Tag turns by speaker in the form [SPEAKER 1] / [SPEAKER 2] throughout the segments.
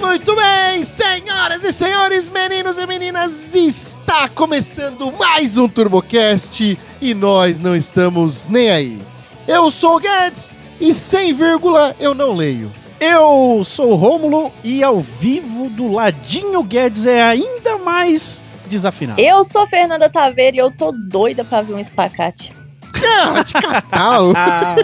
[SPEAKER 1] Muito bem, senhoras e senhores, meninos e meninas, está começando mais um TurboCast e nós não estamos nem aí. Eu sou o Guedes e sem vírgula eu não leio.
[SPEAKER 2] Eu sou o Rômulo e ao vivo do ladinho Guedes é ainda mais desafinado.
[SPEAKER 3] Eu sou Fernanda Taveira e eu tô doida pra ver um espacate.
[SPEAKER 1] Tal.
[SPEAKER 2] Ah,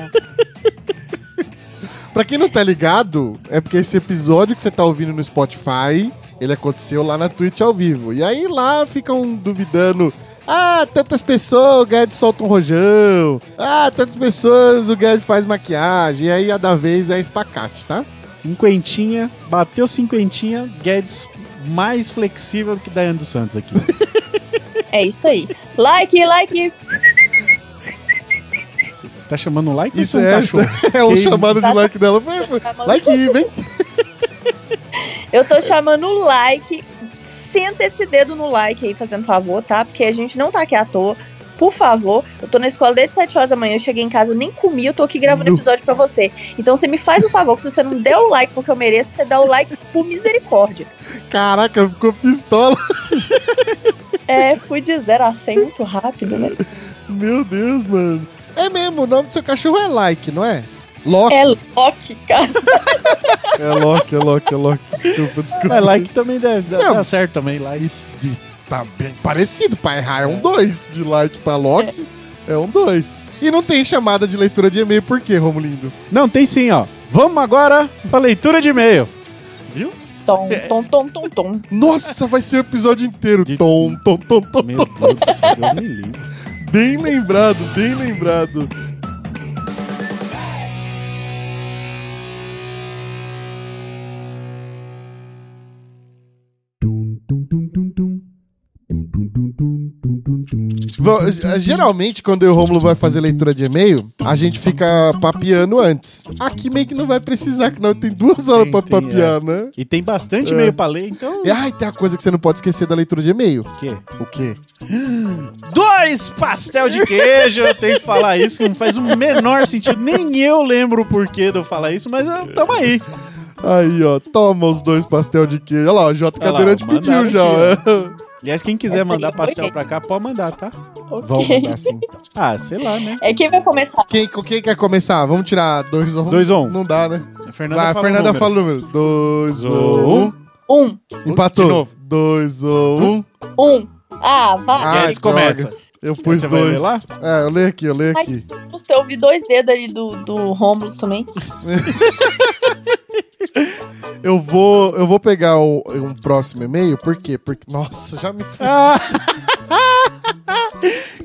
[SPEAKER 1] pra quem não tá ligado, é porque esse episódio que você tá ouvindo no Spotify, ele aconteceu lá na Twitch ao vivo. E aí lá ficam duvidando. Ah, tantas pessoas, o Guedes solta um rojão. Ah, tantas pessoas, o Guedes faz maquiagem. E aí a da vez é espacate, tá?
[SPEAKER 2] cinquentinha, bateu cinquentinha, Guedes mais flexível que Daiane dos Santos aqui.
[SPEAKER 3] É isso aí. Like, like.
[SPEAKER 2] Você tá chamando like
[SPEAKER 1] Isso
[SPEAKER 2] ou você é um
[SPEAKER 1] é,
[SPEAKER 2] cachorro?
[SPEAKER 1] é o
[SPEAKER 2] Que-
[SPEAKER 1] chamado de like dela. Foi, foi. Like, vem.
[SPEAKER 3] Eu tô chamando o like. Senta esse dedo no like aí, fazendo favor, tá? Porque a gente não tá aqui à toa. Por favor, eu tô na escola desde 7 horas da manhã, eu cheguei em casa, eu nem comi, eu tô aqui gravando
[SPEAKER 1] Nu.
[SPEAKER 3] episódio pra você. Então você me faz um favor, que se você não der o like porque eu mereço, você dá o like por misericórdia.
[SPEAKER 1] Caraca, ficou pistola.
[SPEAKER 3] É, fui de 0 a 100 muito rápido, né?
[SPEAKER 1] Meu Deus, mano. É mesmo, o nome do seu cachorro é like, não é? Loki.
[SPEAKER 3] É Loki, cara.
[SPEAKER 1] É Loki, é Loki, é Loki. Desculpa, desculpa.
[SPEAKER 2] Mas like também deve, dá,
[SPEAKER 1] Não.
[SPEAKER 2] dá certo também, like.
[SPEAKER 1] Tá bem parecido pra errar. É um 2 de like pra Loki. É um 2. E não tem chamada de leitura de e-mail, por quê, Romulindo?
[SPEAKER 2] Não, tem sim, ó. Vamos agora pra leitura de e-mail. Viu?
[SPEAKER 3] Tom, tom, tom, tom, tom.
[SPEAKER 1] Nossa, vai ser o episódio inteiro.
[SPEAKER 2] De-
[SPEAKER 1] Tom, tom, tom, tom.
[SPEAKER 2] Meu Deus do céu, Deus me livre.
[SPEAKER 1] Bem lembrado, bem lembrado. Vo- Geralmente, quando eu e o Romulo vai fazer leitura de e-mail, a gente fica papeando antes. Aqui meio que não vai precisar, que não tem duas horas
[SPEAKER 2] Tem-
[SPEAKER 1] pra
[SPEAKER 2] tem,
[SPEAKER 1] papear, né?
[SPEAKER 2] E tem bastante e-mail pra ler, então.
[SPEAKER 1] E, ai, tem uma coisa que você não pode esquecer da leitura de e-mail.
[SPEAKER 2] O quê?
[SPEAKER 1] O quê?
[SPEAKER 2] Dois pastel de queijo, eu tenho que falar isso, que não faz o menor sentido. Nem eu lembro o porquê de eu falar isso, mas ah, tamo aí.
[SPEAKER 1] Aí, ó, toma os dois pastel de queijo. Olha lá, o J
[SPEAKER 2] Olha lá,
[SPEAKER 1] Cadeirante
[SPEAKER 2] ó,
[SPEAKER 1] pediu
[SPEAKER 2] mandaram
[SPEAKER 1] já.
[SPEAKER 2] aqui,
[SPEAKER 1] é.
[SPEAKER 2] Aliás, quem quiser
[SPEAKER 3] Essa aí
[SPEAKER 2] mandar
[SPEAKER 3] foi
[SPEAKER 2] pastel
[SPEAKER 3] quem?
[SPEAKER 2] pra cá, pode mandar, tá?
[SPEAKER 3] Ok.
[SPEAKER 1] Vamos mandar sim.
[SPEAKER 2] Ah, sei lá, né?
[SPEAKER 3] É quem vai começar?
[SPEAKER 1] Quem, quem quer começar? Vamos tirar 2 1
[SPEAKER 2] Dois ou um?
[SPEAKER 1] Não dá, né?
[SPEAKER 2] A Fernanda,
[SPEAKER 1] Vai, a
[SPEAKER 2] fala o
[SPEAKER 1] Fernanda
[SPEAKER 2] número.
[SPEAKER 1] fala o número. 2
[SPEAKER 2] Zou.
[SPEAKER 1] ou 1.
[SPEAKER 3] Um,
[SPEAKER 2] De
[SPEAKER 1] Empatou.
[SPEAKER 2] novo.
[SPEAKER 1] 2 ou 1.
[SPEAKER 3] um. Ah, vai.
[SPEAKER 1] Ah,
[SPEAKER 2] Guedes
[SPEAKER 1] droga.
[SPEAKER 2] começa.
[SPEAKER 1] Eu pus
[SPEAKER 2] Você vai ler
[SPEAKER 1] 2.
[SPEAKER 2] lá?
[SPEAKER 1] É, eu leio aqui, eu leio
[SPEAKER 3] Mas
[SPEAKER 1] aqui.
[SPEAKER 2] Ah.
[SPEAKER 3] justo, eu vi dois dedos ali do, do Rômulo também.
[SPEAKER 1] Eu vou, eu vou pegar o- um próximo e-mail, por quê? Porque, nossa, já me fui.
[SPEAKER 2] Ah.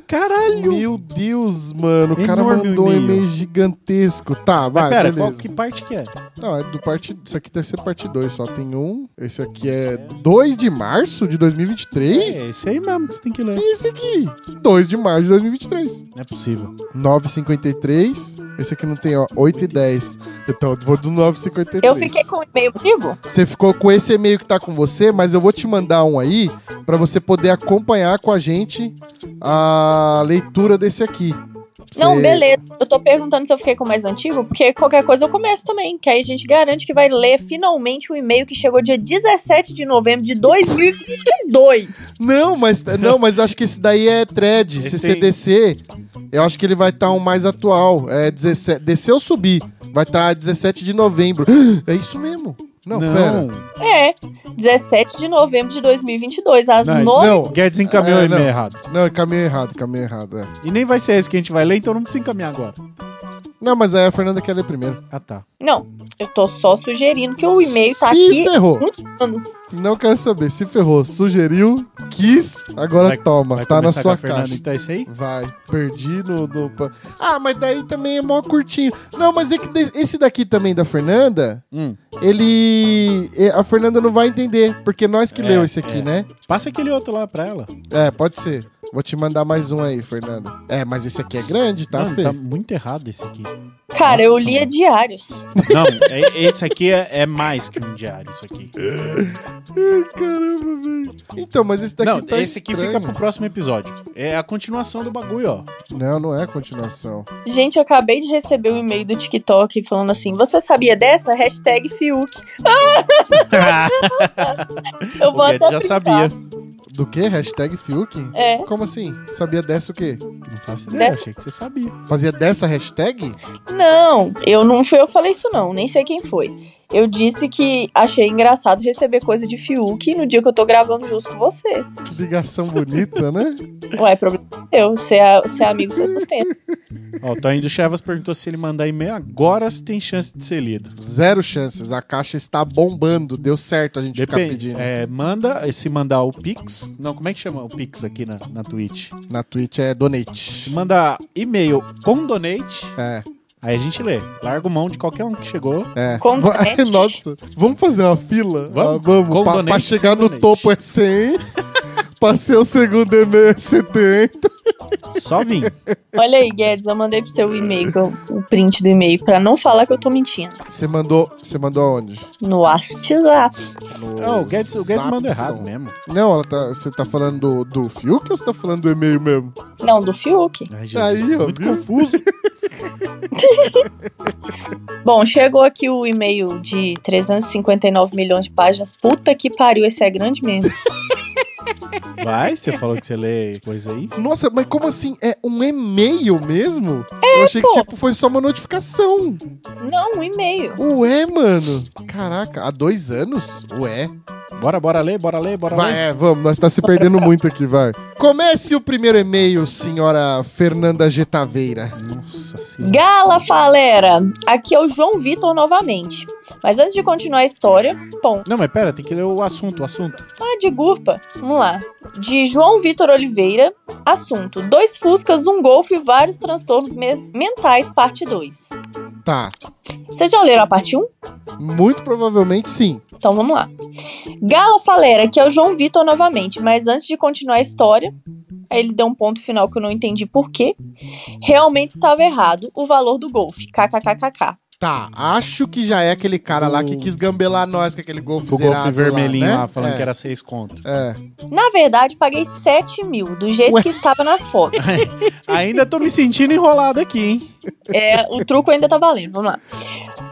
[SPEAKER 2] Caralho!
[SPEAKER 1] Meu Deus, mano, o cara
[SPEAKER 2] Enorme o
[SPEAKER 1] mandou um
[SPEAKER 2] e-mail.
[SPEAKER 1] e-mail gigantesco. Tá, vai,
[SPEAKER 2] Mas pera,
[SPEAKER 1] beleza.
[SPEAKER 2] qual, que parte que é?
[SPEAKER 1] Não, é do parte. Isso aqui deve ser parte 2, só tem um. Esse aqui é 2 de março de
[SPEAKER 2] É
[SPEAKER 1] 2023.
[SPEAKER 2] esse aí mesmo que você tem que ler.
[SPEAKER 1] E esse aqui? 2 de março de 2023.
[SPEAKER 2] Não é possível.
[SPEAKER 1] 9,53. Esse aqui não tem, ó. 8 e 10. Então, eu vou do 9,53.
[SPEAKER 3] Eu fiquei com o e-mail comigo?
[SPEAKER 1] Você ficou com esse e-mail que tá com você, mas eu vou te mandar um aí pra você poder acompanhar com a gente a leitura desse aqui.
[SPEAKER 3] Não,
[SPEAKER 1] Você-
[SPEAKER 3] beleza. Eu tô perguntando se eu fiquei com o mais antigo, porque qualquer coisa eu começo também. Que aí a gente garante que vai ler finalmente o e-mail que chegou dia 17 de novembro de 2022.
[SPEAKER 1] Não, mas não, mas acho que esse daí é thread,
[SPEAKER 2] Esse
[SPEAKER 1] CCDC. Eu acho que ele vai estar um mais atual. É 17, descer ou subir. Vai estar 17 de novembro. É isso mesmo. Não, pera.
[SPEAKER 3] É, 17 de novembro de 2022, às
[SPEAKER 2] Não,
[SPEAKER 3] nove.
[SPEAKER 2] O
[SPEAKER 1] Não,
[SPEAKER 2] Guedes encaminhou
[SPEAKER 1] É,
[SPEAKER 2] o e-mail
[SPEAKER 1] não.
[SPEAKER 2] errado.
[SPEAKER 1] não, caminho errado, caminho errado. é.
[SPEAKER 2] E nem vai ser esse que a gente vai ler, então não precisa encaminhar agora.
[SPEAKER 1] Não, mas aí a Fernanda quer ler primeiro.
[SPEAKER 2] Ah, tá.
[SPEAKER 3] Não, eu tô só sugerindo que o e-mail tá
[SPEAKER 1] se
[SPEAKER 3] aqui
[SPEAKER 1] ferrou.
[SPEAKER 3] há anos.
[SPEAKER 1] Não quero saber. Se ferrou. Sugeriu, quis, agora
[SPEAKER 2] Vai-
[SPEAKER 1] toma.
[SPEAKER 2] Vai
[SPEAKER 1] tá na
[SPEAKER 2] começar com
[SPEAKER 1] sua
[SPEAKER 2] a Fernanda,
[SPEAKER 1] caixa.
[SPEAKER 2] Então é esse aí?
[SPEAKER 1] Vai, perdi no, no pa- Ah, mas daí também é mó curtinho. Não, mas é que de- esse daqui também da Fernanda,
[SPEAKER 2] Hum.
[SPEAKER 1] ele. é, A Fernanda não vai entender, porque nós que
[SPEAKER 2] É,
[SPEAKER 1] leu esse aqui,
[SPEAKER 2] é.
[SPEAKER 1] né?
[SPEAKER 2] Passa aquele outro lá pra ela.
[SPEAKER 1] É, pode ser. Vou te mandar mais um aí, Fernanda. É, mas esse aqui é grande, tá,
[SPEAKER 2] Mano,
[SPEAKER 1] Fê?
[SPEAKER 2] tá muito errado esse aqui.
[SPEAKER 3] Cara, eu
[SPEAKER 2] Nossa,
[SPEAKER 3] lia
[SPEAKER 2] mano.
[SPEAKER 3] diários.
[SPEAKER 2] Não, é, esse aqui é, é mais que um diário, isso aqui.
[SPEAKER 1] Caramba, velho. Então, mas esse daqui
[SPEAKER 2] não,
[SPEAKER 1] tá
[SPEAKER 2] esse aqui
[SPEAKER 1] estranho.
[SPEAKER 2] fica pro próximo episódio. É a continuação do bagulho, ó.
[SPEAKER 1] Não, não é a continuação.
[SPEAKER 3] Gente, eu acabei de receber o e-mail do TikTok falando assim: você sabia dessa? Hashtag Fiuk. Eu
[SPEAKER 2] o
[SPEAKER 3] vou
[SPEAKER 2] Guedes
[SPEAKER 3] até
[SPEAKER 2] já
[SPEAKER 3] brincar.
[SPEAKER 2] sabia.
[SPEAKER 1] Do quê? Hashtag Fiuk?
[SPEAKER 3] É.
[SPEAKER 1] Como assim? Sabia dessa o quê?
[SPEAKER 2] Não faço ideia,
[SPEAKER 3] Dessa-
[SPEAKER 2] achei que você sabia.
[SPEAKER 1] Fazia dessa hashtag?
[SPEAKER 3] Não, eu não fui eu que falei isso, não. Nem sei quem foi. Eu disse que achei engraçado receber coisa de Fiuk no dia que eu tô gravando junto com você.
[SPEAKER 1] Que ligação bonita, né?
[SPEAKER 3] Ué, é problema seu. Você é, você é amigo, você sustenta.
[SPEAKER 2] Ó, o Toninho do Chevas perguntou se ele mandar e-mail agora se tem chance de ser lido.
[SPEAKER 1] Zero chances. A caixa está bombando. Deu certo a gente ficar
[SPEAKER 2] Depende.
[SPEAKER 1] pedindo.
[SPEAKER 2] É, manda, se mandar o Pix. Não, como é que chama o Pix aqui na, na Twitch?
[SPEAKER 1] Na Twitch é donate.
[SPEAKER 2] Se mandar e-mail com donate,
[SPEAKER 1] É,
[SPEAKER 2] aí a gente lê. Larga mão de qualquer um que chegou.
[SPEAKER 1] é.
[SPEAKER 3] Com
[SPEAKER 1] Va-
[SPEAKER 3] donate.
[SPEAKER 1] Nossa, vamos fazer uma fila?
[SPEAKER 2] Vamos.
[SPEAKER 1] Ah, vamos.
[SPEAKER 2] Com
[SPEAKER 1] pa-
[SPEAKER 2] donate,
[SPEAKER 1] pra chegar
[SPEAKER 2] sem
[SPEAKER 1] no
[SPEAKER 2] donate.
[SPEAKER 1] topo é 100. pra ser o segundo e-mail é 70.
[SPEAKER 2] Só vim.
[SPEAKER 3] Olha aí, Guedes, eu mandei pro seu e-mail, que eu- o print do e-mail, pra não falar que eu tô mentindo.
[SPEAKER 1] Você mandou, você mandou aonde?
[SPEAKER 3] No WhatsApp.
[SPEAKER 1] No
[SPEAKER 2] Ah, o Guedes, o Guedes mandou
[SPEAKER 1] Zapson.
[SPEAKER 2] errado né? mesmo.
[SPEAKER 1] Não, ela tá- você tá falando do, do Fiuk ou você tá falando do e-mail mesmo?
[SPEAKER 3] Não, do Fiuk.
[SPEAKER 2] Ai, Jesus, tá
[SPEAKER 1] Aí, ó.
[SPEAKER 2] muito
[SPEAKER 1] viu?
[SPEAKER 2] confuso.
[SPEAKER 3] Bom, chegou aqui o e-mail de 359 milhões de páginas. Puta que pariu, esse é grande mesmo.
[SPEAKER 2] Vai, você falou que você lê coisa aí.
[SPEAKER 1] Nossa, mas como assim? É um e-mail mesmo? Eu achei
[SPEAKER 3] pô.
[SPEAKER 1] que tipo foi só uma notificação.
[SPEAKER 3] Não, um e-mail.
[SPEAKER 1] Ué, mano. Caraca, há dois anos? Ué.
[SPEAKER 2] Bora, bora ler, bora ler, bora
[SPEAKER 1] Vai,
[SPEAKER 2] ler.
[SPEAKER 1] é, vamos, nós tá se perdendo muito aqui, vai. Comece o primeiro e-mail, senhora Fernanda Getaveira.
[SPEAKER 2] Nossa senhora.
[SPEAKER 3] Gala, galera! Aqui é o João Vitor novamente. Mas antes de continuar a história, bom,
[SPEAKER 2] Não, mas pera, tem que ler o assunto, o assunto.
[SPEAKER 3] ah, de gurpa, vamos lá. De João Vitor Oliveira, assunto: dois Fuscas, um Golfo e vários transtornos me- mentais, parte 2.
[SPEAKER 1] Tá,
[SPEAKER 3] Vocês já leram a parte 1?
[SPEAKER 1] muito provavelmente sim.
[SPEAKER 3] Então vamos lá. Gala Falera, que é o João Vitor novamente, mas antes de continuar a história, aí ele deu um ponto final que eu não entendi por quê. Realmente estava errado o valor do golfe. KKKKK.
[SPEAKER 1] Tá, acho que já é aquele cara lá que
[SPEAKER 2] O-
[SPEAKER 1] quis gambelar nós com aquele golfe
[SPEAKER 2] O golfe
[SPEAKER 1] zerado
[SPEAKER 2] vermelhinho lá,
[SPEAKER 1] né?
[SPEAKER 2] falando
[SPEAKER 1] é,
[SPEAKER 2] que era seis conto.
[SPEAKER 1] É.
[SPEAKER 3] Na verdade, paguei 7 mil, do jeito
[SPEAKER 1] Ué.
[SPEAKER 3] que estava nas fotos.
[SPEAKER 2] Ainda tô me sentindo enrolado aqui, hein?
[SPEAKER 3] É, o truco ainda tá valendo, vamos lá.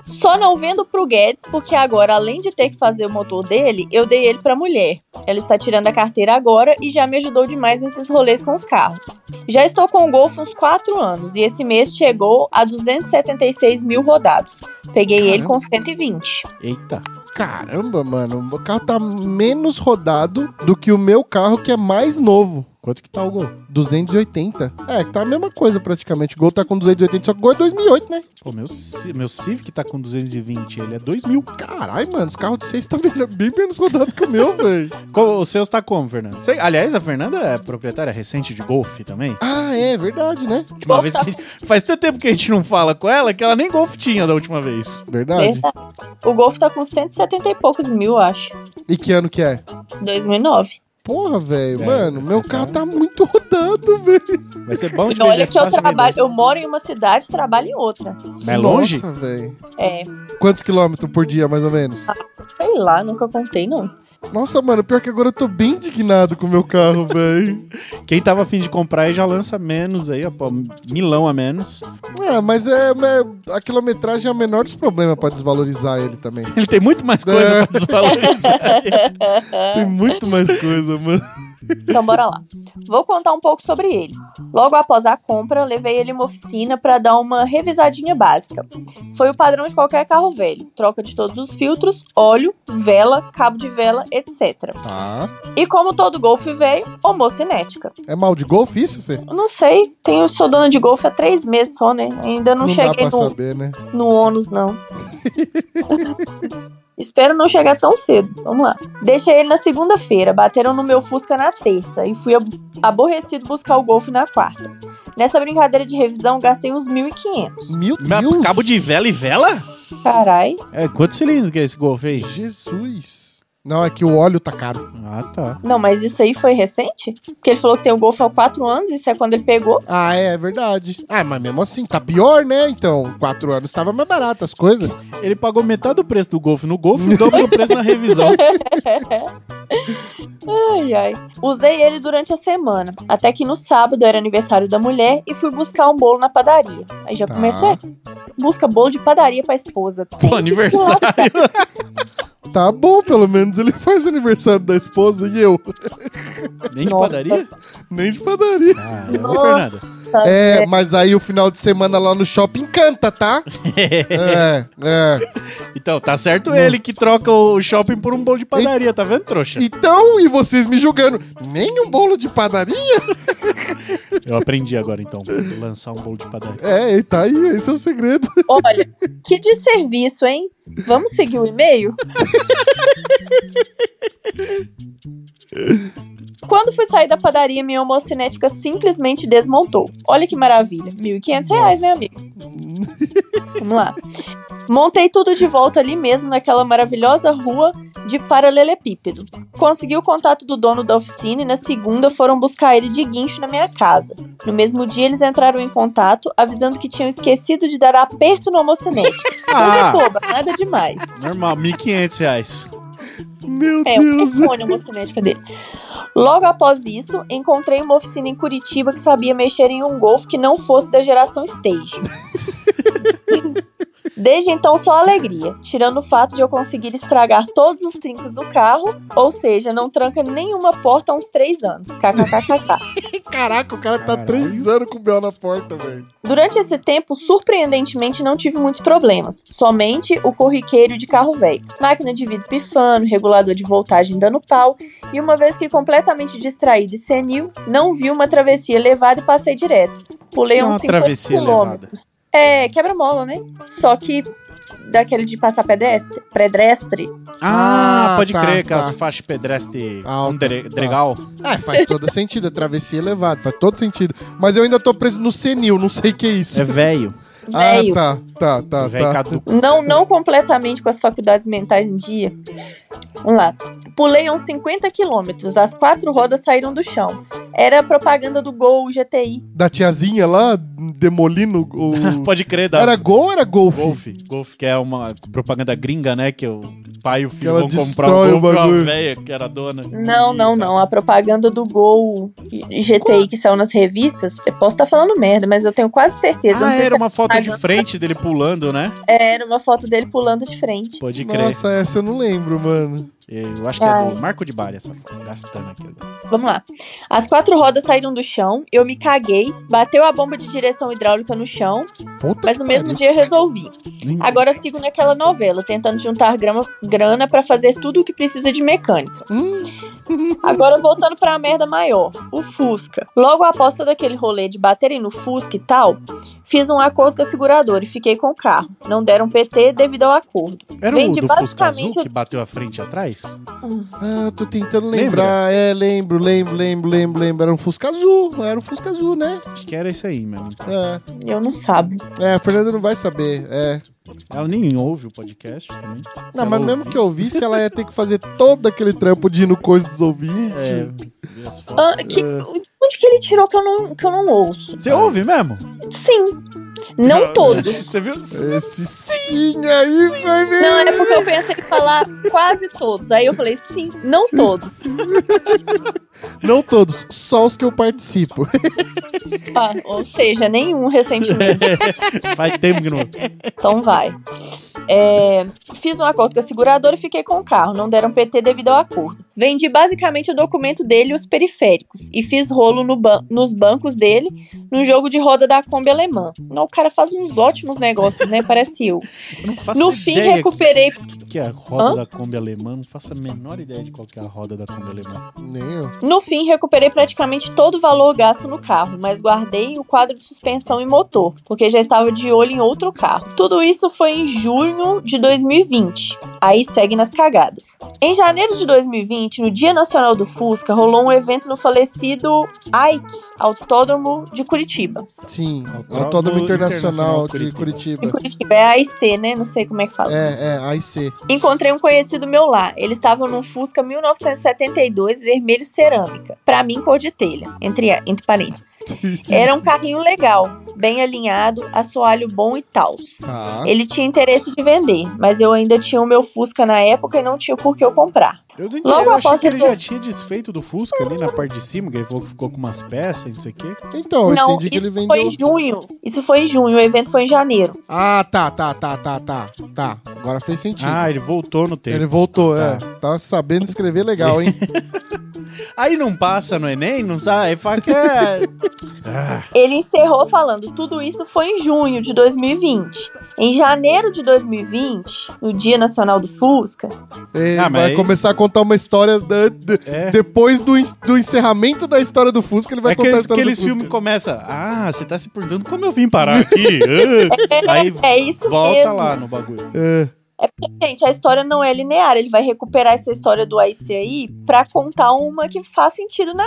[SPEAKER 3] Só não vendo pro Guedes, porque agora, além de ter que fazer o motor dele, eu dei ele pra mulher. Ela está tirando a carteira agora e já me ajudou demais nesses rolês com os carros. Já estou com o Golf uns 4 anos e esse mês chegou a 276 mil rodados. Peguei ele
[SPEAKER 1] Caramba.
[SPEAKER 3] com 120.
[SPEAKER 2] Eita.
[SPEAKER 1] Caramba, mano, o carro tá menos rodado do que o meu carro que é mais novo.
[SPEAKER 2] Quanto que tá o gol?
[SPEAKER 1] 280. É, tá a mesma coisa praticamente. O Gol tá com 280, só que o Gol é 2008, né?
[SPEAKER 2] Pô, meu, Ci- meu Civic tá com 220, ele é 2 mil.
[SPEAKER 1] Caralho, mano, os carros de vocês tá melhor- bem menos rodado que o meu, velho.
[SPEAKER 2] Co- O seu tá como, Fernando? Você- aliás, a Fernanda é proprietária recente de golfe também.
[SPEAKER 1] Ah, é verdade, né?
[SPEAKER 2] Última
[SPEAKER 3] Golfe
[SPEAKER 2] vez que
[SPEAKER 3] tá-
[SPEAKER 2] a gente- faz tanto tempo que a gente não fala com ela que ela nem golfe tinha da última vez.
[SPEAKER 1] Verdade.
[SPEAKER 3] Verdade. O Golf tá com 170 e poucos mil, acho.
[SPEAKER 1] E que ano que é?
[SPEAKER 3] 2009.
[SPEAKER 1] Porra, velho,
[SPEAKER 2] É,
[SPEAKER 1] mano,
[SPEAKER 2] você
[SPEAKER 1] meu
[SPEAKER 2] tá-
[SPEAKER 1] carro tá muito rodado, velho.
[SPEAKER 2] Vai ser bom de
[SPEAKER 3] E Então, olha
[SPEAKER 2] vender,
[SPEAKER 3] que eu
[SPEAKER 2] é fácil de
[SPEAKER 3] trabalho,
[SPEAKER 2] vender.
[SPEAKER 3] eu moro em uma cidade, trabalho em outra.
[SPEAKER 2] Mas é longe?
[SPEAKER 1] Nossa, velho.
[SPEAKER 3] É,
[SPEAKER 1] Quantos quilômetros por dia, mais ou menos?
[SPEAKER 3] sei lá, nunca contei não.
[SPEAKER 1] Nossa, mano, pior que agora eu tô bem indignado com o meu carro, velho.
[SPEAKER 2] Quem tava afim de comprar aí já lança menos aí, ó, pô, milão a menos.
[SPEAKER 1] É, mas é, é- a quilometragem é o menor dos problemas pra desvalorizar ele também.
[SPEAKER 2] Ele tem muito mais coisa
[SPEAKER 1] É.
[SPEAKER 2] pra desvalorizar.
[SPEAKER 1] Tem muito mais coisa, mano.
[SPEAKER 3] Então bora lá. Vou contar um pouco sobre ele. Logo após a compra, levei ele em uma oficina para dar uma revisadinha básica. Foi o padrão de qualquer carro velho: troca de todos os filtros, óleo, vela, cabo de vela, etc.
[SPEAKER 1] Tá.
[SPEAKER 3] E como todo Golf velho, homocinética.
[SPEAKER 1] É mal de golfe isso, Fê?
[SPEAKER 3] Eu Não sei, tenho sou dona de Golf há três meses só, né? Ainda não,
[SPEAKER 1] Não dá
[SPEAKER 3] cheguei
[SPEAKER 1] pra
[SPEAKER 3] no,
[SPEAKER 1] saber, né?
[SPEAKER 3] no ônus, não. Espero não chegar tão cedo. Vamos lá. Deixei ele na segunda-feira, bateram no meu Fusca na terça e fui ab- aborrecido buscar o Golf na quarta. Nessa brincadeira de revisão, gastei uns 1.500.
[SPEAKER 1] Meu
[SPEAKER 2] Mas
[SPEAKER 1] Deus.
[SPEAKER 2] Cabo de Tá, vela e vela?
[SPEAKER 3] Carai.
[SPEAKER 2] É, quantos cilindros que é esse golfe aí?
[SPEAKER 1] Jesus. Não, é que o óleo tá caro.
[SPEAKER 2] Ah, tá.
[SPEAKER 3] Não, mas isso aí foi recente? Porque ele falou que tem o Golf há quatro anos, isso é quando ele pegou.
[SPEAKER 1] Ah, é, é verdade. Ah, mas mesmo assim, tá pior, né? Então, quatro anos tava mais barato as coisas.
[SPEAKER 2] Ele pagou metade do preço do Golf no Golf e o dobro do preço na revisão.
[SPEAKER 3] Ai, ai. Usei ele durante a semana, até que no sábado era aniversário da mulher e fui buscar um bolo na padaria. Aí já
[SPEAKER 1] Tá.
[SPEAKER 3] começou, é, busca bolo de padaria pra esposa. Tem
[SPEAKER 2] Pô,
[SPEAKER 3] que
[SPEAKER 2] aniversário.
[SPEAKER 1] Tá bom, pelo menos ele faz aniversário da esposa e eu.
[SPEAKER 2] Nem de
[SPEAKER 3] Nossa.
[SPEAKER 2] padaria?
[SPEAKER 1] Nem de padaria.
[SPEAKER 2] Ah,
[SPEAKER 3] escutar.
[SPEAKER 2] ô, Fernanda.
[SPEAKER 3] Nossa,
[SPEAKER 1] É, mas aí o final de semana lá no shopping canta, tá? é, é.
[SPEAKER 2] Então, tá certo ele que troca o shopping por um bolo de padaria, tá vendo, trouxa?
[SPEAKER 1] Então, e vocês me julgando, nem um bolo de padaria?
[SPEAKER 2] Eu aprendi agora, então, lançar um bolo de padaria.
[SPEAKER 1] É, e tá aí, esse é o segredo.
[SPEAKER 3] olha, que desserviço, hein? Vamos seguir o e-mail? Quando fui sair da padaria, minha homocinética simplesmente desmontou. Olha que maravilha. R$ 1.500, reais, né, amigo? Vamos lá. Montei tudo de volta ali mesmo, naquela maravilhosa rua de paralelepípedo. Consegui o contato do dono da oficina e na segunda foram buscar ele de guincho na minha casa. No mesmo dia, eles entraram em contato, avisando que tinham esquecido de dar aperto no homocinete.
[SPEAKER 1] tá
[SPEAKER 3] Coisa
[SPEAKER 2] Ah,
[SPEAKER 3] boba, nada demais.
[SPEAKER 2] normal, 1.500 reais.
[SPEAKER 1] Meu
[SPEAKER 3] É, um
[SPEAKER 1] Deus.
[SPEAKER 3] iPhone, uma cinética dele. Logo após isso, encontrei uma oficina em Curitiba que sabia mexer em um Golf que não fosse da geração Stage. Desde então, só alegria, tirando o fato de eu conseguir estragar todos os trincos do carro, ou seja, não tranca nenhuma porta há uns três anos. KKKKK.
[SPEAKER 1] Caraca, o cara tá
[SPEAKER 2] Caralho.
[SPEAKER 1] três anos com o Bel na porta, velho.
[SPEAKER 3] Durante esse tempo, surpreendentemente, não tive muitos problemas, somente o corriqueiro de carro velho. Máquina de vidro pifando, regulador de voltagem dando pau, e uma vez que completamente distraído e senil, não vi uma travessia elevada e passei direto. Pulei
[SPEAKER 2] Que é uma
[SPEAKER 3] uns 50
[SPEAKER 2] travessia
[SPEAKER 3] quilômetros. É, quebra-mola, né? Só que daquele de passar pedestre, pedestre.
[SPEAKER 2] Ah,
[SPEAKER 1] Ah,
[SPEAKER 2] pode
[SPEAKER 1] tá,
[SPEAKER 2] crer, que
[SPEAKER 1] tá.
[SPEAKER 2] as faixas pedestre
[SPEAKER 1] Ah,
[SPEAKER 2] com dre-
[SPEAKER 1] tá.
[SPEAKER 2] dregal.
[SPEAKER 1] Ah, faz todo sentido, é travessia elevada, faz todo sentido. Mas eu ainda tô preso no senil, não sei o que é isso.
[SPEAKER 2] É velho.
[SPEAKER 1] ah,
[SPEAKER 3] Velho.
[SPEAKER 1] tá, tá, tá,
[SPEAKER 2] velho
[SPEAKER 1] tá.
[SPEAKER 2] caduco.
[SPEAKER 3] Não, não completamente com as faculdades mentais em dia. Vamos lá. Pulei uns 50 quilômetros, as quatro rodas saíram do chão. Era a propaganda do Gol GTI.
[SPEAKER 1] Da tiazinha lá, demolindo o...
[SPEAKER 2] Pode crer, dá.
[SPEAKER 1] Era gol ou era golfe?
[SPEAKER 2] Golfe, Golfe, que é uma propaganda gringa, né? Que o pai e o filho
[SPEAKER 1] ela
[SPEAKER 2] vão comprar
[SPEAKER 1] destrói
[SPEAKER 2] um
[SPEAKER 1] o
[SPEAKER 2] Golfe, uma
[SPEAKER 1] bagulho.
[SPEAKER 2] velha que era dona.
[SPEAKER 3] Não, não, não. A propaganda do Gol GTI que saiu nas revistas. Eu posso estar falando merda, mas eu tenho quase certeza. Eu
[SPEAKER 2] Ah,
[SPEAKER 3] não sei
[SPEAKER 2] era
[SPEAKER 3] se é
[SPEAKER 2] uma foto de
[SPEAKER 3] propaganda.
[SPEAKER 2] frente dele pulando, né?
[SPEAKER 3] era uma foto dele pulando de frente.
[SPEAKER 2] Pode crer.
[SPEAKER 1] Nossa, essa eu não lembro, mano.
[SPEAKER 2] Eu acho que é
[SPEAKER 3] Ai.
[SPEAKER 2] do Marco de Bari essa foto. Gastando aqui agora.
[SPEAKER 3] Vamos lá. As quatro rodas saíram do chão, eu me caguei, bateu a bomba de direção hidráulica no chão,
[SPEAKER 1] Puta
[SPEAKER 3] mas
[SPEAKER 1] que
[SPEAKER 3] no mesmo
[SPEAKER 1] pariu.
[SPEAKER 3] dia eu resolvi.
[SPEAKER 2] Hum.
[SPEAKER 3] Agora sigo naquela novela, tentando juntar grama- grana pra fazer tudo o que precisa de mecânica.
[SPEAKER 1] Hum,
[SPEAKER 3] Agora voltando pra merda maior, o Fusca. Logo após todo aquele rolê de baterem no Fusca e tal, fiz um acordo com a seguradora e fiquei com o carro. Não deram PT devido ao acordo.
[SPEAKER 2] Era o
[SPEAKER 3] Vende
[SPEAKER 2] do Fusca Azul
[SPEAKER 3] basicamente-
[SPEAKER 2] que bateu a frente atrás?
[SPEAKER 1] Ah, eu tô tentando lembrar. É, lembro, lembro, lembro, lembro, lembro. Era um Fusca Azul, era um Fusca Azul, né?
[SPEAKER 2] Acho que era esse aí mesmo.
[SPEAKER 1] É,
[SPEAKER 3] Eu não sabo.
[SPEAKER 1] é a Fernanda não vai saber, é.
[SPEAKER 2] Ela Ah, nem ouve o podcast também. Se
[SPEAKER 1] Não,
[SPEAKER 2] ela
[SPEAKER 1] mas mesmo
[SPEAKER 2] ouvir,
[SPEAKER 1] que eu ouvisse, ela ia ter que fazer todo aquele trampo de ir no coisa dos ouvintes.
[SPEAKER 2] é, vê as fotos.
[SPEAKER 3] Ah, que- onde que ele tirou que eu não, que eu não ouço?
[SPEAKER 2] Você ouve mesmo?
[SPEAKER 3] Sim. Não todos.
[SPEAKER 2] Você viu?
[SPEAKER 1] Esse sim aí vai ver.
[SPEAKER 3] Não, é porque eu pensei em falar quase todos. Aí eu falei, sim, não todos.
[SPEAKER 1] Não todos, só os que eu participo.
[SPEAKER 3] Ah, ou seja, nenhum recentemente.
[SPEAKER 2] Faz tempo que não.
[SPEAKER 3] Então vai. É, fiz um acordo com a seguradora e fiquei com o carro. Não deram PT devido ao acordo. Vendi basicamente o documento dele e os periféricos. E fiz rolo no ban- nos bancos dele no jogo de roda da Kombi alemã. Não, o cara faz uns ótimos negócios, né? Parece eu.
[SPEAKER 2] Eu não faço
[SPEAKER 3] No fim,
[SPEAKER 2] ideia
[SPEAKER 3] recuperei.
[SPEAKER 2] O que, que é a roda
[SPEAKER 3] Hã?
[SPEAKER 2] da Kombi alemã? Não faço a menor ideia de qual que é a roda da Kombi alemã.
[SPEAKER 1] Nem eu.
[SPEAKER 3] No fim, recuperei praticamente todo o valor gasto no carro, mas guardei o quadro de suspensão e motor, porque já estava de olho em outro carro. Tudo isso foi em junho de 2020. Aí segue nas cagadas. Em janeiro de 2020, gente, no Dia Nacional do Fusca, rolou um evento no falecido AIC, Autódromo de Curitiba.
[SPEAKER 1] Sim,
[SPEAKER 2] Autódromo
[SPEAKER 1] Autódromo Internacional,
[SPEAKER 2] Internacional
[SPEAKER 1] de Curitiba.
[SPEAKER 3] Em Curitiba é AIC, né? Não sei como é que fala.
[SPEAKER 1] É, é, AIC.
[SPEAKER 3] Encontrei um conhecido meu lá. Ele estava num Fusca 1972 vermelho cerâmica. Pra mim, cor de telha. Entre, entre parênteses. Era um carrinho legal, bem alinhado, assoalho bom e tals.
[SPEAKER 1] Tá.
[SPEAKER 3] Ele tinha interesse de vender, mas eu ainda tinha o meu Fusca na época e não tinha por que eu comprar.
[SPEAKER 2] Eu, não
[SPEAKER 3] Logo
[SPEAKER 2] eu achei
[SPEAKER 3] após
[SPEAKER 2] que ele
[SPEAKER 3] resolver-
[SPEAKER 2] já tinha desfeito do Fusca ali na parte de cima, que ele falou que ficou com umas peças e não sei o quê.
[SPEAKER 1] Então, eu
[SPEAKER 3] não,
[SPEAKER 1] entendi que
[SPEAKER 3] isso
[SPEAKER 1] ele vendeu.
[SPEAKER 3] foi em junho. Isso foi em junho, o evento foi em janeiro.
[SPEAKER 1] Ah, tá, tá, tá, tá, tá. Tá. Agora fez sentido.
[SPEAKER 2] Ah, ele voltou no tempo.
[SPEAKER 1] ele voltou,
[SPEAKER 2] Tá.
[SPEAKER 1] é. Tá sabendo escrever legal, hein?
[SPEAKER 2] Aí não passa no Enem, não sabe, aí fala que é...
[SPEAKER 3] Ele encerrou falando: tudo isso foi em junho de 2020. Em janeiro de 2020, no Dia Nacional do Fusca,
[SPEAKER 1] Ele
[SPEAKER 2] Ah, mas
[SPEAKER 1] vai
[SPEAKER 2] aí-
[SPEAKER 1] começar a contar uma história. da- de-
[SPEAKER 2] é.
[SPEAKER 1] Depois do, en- do encerramento da história do Fusca, ele vai
[SPEAKER 2] é que
[SPEAKER 1] contar a
[SPEAKER 2] aqueles,
[SPEAKER 1] história
[SPEAKER 2] aqueles
[SPEAKER 1] do Fusca.
[SPEAKER 2] filmes começam. Ah, você tá se perguntando como eu vim parar aqui? Ah." Aí
[SPEAKER 3] É isso
[SPEAKER 2] volta
[SPEAKER 3] mesmo.
[SPEAKER 2] lá no bagulho.
[SPEAKER 1] É.
[SPEAKER 3] Gente, a história não é linear. Ele vai recuperar essa história do AIC aí pra contar uma que faz sentido na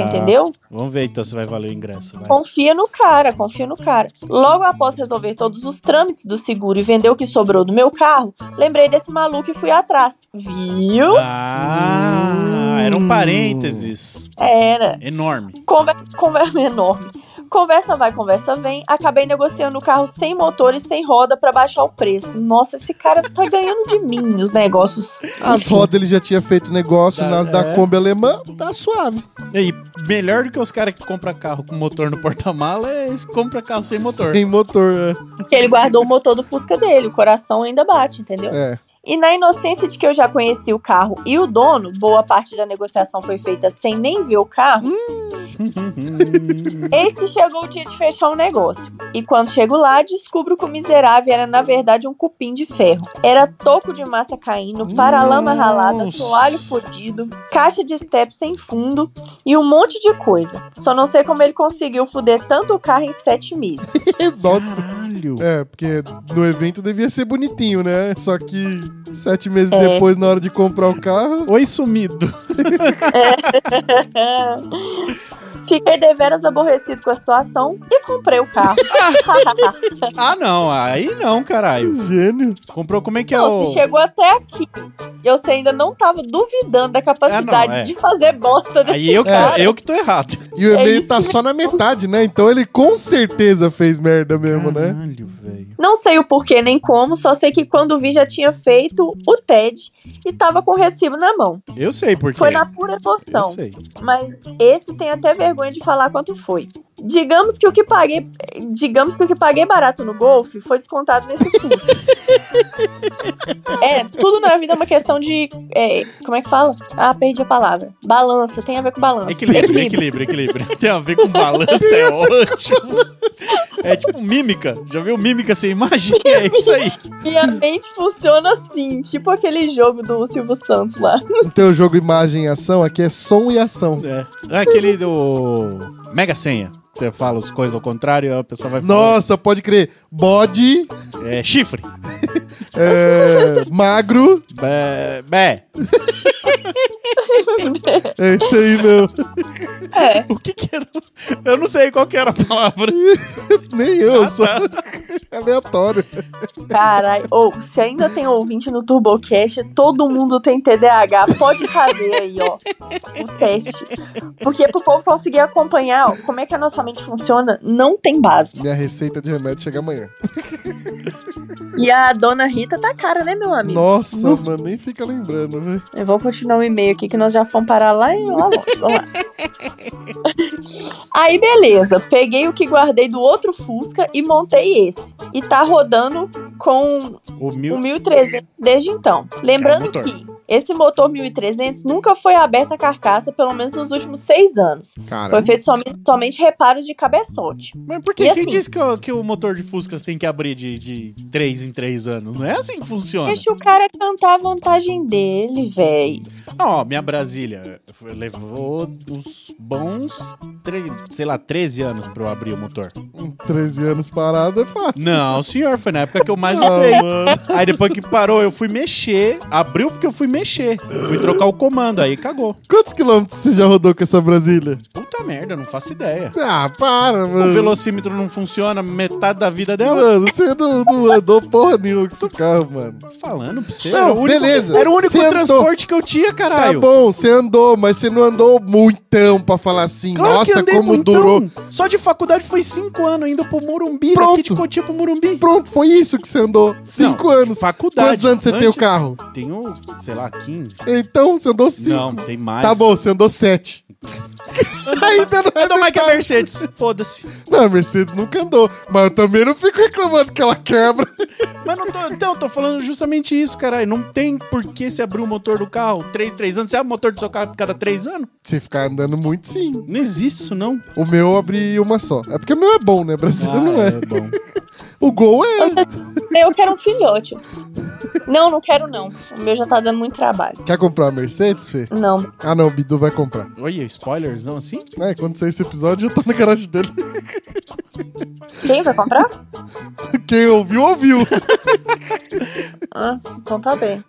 [SPEAKER 2] Tá.
[SPEAKER 3] entendeu?
[SPEAKER 2] Vamos ver então se vai valer o ingresso. vai.
[SPEAKER 3] Confia no cara, confia no cara. Logo após resolver todos os trâmites do seguro e vender o que sobrou do meu carro, lembrei desse maluco e fui atrás. Viu?
[SPEAKER 2] Ah, eram parênteses.
[SPEAKER 3] Era.
[SPEAKER 2] Enorme.
[SPEAKER 3] Conversa enorme. Conversa vai, conversa vem. Acabei negociando o carro sem motor e sem roda pra baixar o preço. Nossa, esse cara tá ganhando de mim os negócios.
[SPEAKER 1] As rodas ele já tinha feito negócio
[SPEAKER 2] Tá,
[SPEAKER 1] nas
[SPEAKER 2] é.
[SPEAKER 1] da Kombi alemã, tá suave.
[SPEAKER 2] E aí, melhor do que os caras que compram carro com motor no porta-mala, é esse que compra carro sem motor.
[SPEAKER 1] Sem motor,
[SPEAKER 3] Porque ele guardou o motor do Fusca dele, o coração ainda bate, entendeu?
[SPEAKER 1] é. é.
[SPEAKER 3] E na inocência de que eu já conheci o carro e o dono, boa parte da negociação foi feita sem nem ver o carro. Eis que chegou o dia de fechar o negócio. E quando chego lá, descubro que o miserável era na verdade um cupim de ferro. Era toco de massa caindo, paralama
[SPEAKER 2] Nossa.
[SPEAKER 3] ralada, assoalho fodido, caixa de step sem fundo e um monte de coisa. Só não sei como ele conseguiu foder tanto o carro em sete meses.
[SPEAKER 1] É. Nossa.
[SPEAKER 3] Tipo,
[SPEAKER 2] Caralho.
[SPEAKER 1] É, porque no evento devia ser bonitinho, né? Só que sete meses
[SPEAKER 3] É.
[SPEAKER 1] depois, na hora de comprar o carro.
[SPEAKER 2] Oi, sumido.
[SPEAKER 3] É. Fiquei deveras aborrecido com a situação e comprei o carro.
[SPEAKER 2] Ah, não. Aí não, caralho.
[SPEAKER 1] Gênio.
[SPEAKER 2] Comprou como é que é
[SPEAKER 3] Não,
[SPEAKER 2] o...
[SPEAKER 3] se chegou até aqui e você ainda não tava duvidando da capacidade
[SPEAKER 2] Ah, não, é.
[SPEAKER 3] de fazer bosta desse
[SPEAKER 2] Aí eu que,
[SPEAKER 3] cara.
[SPEAKER 2] eu que tô errado.
[SPEAKER 1] E o
[SPEAKER 3] É
[SPEAKER 1] e-mail
[SPEAKER 3] isso
[SPEAKER 1] tá só na metade, né? Então ele com certeza fez merda mesmo, né?
[SPEAKER 2] Caralho, velho.
[SPEAKER 3] Não sei o porquê nem como, só sei que quando vi já tinha feito o TED e tava com o recibo na mão.
[SPEAKER 2] Eu sei por quê.
[SPEAKER 3] Foi na pura
[SPEAKER 2] Eu
[SPEAKER 3] emoção.
[SPEAKER 2] sei.
[SPEAKER 3] Mas esse tem até vergonha de falar quanto foi. Digamos que o que paguei, digamos que o que paguei barato no golfe foi descontado nesse custo. é, tudo na vida é uma questão de, é, como é que fala? Ah, perdi a palavra. Balança, tem a ver com balança.
[SPEAKER 2] Equilíbrio, equilíbrio, equilíbrio. Tem a ver com balança, é ótimo. É tipo mímica. Já viu mímica sem imagem? É isso aí.
[SPEAKER 3] Minha mente funciona assim, tipo aquele jogo do Silvio Santos lá.
[SPEAKER 1] Então o jogo imagem e ação aqui é som e ação.
[SPEAKER 2] É. É aquele do Mega Senha. Você fala as coisas ao contrário, a pessoa vai falar.
[SPEAKER 1] Nossa, pode crer. Bode,
[SPEAKER 2] É, chifre.
[SPEAKER 1] é, magro.
[SPEAKER 2] Bé. bé.
[SPEAKER 1] É isso aí, meu.
[SPEAKER 3] É,
[SPEAKER 2] O que que era? Eu não sei qual que era a palavra.
[SPEAKER 1] Nem eu, só. Aleatório.
[SPEAKER 3] caralho. Ou, se ainda tem ouvinte no TurboCast, todo mundo tem TDAH. Pode fazer aí, ó, o teste. Porque pro povo conseguir acompanhar ó, como é que a nossa mente funciona, não tem base.
[SPEAKER 1] Minha receita de remédio chega amanhã.
[SPEAKER 3] E a dona Rita tá cara, né, meu amigo?
[SPEAKER 1] Nossa, mano, nem fica lembrando, velho.
[SPEAKER 3] Eu vou continuar o e-mail aqui que nós já fomos parar lá e lá longe. Vamos lá. Aí, beleza. Peguei o que guardei do outro Fusca e montei esse. E tá rodando com
[SPEAKER 2] O
[SPEAKER 3] o
[SPEAKER 2] mil...
[SPEAKER 3] 1300 desde então. Lembrando
[SPEAKER 2] motor.
[SPEAKER 3] que esse motor 1300 nunca foi aberto a carcaça, pelo menos nos últimos seis anos.
[SPEAKER 1] Cara, é
[SPEAKER 3] Foi feito somente, somente reparos de cabeçote.
[SPEAKER 2] Mas por que?
[SPEAKER 3] E
[SPEAKER 2] Quem
[SPEAKER 3] assim-
[SPEAKER 2] disse que o, que o motor de Fuscas tem que abrir de, de 3 em 3 anos? Não é assim que funciona.
[SPEAKER 3] Deixa o cara cantar a vantagem dele, véi.
[SPEAKER 2] Não, ó, minha Brasília foi- levou uns bons, tre- sei lá, 13 anos pra eu abrir o motor.
[SPEAKER 1] com 13 anos parado é fácil.
[SPEAKER 2] Não, senhor, foi na época que eu mais
[SPEAKER 1] Ah,
[SPEAKER 2] usei. Aí depois que parou, eu fui mexer, abriu porque eu fui mexer. Fui trocar o comando, aí cagou.
[SPEAKER 1] Quantos quilômetros você já rodou com essa Brasília?
[SPEAKER 2] Puta merda, não faço ideia.
[SPEAKER 1] Ah, para,
[SPEAKER 2] O
[SPEAKER 1] mano.
[SPEAKER 2] velocímetro não funciona metade da vida dela.
[SPEAKER 1] Mano, você não, não andou porra nenhuma com esse carro, mano.
[SPEAKER 2] Tô Falando pra você.
[SPEAKER 1] Não,
[SPEAKER 2] era o único-
[SPEAKER 1] beleza.
[SPEAKER 2] Era o único
[SPEAKER 1] Sentou.
[SPEAKER 2] transporte que eu tinha,
[SPEAKER 1] Tá
[SPEAKER 2] caralho.
[SPEAKER 1] bom, você andou, mas você não andou muitão pra falar assim,
[SPEAKER 2] Claro que
[SPEAKER 1] nossa,
[SPEAKER 2] andei
[SPEAKER 1] como
[SPEAKER 2] muito.
[SPEAKER 1] durou.
[SPEAKER 2] Só de faculdade foi cinco anos, indo pro Morumbi,
[SPEAKER 1] Pronto.
[SPEAKER 2] daqui de Cotia pro Morumbi.
[SPEAKER 1] Pronto, foi isso que você andou. Cinco
[SPEAKER 2] Não,
[SPEAKER 1] anos.
[SPEAKER 2] Faculdade.
[SPEAKER 1] Quantos anos você tem o
[SPEAKER 2] Antes,
[SPEAKER 1] carro?
[SPEAKER 2] Tenho, um, sei lá, 15.
[SPEAKER 1] Então, você andou cinco.
[SPEAKER 2] Não, tem mais.
[SPEAKER 1] Tá bom, você andou sete. Ainda não é
[SPEAKER 2] Eu mais Então, que a
[SPEAKER 1] metade.
[SPEAKER 2] Mercedes. Foda-se.
[SPEAKER 1] Não, a Mercedes nunca andou. Mas eu também não fico reclamando que ela quebra.
[SPEAKER 2] Mas não tô. Então, eu tô falando justamente isso, caralho. Não tem por que você abrir o motor do carro três, três anos. Você abre o motor do seu carro a cada três anos?
[SPEAKER 1] Se ficar andando muito, sim.
[SPEAKER 2] Não existe isso, não.
[SPEAKER 1] O meu eu abri uma só. É porque o meu é bom, né? Brasil
[SPEAKER 2] Ah,
[SPEAKER 1] não
[SPEAKER 3] Ah,
[SPEAKER 1] é.
[SPEAKER 2] bom.
[SPEAKER 1] O gol é.
[SPEAKER 3] Eu quero um filhote. Não, não quero não. O meu já tá dando muito trabalho.
[SPEAKER 1] Quer comprar a Mercedes, Fê?
[SPEAKER 3] Não.
[SPEAKER 1] Ah, não, o Bidu vai comprar.
[SPEAKER 2] Olha, spoilers, não assim?
[SPEAKER 1] É, quando sair esse episódio, já tá na garagem dele.
[SPEAKER 3] Quem vai comprar?
[SPEAKER 1] Quem ouviu, ouviu.
[SPEAKER 3] Ah, então tá bem.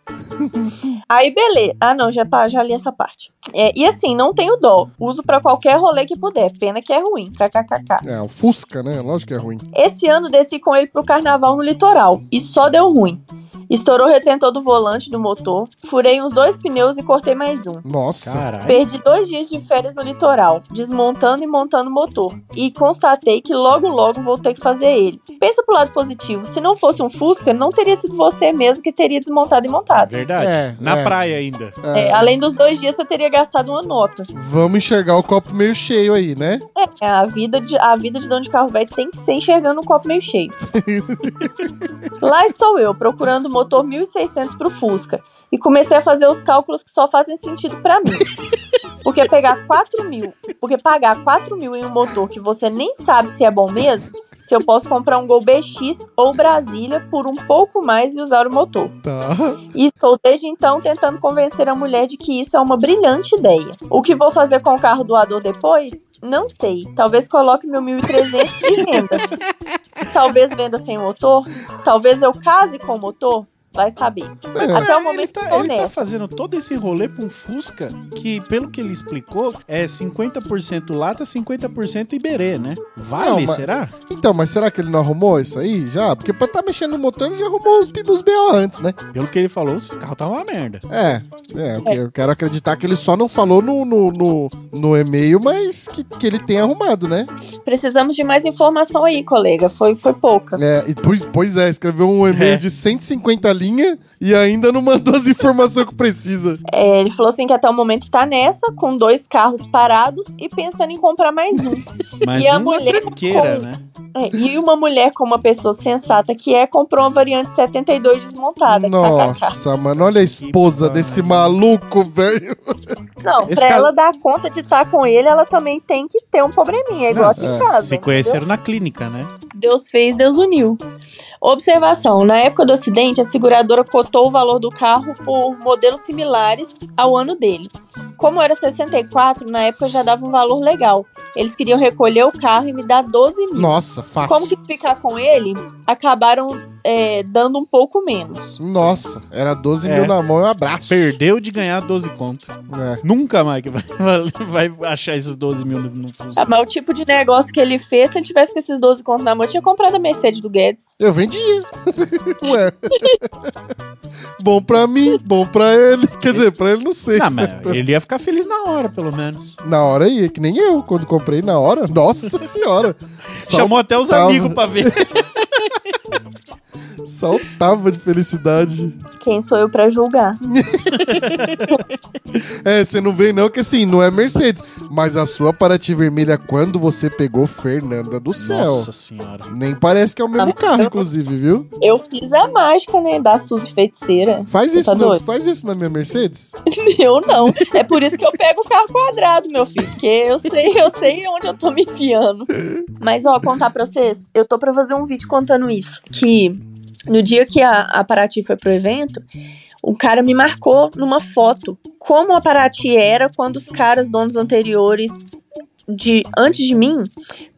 [SPEAKER 3] Aí, beleza. Ah, não, já, pa- já li essa parte. É, e assim, não tenho dó. Uso pra qualquer rolê que puder. Pena que é ruim. KKKK.
[SPEAKER 1] É, o Fusca, né? Lógico que é ruim.
[SPEAKER 3] Esse ano desci com ele pro carnaval no litoral e só deu ruim. Estourou o retentor do volante do motor, furei uns dois pneus e cortei mais um.
[SPEAKER 1] Nossa.
[SPEAKER 2] Caralho.
[SPEAKER 3] Perdi dois dias de férias no litoral, desmontando e montando o motor. E constatei que logo logo vou ter que fazer ele. Pensa pro lado positivo, se não fosse um Fusca, não teria sido você mesmo que teria desmontado e montado.
[SPEAKER 2] Verdade.
[SPEAKER 1] É,
[SPEAKER 2] Na
[SPEAKER 1] é.
[SPEAKER 2] praia ainda.
[SPEAKER 3] É, além dos dois dias, você teria gastado uma nota.
[SPEAKER 1] Vamos enxergar o copo meio cheio aí, né?
[SPEAKER 3] É, a vida de, a vida de dono de carro velho tem que ser enxergando um copo meio cheio. Lá estou eu, procurando o motor 1600 pro Fusca. E comecei a fazer os cálculos que só fazem sentido pra mim. Porque pegar 4 mil, porque pagar 4 mil em um motor que você nem sabe se é bom mesmo, se eu posso comprar um Gol BX ou Brasília por um pouco mais e usar o motor.
[SPEAKER 1] Tá.
[SPEAKER 3] E estou desde então tentando convencer a mulher de que isso é uma brilhante ideia. O que vou fazer com o carro doador depois? Não sei. Talvez coloque meu 1300 e venda. Talvez venda sem motor. Talvez eu case com o motor. Vai saber.
[SPEAKER 1] É.
[SPEAKER 3] Até o
[SPEAKER 2] Ah,
[SPEAKER 3] momento
[SPEAKER 2] ele tá,
[SPEAKER 3] estou
[SPEAKER 2] ele tá
[SPEAKER 3] nessa.
[SPEAKER 2] fazendo todo esse rolê pra um Fusca que, pelo que ele explicou, é 50% lata, 50% Iberê, né? Vale,
[SPEAKER 1] Não, mas-
[SPEAKER 2] será?
[SPEAKER 1] Então, mas será que ele não arrumou isso aí já? Porque pra tá mexendo no motor, ele já arrumou os pibos B.O. antes, né?
[SPEAKER 2] Pelo que ele falou, esse carro tá uma merda.
[SPEAKER 1] É, é, eu- eu quero acreditar que ele só não falou no, no, no, no e-mail, mas que, que ele tem arrumado, né?
[SPEAKER 3] Precisamos de mais informação aí, colega. Foi, foi pouca.
[SPEAKER 1] É, e pois, pois é, escreveu um e-mail
[SPEAKER 2] É.
[SPEAKER 1] de 150 linhas e ainda não mandou as informações que precisa.
[SPEAKER 3] É, ele falou assim que até o momento tá nessa, com dois carros parados e pensando em comprar mais um.
[SPEAKER 2] Mas
[SPEAKER 3] E a
[SPEAKER 2] uma
[SPEAKER 3] mulher
[SPEAKER 2] tranqueira,
[SPEAKER 3] com-
[SPEAKER 2] né?
[SPEAKER 3] É, e uma mulher com uma pessoa sensata que é comprou uma variante 72 desmontada. kkk.
[SPEAKER 1] Nossa, mano, olha a esposa
[SPEAKER 2] Que
[SPEAKER 1] desse maluco, velho.
[SPEAKER 3] Não,
[SPEAKER 2] Esse
[SPEAKER 3] pra
[SPEAKER 2] cara-
[SPEAKER 3] ela dar conta de estar com ele, ela também tem que ter um probleminha, igual aqui
[SPEAKER 1] é,
[SPEAKER 3] em casa.
[SPEAKER 2] Se
[SPEAKER 3] entendeu?
[SPEAKER 2] conheceram na clínica, né?
[SPEAKER 3] Deus fez, Deus uniu. Observação: na época do acidente, a seguradora cotou o valor do carro por modelos similares ao ano dele. Como era 64, na época já dava um valor legal. Eles queriam recolher o carro e me dar 12 mil.
[SPEAKER 1] Nossa, fácil.
[SPEAKER 3] Como que ficar com ele? Acabaram é, dando um pouco menos.
[SPEAKER 1] Nossa, era 12
[SPEAKER 2] É.
[SPEAKER 1] mil na mão e um abraço.
[SPEAKER 2] Perdeu de ganhar 12 conto.
[SPEAKER 1] É.
[SPEAKER 2] Nunca mais que vai, vai- vai achar esses 12 mil no- no Fusca.
[SPEAKER 3] Ah, mas o tipo de negócio que ele fez, se ele tivesse com esses 12 contos na mão, eu tinha comprado a Mercedes do Guedes.
[SPEAKER 1] Eu vendi. Ué. bom pra mim, bom pra ele. Quer dizer, pra ele não sei.
[SPEAKER 2] Não,
[SPEAKER 1] se-
[SPEAKER 2] Ah,
[SPEAKER 1] é
[SPEAKER 2] mas ele ia ficar feliz na hora, pelo menos.
[SPEAKER 1] Na hora ia, que nem eu, quando comprei na hora. Nossa senhora. Sal-
[SPEAKER 2] Chamou até os
[SPEAKER 1] salve.
[SPEAKER 2] amigos pra ver.
[SPEAKER 1] Saltava de felicidade.
[SPEAKER 3] Quem sou eu pra julgar?
[SPEAKER 1] É, você não vem não, que assim, não é Mercedes. Mas a sua Paraty vermelha, quando você pegou Fernanda do céu.
[SPEAKER 2] Nossa senhora.
[SPEAKER 1] Nem parece que é o mesmo
[SPEAKER 3] Ah,
[SPEAKER 1] carro,
[SPEAKER 3] eu-
[SPEAKER 1] inclusive, viu?
[SPEAKER 3] Eu fiz a mágica, né, da Suzy Feiticeira.
[SPEAKER 1] Faz
[SPEAKER 3] Você
[SPEAKER 1] isso,
[SPEAKER 3] tá
[SPEAKER 1] no-
[SPEAKER 3] doido?
[SPEAKER 1] faz isso na minha Mercedes.
[SPEAKER 3] Eu não. É por isso que eu pego o carro quadrado, meu filho. Porque eu sei, eu sei onde eu tô me enfiando. Mas, ó, contar pra vocês, eu tô pra fazer um vídeo contando isso. Que no dia que a, a Paraty foi pro evento, o cara me marcou numa foto como a Paraty era quando os caras donos anteriores. De, antes de mim,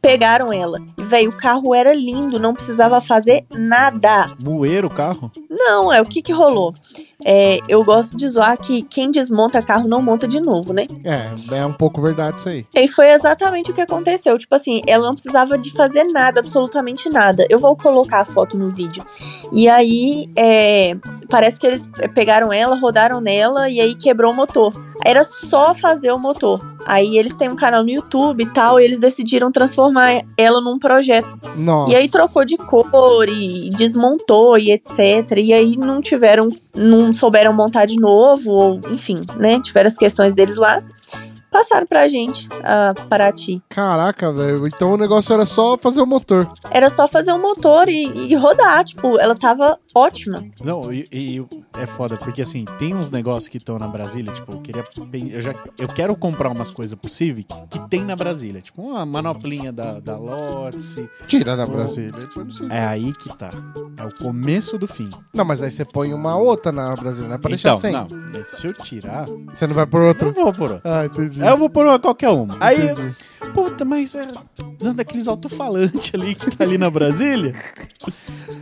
[SPEAKER 3] pegaram ela. E, velho, o carro era lindo, não precisava fazer nada.
[SPEAKER 2] Moer o carro?
[SPEAKER 3] Não, é o que que rolou. É, eu gosto de zoar que quem desmonta carro não monta de novo, né?
[SPEAKER 1] É, é um pouco verdade isso aí.
[SPEAKER 3] E foi exatamente o que aconteceu. Tipo assim, ela não precisava de fazer nada, absolutamente nada. Eu vou colocar a foto no vídeo. E aí, é, parece que eles pegaram ela, rodaram nela e aí quebrou o motor. Era só fazer o motor. Aí eles têm um canal no YouTube e tal, e eles decidiram transformar ela num projeto.
[SPEAKER 1] Nossa.
[SPEAKER 3] E aí trocou de cor e desmontou e etc. E aí não tiveram, não souberam montar de novo, ou enfim, né? Tiveram as questões deles lá. Passaram pra gente, a Paraty.
[SPEAKER 1] Caraca, velho. Então o negócio era só fazer o motor.
[SPEAKER 3] Era só fazer um motor e, e rodar, tipo, ela tava ótima.
[SPEAKER 2] Não, e, e eu- é foda, porque assim, tem uns negócios que estão na Brasília, tipo, eu queria. pen- Eu, já, eu quero comprar umas coisas pro Civic que tem na Brasília. Tipo, uma manoplinha da, da Lotse.
[SPEAKER 1] Tira da
[SPEAKER 2] Pô.
[SPEAKER 1] Brasília. e põe no Civic.
[SPEAKER 2] É aí que tá. É o começo do fim.
[SPEAKER 1] Não, mas aí você põe uma outra na Brasília, né? Pra deixar
[SPEAKER 2] então,
[SPEAKER 1] sem.
[SPEAKER 2] não, mas se eu tirar, Então eu
[SPEAKER 1] Você não vai por outra?
[SPEAKER 2] não vou por outra.
[SPEAKER 1] Ah, entendi.
[SPEAKER 2] Aí eu vou por uma qualquer uma. É Aí,
[SPEAKER 1] Entendi.
[SPEAKER 2] puta, mas é, usando daqueles alto-falantes ali que tá ali na Brasília.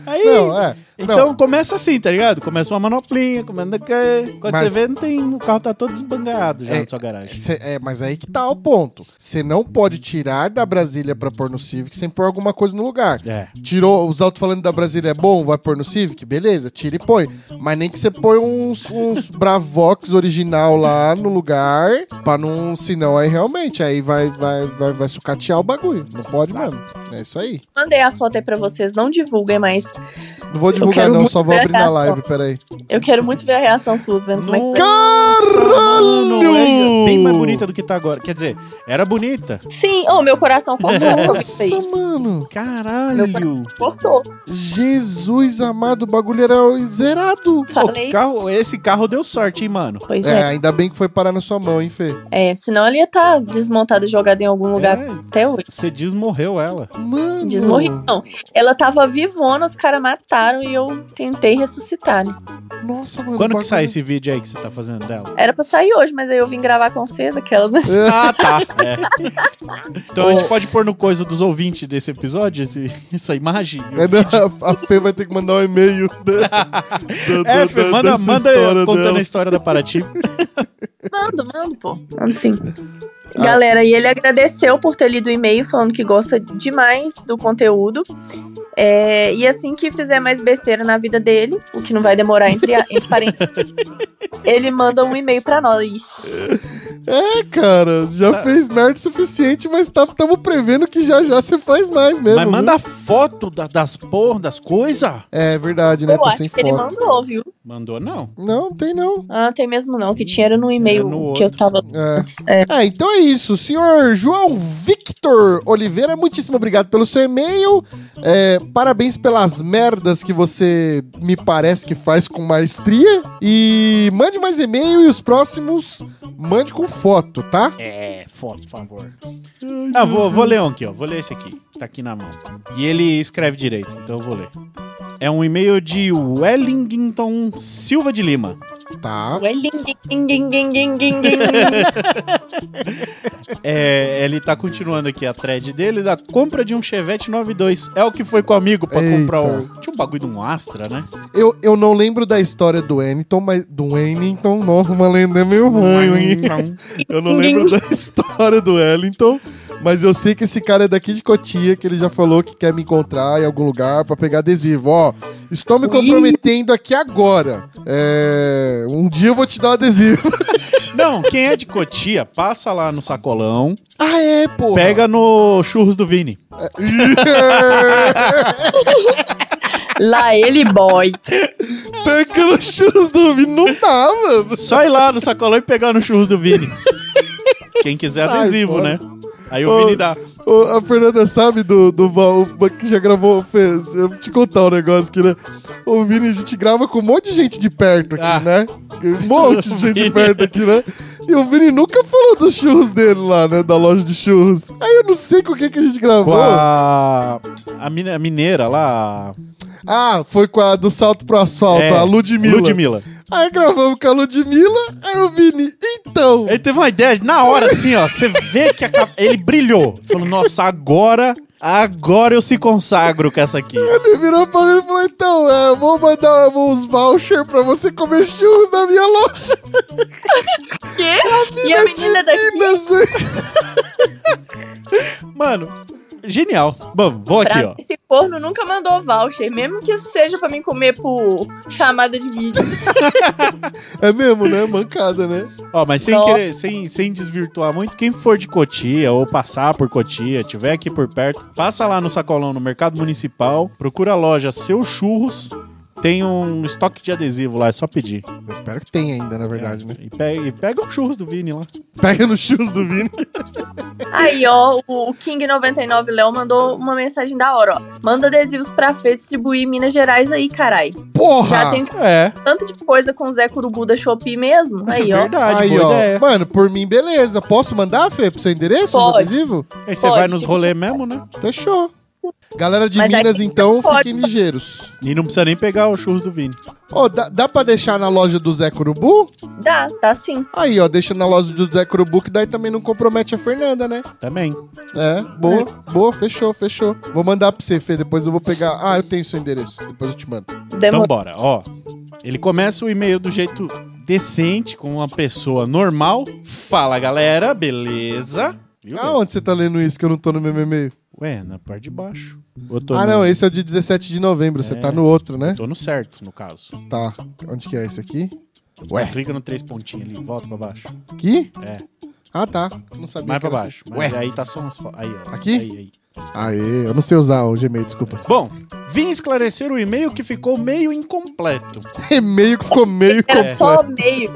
[SPEAKER 2] Aí.
[SPEAKER 1] Não, é.
[SPEAKER 2] Então começa assim, tá ligado? Começa uma manoplinha, comanda que. Quando
[SPEAKER 1] Mas-
[SPEAKER 2] você vê, não tem. O carro tá todo desbangarado já
[SPEAKER 1] É,
[SPEAKER 2] na sua garagem.
[SPEAKER 1] Cê- é, mas aí que tá o ponto. Você não pode tirar da Brasília pra pôr no Civic sem pôr alguma coisa no lugar.
[SPEAKER 2] É.
[SPEAKER 1] Tirou os alto-falantes da Brasília é bom, vai pôr no Civic? Beleza, tira e põe. Mas nem que você põe uns, uns Bravox original lá no lugar, pra não. Senão aí realmente, aí vai, vai, vai, vai sucatear o bagulho. Não pode
[SPEAKER 2] Exato.
[SPEAKER 1] mesmo. É isso aí.
[SPEAKER 3] Mandei a foto aí pra vocês, não divulguem, mas
[SPEAKER 1] Não vou divulgar,
[SPEAKER 3] quero
[SPEAKER 1] não,
[SPEAKER 3] muito
[SPEAKER 1] só vou
[SPEAKER 3] ver a
[SPEAKER 1] abrir na
[SPEAKER 3] reação.
[SPEAKER 1] live, peraí.
[SPEAKER 3] eu quero muito ver a reação suas, vendo como é que tá.
[SPEAKER 2] Caralho! É bem mais bonita do que tá agora. Quer dizer, era bonita.
[SPEAKER 3] Sim, ô, meu coração cortou com isso
[SPEAKER 1] Nossa,
[SPEAKER 3] aí.
[SPEAKER 1] mano.
[SPEAKER 2] Caralho!
[SPEAKER 3] Cortou.
[SPEAKER 1] Jesus amado, o bagulho era zerado.
[SPEAKER 2] Pô, que
[SPEAKER 3] Falei.
[SPEAKER 2] carro, esse carro deu sorte, hein, mano?
[SPEAKER 3] Pois
[SPEAKER 1] É,
[SPEAKER 3] é.
[SPEAKER 1] ainda bem que foi parar na sua mão, hein, Fê?
[SPEAKER 3] é. senão ele ia estar desmontado, jogado em algum lugar até hoje.
[SPEAKER 2] Você É, desmorreu ela.
[SPEAKER 1] Mano.
[SPEAKER 3] Desmorri. Não, ela tava vivona, os caras mataram e eu tentei ressuscitar, né?
[SPEAKER 1] Nossa, mano.
[SPEAKER 2] Quando
[SPEAKER 1] bagulho-
[SPEAKER 2] que sai esse vídeo aí que você tá fazendo dela?
[SPEAKER 3] Era pra sair hoje, mas aí eu vim gravar com vocês, aquelas, né?
[SPEAKER 2] Ah, tá. É. Então a
[SPEAKER 3] Ô.
[SPEAKER 2] gente pode pôr no coisa dos ouvintes desse episódio, esse- essa imagem?
[SPEAKER 1] É, não, a a Fê vai ter que mandar um e-mail. Da, da-
[SPEAKER 2] É,
[SPEAKER 1] da-
[SPEAKER 2] Fê,
[SPEAKER 1] da-
[SPEAKER 2] manda,
[SPEAKER 1] dessa
[SPEAKER 2] manda
[SPEAKER 1] história
[SPEAKER 2] contando
[SPEAKER 1] dela.
[SPEAKER 2] a história da Paraty.
[SPEAKER 3] Mando, mando, pô. Mando sim. Galera, e ele agradeceu por ter lido o e-mail falando que gosta demais do conteúdo. É, e assim que fizer mais besteira na vida dele, o que não vai demorar entre, a- entre parênteses, ele manda um e-mail pra nós.
[SPEAKER 1] É, cara, já
[SPEAKER 2] Tá.
[SPEAKER 1] fez merda o suficiente, mas estamos prevendo que já já você faz mais mesmo.
[SPEAKER 2] Mas
[SPEAKER 1] viu?
[SPEAKER 2] manda foto da- das porra, das coisas.
[SPEAKER 1] É verdade, né?
[SPEAKER 3] Eu
[SPEAKER 1] Tá
[SPEAKER 3] acho
[SPEAKER 1] sem
[SPEAKER 3] que ele
[SPEAKER 1] foto.
[SPEAKER 3] mandou, viu?
[SPEAKER 2] Mandou, não.
[SPEAKER 1] Não, tem não.
[SPEAKER 3] Ah, tem mesmo não. O que tinha era
[SPEAKER 2] Era
[SPEAKER 3] no
[SPEAKER 2] no
[SPEAKER 3] e-mail que eu tava.
[SPEAKER 1] É.
[SPEAKER 3] É,
[SPEAKER 1] Ah, então é isso. Senhor João Victor Oliveira, muitíssimo obrigado pelo seu e-mail. É, parabéns pelas merdas que você me parece que faz com maestria. E mande mais e-mail e os próximos mande com foto, tá?
[SPEAKER 2] É, foto, por favor. Ah, vou, vou ler um aqui, ó. Vou ler esse aqui. Tá aqui na mão. E ele escreve direito, então eu vou ler. É um e-mail de Wellington Silva de Lima.
[SPEAKER 1] Tá.
[SPEAKER 3] ué, ling, ling, ling, ling, ling, ling, ling.
[SPEAKER 2] É, ele tá continuando aqui a thread dele da compra de um Chevette 92. É o que foi com o amigo pra
[SPEAKER 1] Eita.
[SPEAKER 2] comprar o. Tinha um bagulho de um Astra, né?
[SPEAKER 1] Eu, eu não lembro da história do Ennington, mas. Do Ennington, nossa, uma lenda é meio ruim, hein? Eu não lembro da história do Wellington, mas eu sei que esse cara é daqui de Cotia, que ele já falou que quer me encontrar em algum lugar pra pegar adesivo. Ó, estou me comprometendo aqui agora. É, um dia eu vou te dar o adesivo.
[SPEAKER 2] Não, quem é de Cotia, passa lá no sacolão,
[SPEAKER 1] Ah, é, pô.
[SPEAKER 2] pega no churros do Vini.
[SPEAKER 3] Lá ele boy.
[SPEAKER 1] pega no chus do ouvido. Não dá, mano.
[SPEAKER 2] Só ir lá no sacolão e pegar no churros do Vini. Quem quiser
[SPEAKER 1] Sai
[SPEAKER 2] adesivo,
[SPEAKER 1] fora.
[SPEAKER 2] né? Aí o
[SPEAKER 1] Ô,
[SPEAKER 2] Vini dá.
[SPEAKER 1] Ô, a Fernanda sabe do, do Val- que já gravou, fez. Eu vou te contar um negócio aqui, né? O Vini, a gente grava com um monte de gente de perto aqui,
[SPEAKER 2] Ah.
[SPEAKER 1] né? Um monte de gente de
[SPEAKER 2] Vini.
[SPEAKER 1] perto aqui, né? E o Vini nunca falou dos churros dele lá, né? Da loja de churros. Aí eu não sei com o que que a gente
[SPEAKER 2] Com
[SPEAKER 1] gravou.
[SPEAKER 2] a, a mine- a mineira lá.
[SPEAKER 1] Ah, foi com a do salto pro asfalto,
[SPEAKER 2] É,
[SPEAKER 1] a Ludmilla.
[SPEAKER 2] Ludmilla.
[SPEAKER 1] Aí gravamos com a Ludmilla, aí o Vini, então...
[SPEAKER 2] É. Ele teve uma ideia, na hora assim, ó. Você vê que a capa- ele brilhou. Falou, nossa, agora Agora eu se consagro com essa aqui.
[SPEAKER 1] Ele virou pra mim e falou: então, é, eu vou mandar uns voucher pra você comer churros na minha loja.
[SPEAKER 3] Quê? E a menina daqui?
[SPEAKER 1] Minas, velho.
[SPEAKER 2] Mano, genial. Bom, vou aqui,
[SPEAKER 3] Pra
[SPEAKER 2] ó.
[SPEAKER 3] mim, Esse corno nunca mandou voucher, mesmo que isso seja pra mim comer por chamada de vídeo.
[SPEAKER 1] É mesmo, né? Mancada, né?
[SPEAKER 2] Ó, mas sem
[SPEAKER 3] Nossa.
[SPEAKER 2] querer, sem, sem desvirtuar muito, quem for de Cotia ou passar por Cotia, tiver aqui por perto, passa lá no sacolão no Mercado Municipal, procura a loja Seus Churros. Tem um estoque de adesivo lá, é só pedir.
[SPEAKER 1] Eu espero que tenha ainda, na verdade, né?
[SPEAKER 2] E pega, e pega os churros do Vini lá.
[SPEAKER 1] Pega nos churros do Vini.
[SPEAKER 3] Aí, ó, o King99 Léo mandou uma mensagem da hora, ó. Manda adesivos pra Fê distribuir em Minas Gerais aí, carai.
[SPEAKER 1] Porra!
[SPEAKER 3] Já tem
[SPEAKER 2] É,
[SPEAKER 3] tanto de coisa com o Zé Curubu da Shopee mesmo. Aí, ó.
[SPEAKER 2] verdade,
[SPEAKER 1] Aí,
[SPEAKER 2] boa
[SPEAKER 1] ó.
[SPEAKER 2] ideia.
[SPEAKER 1] Mano, por mim, beleza. Posso mandar, Fê, pro seu endereço, os
[SPEAKER 3] Pode.
[SPEAKER 1] adesivos?
[SPEAKER 2] Aí você
[SPEAKER 3] Pode,
[SPEAKER 2] vai nos
[SPEAKER 3] fica-
[SPEAKER 2] rolê mesmo, né?
[SPEAKER 1] Fechou. Galera de
[SPEAKER 3] Mas aí
[SPEAKER 1] Minas,
[SPEAKER 3] tem que
[SPEAKER 1] então,
[SPEAKER 3] pode.
[SPEAKER 1] fiquem ligeiros.
[SPEAKER 2] E não precisa nem pegar os churros do Vini.
[SPEAKER 1] Ô, dá, dá pra deixar na loja do Zé Curubu?
[SPEAKER 3] Dá, tá sim.
[SPEAKER 1] Aí, ó, deixa na loja do Zé Curubu, que daí também não compromete a Fernanda, né?
[SPEAKER 2] Também.
[SPEAKER 1] É, boa, boa, fechou, fechou. Vou mandar pra você, Fê, depois eu vou pegar... Ah, eu tenho seu endereço, depois eu te mando.
[SPEAKER 3] Demorou.
[SPEAKER 2] Então bora, ó. Ele começa o e-mail do jeito decente, com uma pessoa normal. Fala, galera, beleza? Viu?
[SPEAKER 1] Aonde você tá lendo isso que eu não tô no mesmo e-mail?
[SPEAKER 2] Ué, na parte de baixo. Eu tô
[SPEAKER 1] Ah,
[SPEAKER 2] no,
[SPEAKER 1] não, esse é o de 17 de novembro, você
[SPEAKER 2] É.
[SPEAKER 1] tá no outro, né?
[SPEAKER 2] Tô no certo, no caso.
[SPEAKER 1] Tá, onde que é esse aqui?
[SPEAKER 2] Ué. Clica no três pontinhos ali, volta pra baixo.
[SPEAKER 1] Aqui?
[SPEAKER 2] É.
[SPEAKER 1] Ah, tá, não sabia
[SPEAKER 2] Mais
[SPEAKER 1] que
[SPEAKER 2] pra
[SPEAKER 1] era
[SPEAKER 2] baixo.
[SPEAKER 1] assim.
[SPEAKER 2] Mas aí tá só umas... fo- Aí, ó.
[SPEAKER 1] Aqui?
[SPEAKER 2] Aí, aí.
[SPEAKER 1] Aê, eu não sei usar o Gmail, desculpa.
[SPEAKER 2] Bom, vim esclarecer o e-mail que ficou meio incompleto.
[SPEAKER 1] E-mail que ficou É meio
[SPEAKER 2] É.
[SPEAKER 3] Era só
[SPEAKER 1] completo.
[SPEAKER 3] meio.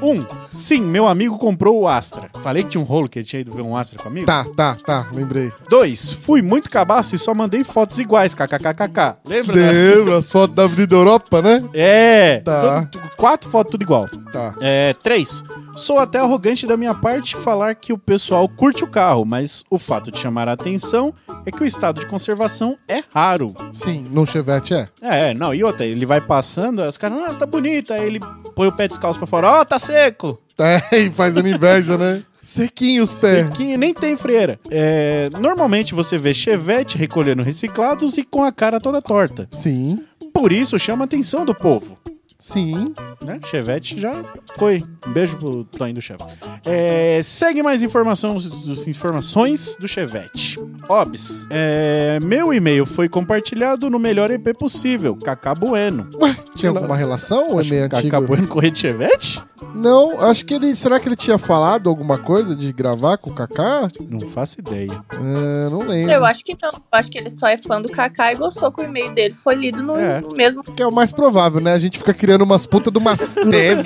[SPEAKER 2] 1. Sim, meu amigo comprou o Astra. Falei que tinha um rolo que ele tinha ido ver um Astra comigo?
[SPEAKER 1] Tá, tá, tá, lembrei.
[SPEAKER 2] 2. Fui muito cabaço e só mandei fotos iguais, kkkk. Lembra? né?
[SPEAKER 1] Lembra as fotos da Avenida Europa, né?
[SPEAKER 2] É.
[SPEAKER 1] Tá.
[SPEAKER 2] tudo- tudo- quatro fotos tudo igual.
[SPEAKER 1] Tá.
[SPEAKER 2] É, 3. Sou até arrogante da minha parte falar que o pessoal curte o carro, mas o fato de chamar a atenção é que o estado de conservação é raro.
[SPEAKER 1] Sim, num Chevette é.
[SPEAKER 2] É, não, e outra, ele vai passando, aí os caras, nossa, tá bonita. Aí ele põe o pé descalço pra fora, ó, tá seco.
[SPEAKER 1] É, e fazendo inveja, né? Sequinho os pés.
[SPEAKER 2] Que nem tem freira. É, normalmente você vê chevette recolhendo reciclados e com a cara toda torta.
[SPEAKER 1] Sim,
[SPEAKER 2] Por isso chama a atenção do povo.
[SPEAKER 1] sim.
[SPEAKER 2] Né? Chevette já foi. Um beijo pro Toinho do Chevette. É, segue mais informações, dos- informações do Chevette. Obs, é, meu e-mail foi compartilhado no melhor EP possível, Cacá Bueno.
[SPEAKER 1] Ué, tinha alguma relação ou é
[SPEAKER 2] Acho
[SPEAKER 1] meio
[SPEAKER 2] que o Cacá
[SPEAKER 1] antigo?
[SPEAKER 2] Bueno correu de Chevette?
[SPEAKER 1] Não, acho que ele. Será que ele tinha falado alguma coisa de gravar com o Kaká?
[SPEAKER 2] Não faço ideia.
[SPEAKER 1] Ah, não lembro.
[SPEAKER 3] Eu acho que não. Eu acho que ele só é fã do Kaká e gostou que o e-mail dele foi lido no,
[SPEAKER 2] É.
[SPEAKER 3] no mesmo.
[SPEAKER 1] Que é o mais provável, né? A gente fica criando umas putas de umas teses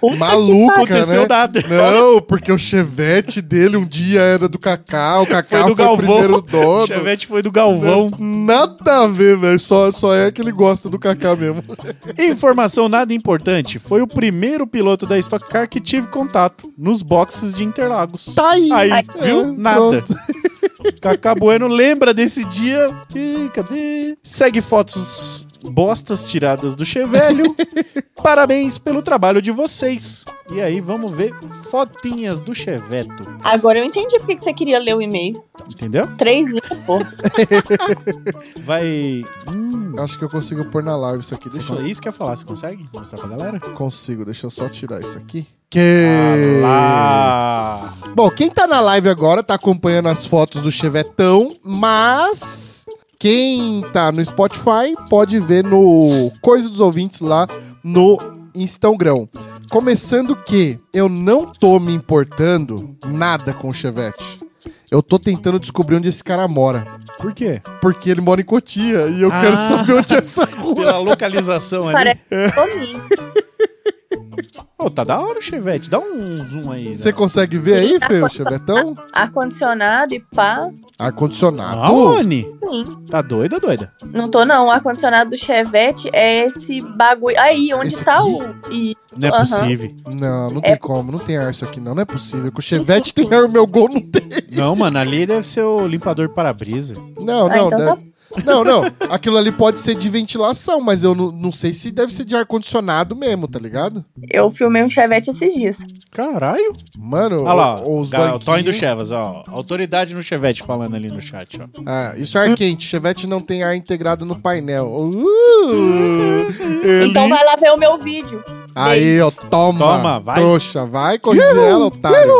[SPEAKER 3] Puta que
[SPEAKER 1] malucas,
[SPEAKER 2] Aconteceu
[SPEAKER 1] né?
[SPEAKER 2] nada.
[SPEAKER 1] Não, porque o chevette dele um dia era do Kaká, o Kaká
[SPEAKER 2] Foi
[SPEAKER 1] foi,
[SPEAKER 2] do
[SPEAKER 1] o
[SPEAKER 2] Galvão.
[SPEAKER 1] primeiro dono.
[SPEAKER 2] O Chevette foi do Galvão.
[SPEAKER 1] Nada a ver, velho. Só, só é que ele gosta do Kaká mesmo.
[SPEAKER 2] Informação nada importante. Foi o primeiro piloto da Stock Car que tive contato nos boxes de Interlagos.
[SPEAKER 1] Tá aí.
[SPEAKER 2] Aí,
[SPEAKER 3] Ai.
[SPEAKER 2] viu?
[SPEAKER 1] É,
[SPEAKER 2] nada. Cacá Bueno lembra desse dia que... Cadê? Segue fotos bostas tiradas do Chevelho. Parabéns pelo trabalho de vocês. E aí, vamos ver fotinhas do Cheveto.
[SPEAKER 3] Agora eu entendi porque que você queria ler o e-mail.
[SPEAKER 2] Entendeu?
[SPEAKER 3] Três linhas, pô.
[SPEAKER 2] Vai... Hum,
[SPEAKER 1] Acho que eu consigo pôr na live isso aqui. Deixa
[SPEAKER 2] deixa eu... Isso que eu ia falar. Você consegue mostrar pra galera?
[SPEAKER 1] eu... Consigo. Deixa eu só tirar isso aqui. Que... É.
[SPEAKER 2] Ah, lá.
[SPEAKER 1] Bom, quem tá na live agora tá acompanhando as fotos do Chevetão, mas quem tá no Spotify pode ver no Coisa dos Ouvintes lá no Instagram. Começando que eu não tô me importando nada com o Chevette. Eu tô tentando descobrir onde esse cara mora.
[SPEAKER 2] Por quê?
[SPEAKER 1] Porque ele mora em Cotia e eu
[SPEAKER 2] Ah.
[SPEAKER 1] quero saber onde é essa rua.
[SPEAKER 2] Pela localização ali.
[SPEAKER 3] Parece Toninho.
[SPEAKER 2] Pô, tá da hora o Chevette. Dá um zoom aí. né?
[SPEAKER 1] Você consegue ver aí, Fê, o Chevetão?
[SPEAKER 3] Ar-condicionado e pá.
[SPEAKER 1] Ar-condicionado.
[SPEAKER 3] Ah,
[SPEAKER 2] Aonde?
[SPEAKER 3] Sim.
[SPEAKER 2] Tá doida, doida?
[SPEAKER 3] Não tô, não. O ar-condicionado do Chevette é esse bagulho. Aí, onde
[SPEAKER 1] Esse
[SPEAKER 3] tá
[SPEAKER 1] aqui?
[SPEAKER 3] o. E...
[SPEAKER 2] Não é
[SPEAKER 3] Aham.
[SPEAKER 2] possível.
[SPEAKER 1] Não, não tem como. Não tem ar isso aqui, não. Não é possível. Que o Chevette
[SPEAKER 3] É. Isso. Ah,
[SPEAKER 1] tem ar, o meu gol não tem.
[SPEAKER 2] Não, mano, ali deve ser o limpador de para-brisa.
[SPEAKER 1] Não,
[SPEAKER 3] Ah,
[SPEAKER 1] não,
[SPEAKER 3] então
[SPEAKER 1] né?
[SPEAKER 3] tá.
[SPEAKER 1] Não, não. Aquilo ali pode ser de ventilação, mas eu não, não sei se deve ser de ar-condicionado mesmo, tá ligado?
[SPEAKER 3] Eu filmei um Chevette esses dias.
[SPEAKER 2] Caralho.
[SPEAKER 1] Mano,
[SPEAKER 2] Olha lá,
[SPEAKER 1] o-
[SPEAKER 2] ó,
[SPEAKER 1] os
[SPEAKER 2] cara, o Tony do
[SPEAKER 1] banquinhos...
[SPEAKER 2] Chevas, ó. Autoridade no Chevette falando ali no chat, ó.
[SPEAKER 1] Ah, isso é ar quente. Chevette não tem ar integrado no painel. Uh,
[SPEAKER 3] Então vai lá ver o meu vídeo.
[SPEAKER 1] aí, ó, toma.
[SPEAKER 2] Toma, vai.
[SPEAKER 1] Trouxa, vai corrigir ela, otário.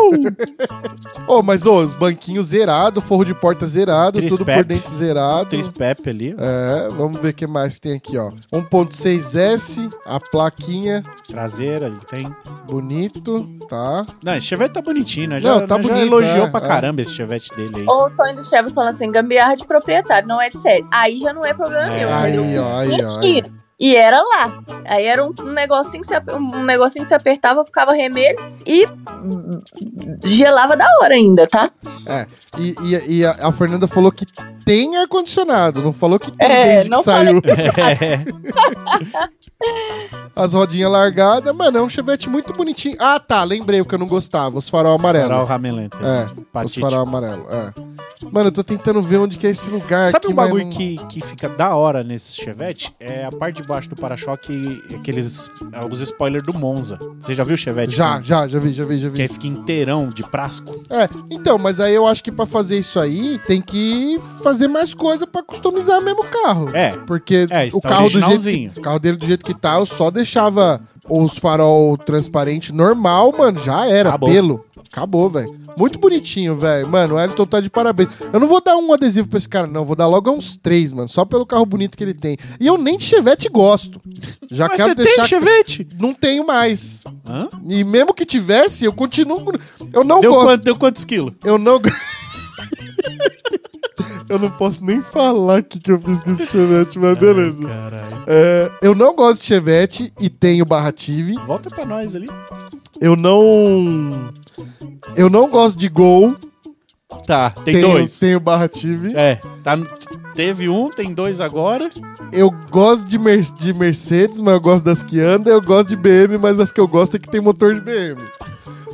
[SPEAKER 1] Ô, mas ô, os banquinhos zerado, forro de porta zerado, tudo por
[SPEAKER 2] Trispep.
[SPEAKER 1] dentro zerado.
[SPEAKER 2] Trispep ali, ó.
[SPEAKER 1] É, vamos ver o que mais tem aqui, ó. 1.6S, a plaquinha,
[SPEAKER 2] traseira, ele tem.
[SPEAKER 1] bonito, tá?
[SPEAKER 2] Não, esse Chevette tá bonitinho, né? Já,
[SPEAKER 1] Não, tá
[SPEAKER 2] já
[SPEAKER 1] bonito,
[SPEAKER 2] elogiou
[SPEAKER 1] é,
[SPEAKER 2] pra
[SPEAKER 1] é.
[SPEAKER 2] caramba esse Chevette dele aí.
[SPEAKER 3] Ou o Tony do Chevas falando assim, gambiarra de proprietário, não é de série. Aí já não é problema
[SPEAKER 2] É.
[SPEAKER 3] meu, entendeu?
[SPEAKER 1] Aí, ó, aí, ó,
[SPEAKER 3] Mentira. E era lá. Aí era um um negocinho que se, ap- um negocinho que se apertava, ficava remelho e hum, gelava da hora ainda, tá?
[SPEAKER 1] E, e- e a, a Fernanda falou que tem ar-condicionado, não falou que tem
[SPEAKER 3] É,
[SPEAKER 1] desde que
[SPEAKER 3] não
[SPEAKER 1] saiu.
[SPEAKER 2] É.
[SPEAKER 1] As rodinhas largadas. Mano, é um chevette muito bonitinho. Ah, tá, lembrei o que eu não gostava, os farol
[SPEAKER 2] Farol
[SPEAKER 1] amarelo.
[SPEAKER 2] Ramelenta.
[SPEAKER 1] É, os
[SPEAKER 2] Patite.
[SPEAKER 1] farol amarelo, é. Mano, eu tô tentando ver onde que é esse lugar
[SPEAKER 2] Sabe
[SPEAKER 1] aqui,
[SPEAKER 2] um
[SPEAKER 1] mas
[SPEAKER 2] bagulho
[SPEAKER 1] não-
[SPEAKER 2] que, que fica da hora nesse Chevette? É a parte de baixo do para-choque, aqueles. Os spoilers do Monza. Você já viu o Chevette?
[SPEAKER 1] Já, já, já vi, já vi, já vi.
[SPEAKER 2] Que aí fica inteirão de prasco.
[SPEAKER 1] É, então, mas aí eu acho que pra fazer isso aí, tem que fazer mais coisa pra customizar mesmo o carro.
[SPEAKER 2] É.
[SPEAKER 1] Porque
[SPEAKER 2] É, isso
[SPEAKER 1] o
[SPEAKER 2] tá
[SPEAKER 1] carro do jeito que,
[SPEAKER 2] originalzinho.
[SPEAKER 1] o carro dele do jeito que tá, eu só deixava os farol transparente normal, mano, já era,
[SPEAKER 2] Acabou.
[SPEAKER 1] pelo. Acabou, velho. Muito bonitinho, velho. Mano, o Elton tá de parabéns. Eu não vou dar um adesivo pra esse cara, não. Vou dar logo uns três, mano. Só pelo carro bonito que ele tem. E eu nem de Chevette gosto. Já
[SPEAKER 2] Mas
[SPEAKER 1] quero
[SPEAKER 2] você
[SPEAKER 1] deixar.
[SPEAKER 2] tem Chevette?
[SPEAKER 1] Não tenho mais.
[SPEAKER 2] Hã?
[SPEAKER 1] E mesmo que tivesse, eu continuo. Eu não
[SPEAKER 2] Deu,
[SPEAKER 1] gosto.
[SPEAKER 2] quanto, deu quantos quilos?
[SPEAKER 1] Eu não. go- eu não posso nem falar o que, que eu fiz com esse Chevette, mas beleza.
[SPEAKER 3] Ah,
[SPEAKER 2] Caralho.
[SPEAKER 1] É, eu não gosto de Chevette e tenho Barrative.
[SPEAKER 2] Volta pra nós ali.
[SPEAKER 1] Eu não. Eu não gosto de Gol.
[SPEAKER 2] Tá, tem
[SPEAKER 1] tenho,
[SPEAKER 2] dois.
[SPEAKER 1] Tenho Barrative.
[SPEAKER 2] É, tá, teve um, tem dois agora.
[SPEAKER 1] Eu gosto de, Mer- de Mercedes, mas eu gosto das que andam. Eu gosto de BM, mas as que eu gosto é que tem motor de BM.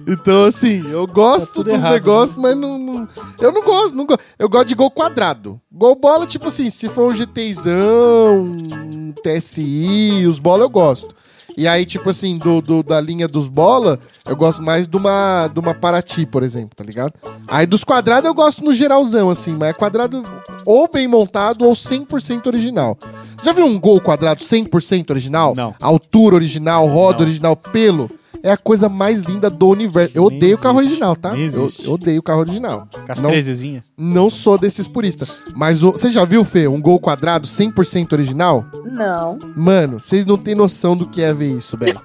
[SPEAKER 1] Então, assim, eu gosto
[SPEAKER 2] tudo
[SPEAKER 1] dos
[SPEAKER 2] errado, né?
[SPEAKER 1] negócios, mas não, não- Eu não gosto, não gosto. Eu gosto de gol quadrado. Gol bola, tipo assim, se for um GTzão, um TSI, os bola eu gosto. E aí, tipo assim, do, do- da linha dos bola, eu gosto mais de uma, de uma Paraty, por exemplo, tá ligado? Aí dos quadrados eu gosto no geralzão, assim, mas é quadrado ou bem montado ou 100% original. Você já viu um gol quadrado 100% original?
[SPEAKER 2] Não.
[SPEAKER 1] Altura original, roda
[SPEAKER 2] Não.
[SPEAKER 1] original, pelo. É a coisa mais linda do universo. Eu
[SPEAKER 2] Nem
[SPEAKER 1] odeio o carro
[SPEAKER 2] existe,
[SPEAKER 1] original, tá?
[SPEAKER 2] nem
[SPEAKER 1] Eu,
[SPEAKER 2] existe.
[SPEAKER 1] eu odeio o carro original.
[SPEAKER 2] Com as
[SPEAKER 1] Não.
[SPEAKER 2] 13zinha.
[SPEAKER 1] Não sou desses puristas. Mas o- você já viu, Fê, um gol quadrado 100% original?
[SPEAKER 3] Não.
[SPEAKER 2] Tá
[SPEAKER 1] Mano, vocês não têm noção do que é ver isso, velho.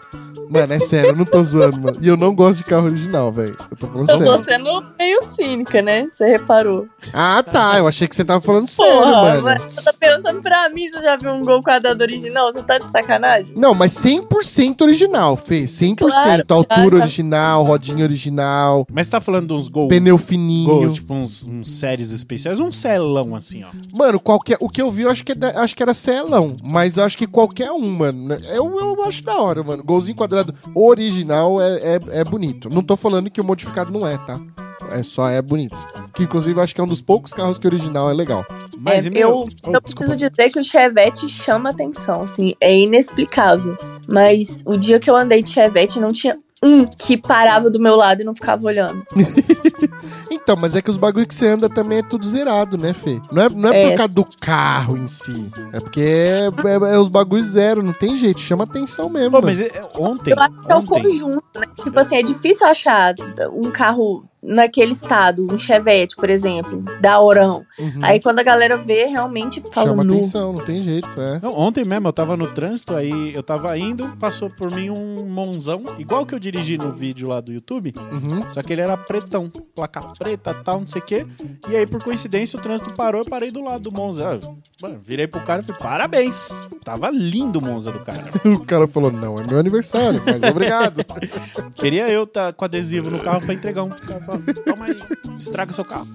[SPEAKER 1] Mano, é sério, eu não tô zoando, mano. E eu não gosto de carro original, velho. Eu tô falando
[SPEAKER 3] Eu tô
[SPEAKER 1] sério.
[SPEAKER 3] sendo meio cínica, né? Você reparou.
[SPEAKER 1] Ah, tá. Eu achei que você tava falando sério, mano.
[SPEAKER 3] mas você tá perguntando pra mim se eu já vi um gol quadrado original? Você tá de sacanagem?
[SPEAKER 1] Não, mas 100% original, Fê. 100%. altura
[SPEAKER 3] claro.
[SPEAKER 1] original, rodinha original,
[SPEAKER 2] Mas tá falando de uns gols.
[SPEAKER 1] pneu fininho.
[SPEAKER 2] Gol, tipo uns, uns séries especiais, um celão assim, ó.
[SPEAKER 1] Mano, qualquer, o que eu vi, eu acho que, é da- acho que era celão. Mas eu acho que qualquer um, mano. né? Eu, eu acho da hora, mano. Golzinho quadrado original é, é, é bonito. Não tô falando que o modificado não é, tá? É só é bonito. Que inclusive eu acho que é um dos poucos carros que o original é legal.
[SPEAKER 2] Mas
[SPEAKER 3] É,
[SPEAKER 2] e meu-
[SPEAKER 3] eu-
[SPEAKER 2] Oh,
[SPEAKER 3] Eu
[SPEAKER 2] desculpa.
[SPEAKER 3] preciso dizer que o Chevette chama atenção, assim, é inexplicável. Mas o dia que eu andei de Chevette, não tinha um que parava do meu lado e não ficava olhando.
[SPEAKER 1] Então, mas é que os bagulho que você anda também é tudo zerado, né, Fê? Não é, não é, por
[SPEAKER 3] É.
[SPEAKER 1] causa do carro em si. É porque é, é- é os bagulhos zero, não tem jeito. Chama atenção mesmo.
[SPEAKER 2] Pô,
[SPEAKER 1] mano.
[SPEAKER 2] mas é- é ontem.
[SPEAKER 3] eu acho que é o
[SPEAKER 2] ontem.
[SPEAKER 3] conjunto, né? Tipo assim, é difícil achar um carro naquele estado, um Chevette, por exemplo, da Orão.
[SPEAKER 1] Uhum.
[SPEAKER 3] Aí quando a galera vê, realmente um fala
[SPEAKER 1] Chama
[SPEAKER 3] nu.
[SPEAKER 1] atenção, não tem jeito, é.
[SPEAKER 2] Não, ontem mesmo eu tava no trânsito, aí eu tava indo, passou por mim um monzão, igual que eu dirigi no vídeo lá do YouTube,
[SPEAKER 1] Uhum.
[SPEAKER 2] só que ele era pretão, placa preta, tal, não sei o quê. E aí, por coincidência, o trânsito parou, eu parei do lado do Monza. Ah, Mano, virei pro cara e falei, parabéns. Tava lindo o Monza do cara.
[SPEAKER 1] O cara falou, não, é meu aniversário, mas obrigado.
[SPEAKER 2] tá Queria eu estar com adesivo no carro pra entregar um. O cara fala, Toma aí, estraga seu carro.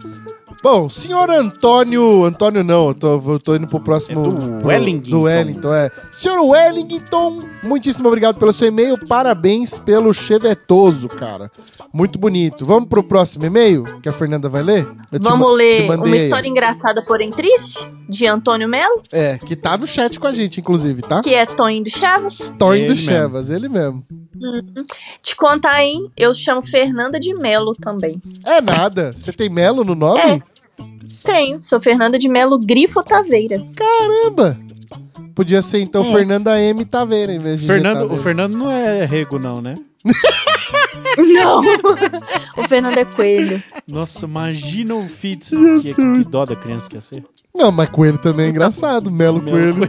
[SPEAKER 1] Bom, senhor Antônio. Antônio não, eu tô, vou- tô indo pro próximo.
[SPEAKER 2] É do
[SPEAKER 1] pro-
[SPEAKER 2] Wellington.
[SPEAKER 1] Do Wellington, é. Senhor Wellington, muitíssimo obrigado pelo seu e-mail. Parabéns pelo chevetoso, cara. Muito bonito. Vamos pro próximo e-mail que a Fernanda vai ler? Eu te
[SPEAKER 3] Vamos
[SPEAKER 1] ma- te
[SPEAKER 3] ler
[SPEAKER 1] mandei
[SPEAKER 3] uma
[SPEAKER 1] aí.
[SPEAKER 3] história engraçada, porém triste, de Antônio Melo,
[SPEAKER 1] É, que tá no chat com a gente, inclusive, tá?
[SPEAKER 3] que é Tonho do Chaves.
[SPEAKER 1] Torn
[SPEAKER 2] Ele
[SPEAKER 1] do
[SPEAKER 2] mesmo.
[SPEAKER 1] Chevas, ele mesmo.
[SPEAKER 3] Te contar, hein? Eu chamo Fernanda de Melo também.
[SPEAKER 1] É nada. Você tem Melo no nome?
[SPEAKER 3] É. Tenho. Sou Fernanda de Melo Grifo Taveira.
[SPEAKER 1] Caramba! Podia ser então
[SPEAKER 3] É.
[SPEAKER 1] Fernanda M. Taveira em vez de G
[SPEAKER 2] Fernando, o
[SPEAKER 1] Taveira.
[SPEAKER 2] Fernando não é rego, não, né?
[SPEAKER 3] Não! o Fernando é coelho.
[SPEAKER 2] Nossa, imagina o Fitz. Que, que dó da criança que ia ser.
[SPEAKER 1] Não, mas Coelho também é engraçado. Melo
[SPEAKER 2] Meu
[SPEAKER 1] Coelho.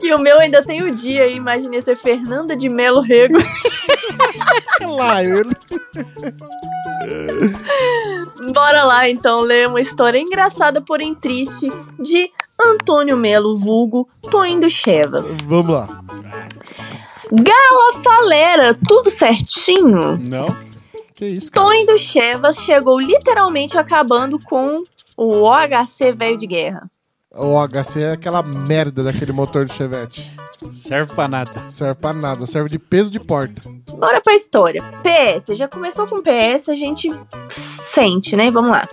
[SPEAKER 3] E o meu ainda tem o dia, hein? Imagina ser Fernanda de Melo Rego.
[SPEAKER 1] Lá, ele.
[SPEAKER 3] Bora lá então ler uma história engraçada, porém triste, de Antônio Melo Vulgo, Toim do Chevas.
[SPEAKER 1] Vamos lá.
[SPEAKER 3] Gala Falera, tudo certinho?
[SPEAKER 2] Não?
[SPEAKER 1] Que isso, cara?
[SPEAKER 3] Toim do Chevas chegou literalmente acabando com o OHC velho de guerra.
[SPEAKER 1] O HC é aquela merda daquele motor de Chevette.
[SPEAKER 2] Serve pra nada.
[SPEAKER 1] Serve pra nada, serve de peso de porta.
[SPEAKER 3] Bora pra história. PS, já começou com PS, a gente sente, né? Vamos lá.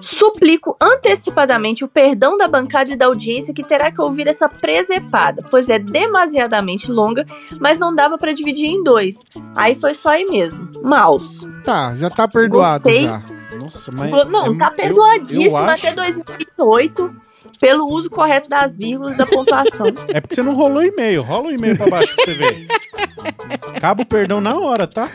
[SPEAKER 3] Suplico antecipadamente o perdão da bancada e da audiência que terá que ouvir essa presepada, pois é demasiadamente longa, mas não dava pra dividir em dois. Aí foi só aí mesmo. Maus.
[SPEAKER 1] Tá, já tá perdoado
[SPEAKER 3] Gostei.
[SPEAKER 1] já.
[SPEAKER 2] Nossa, mas.
[SPEAKER 3] Go- Não,
[SPEAKER 2] é-
[SPEAKER 3] tá
[SPEAKER 2] eu-
[SPEAKER 3] perdoadíssimo
[SPEAKER 2] eu acho-
[SPEAKER 3] até 2008 pelo uso correto das vírgulas da pontuação.
[SPEAKER 2] É porque você não rolou e-mail. Rola o e-mail pra baixo pra você ver. Acaba o perdão na hora, tá?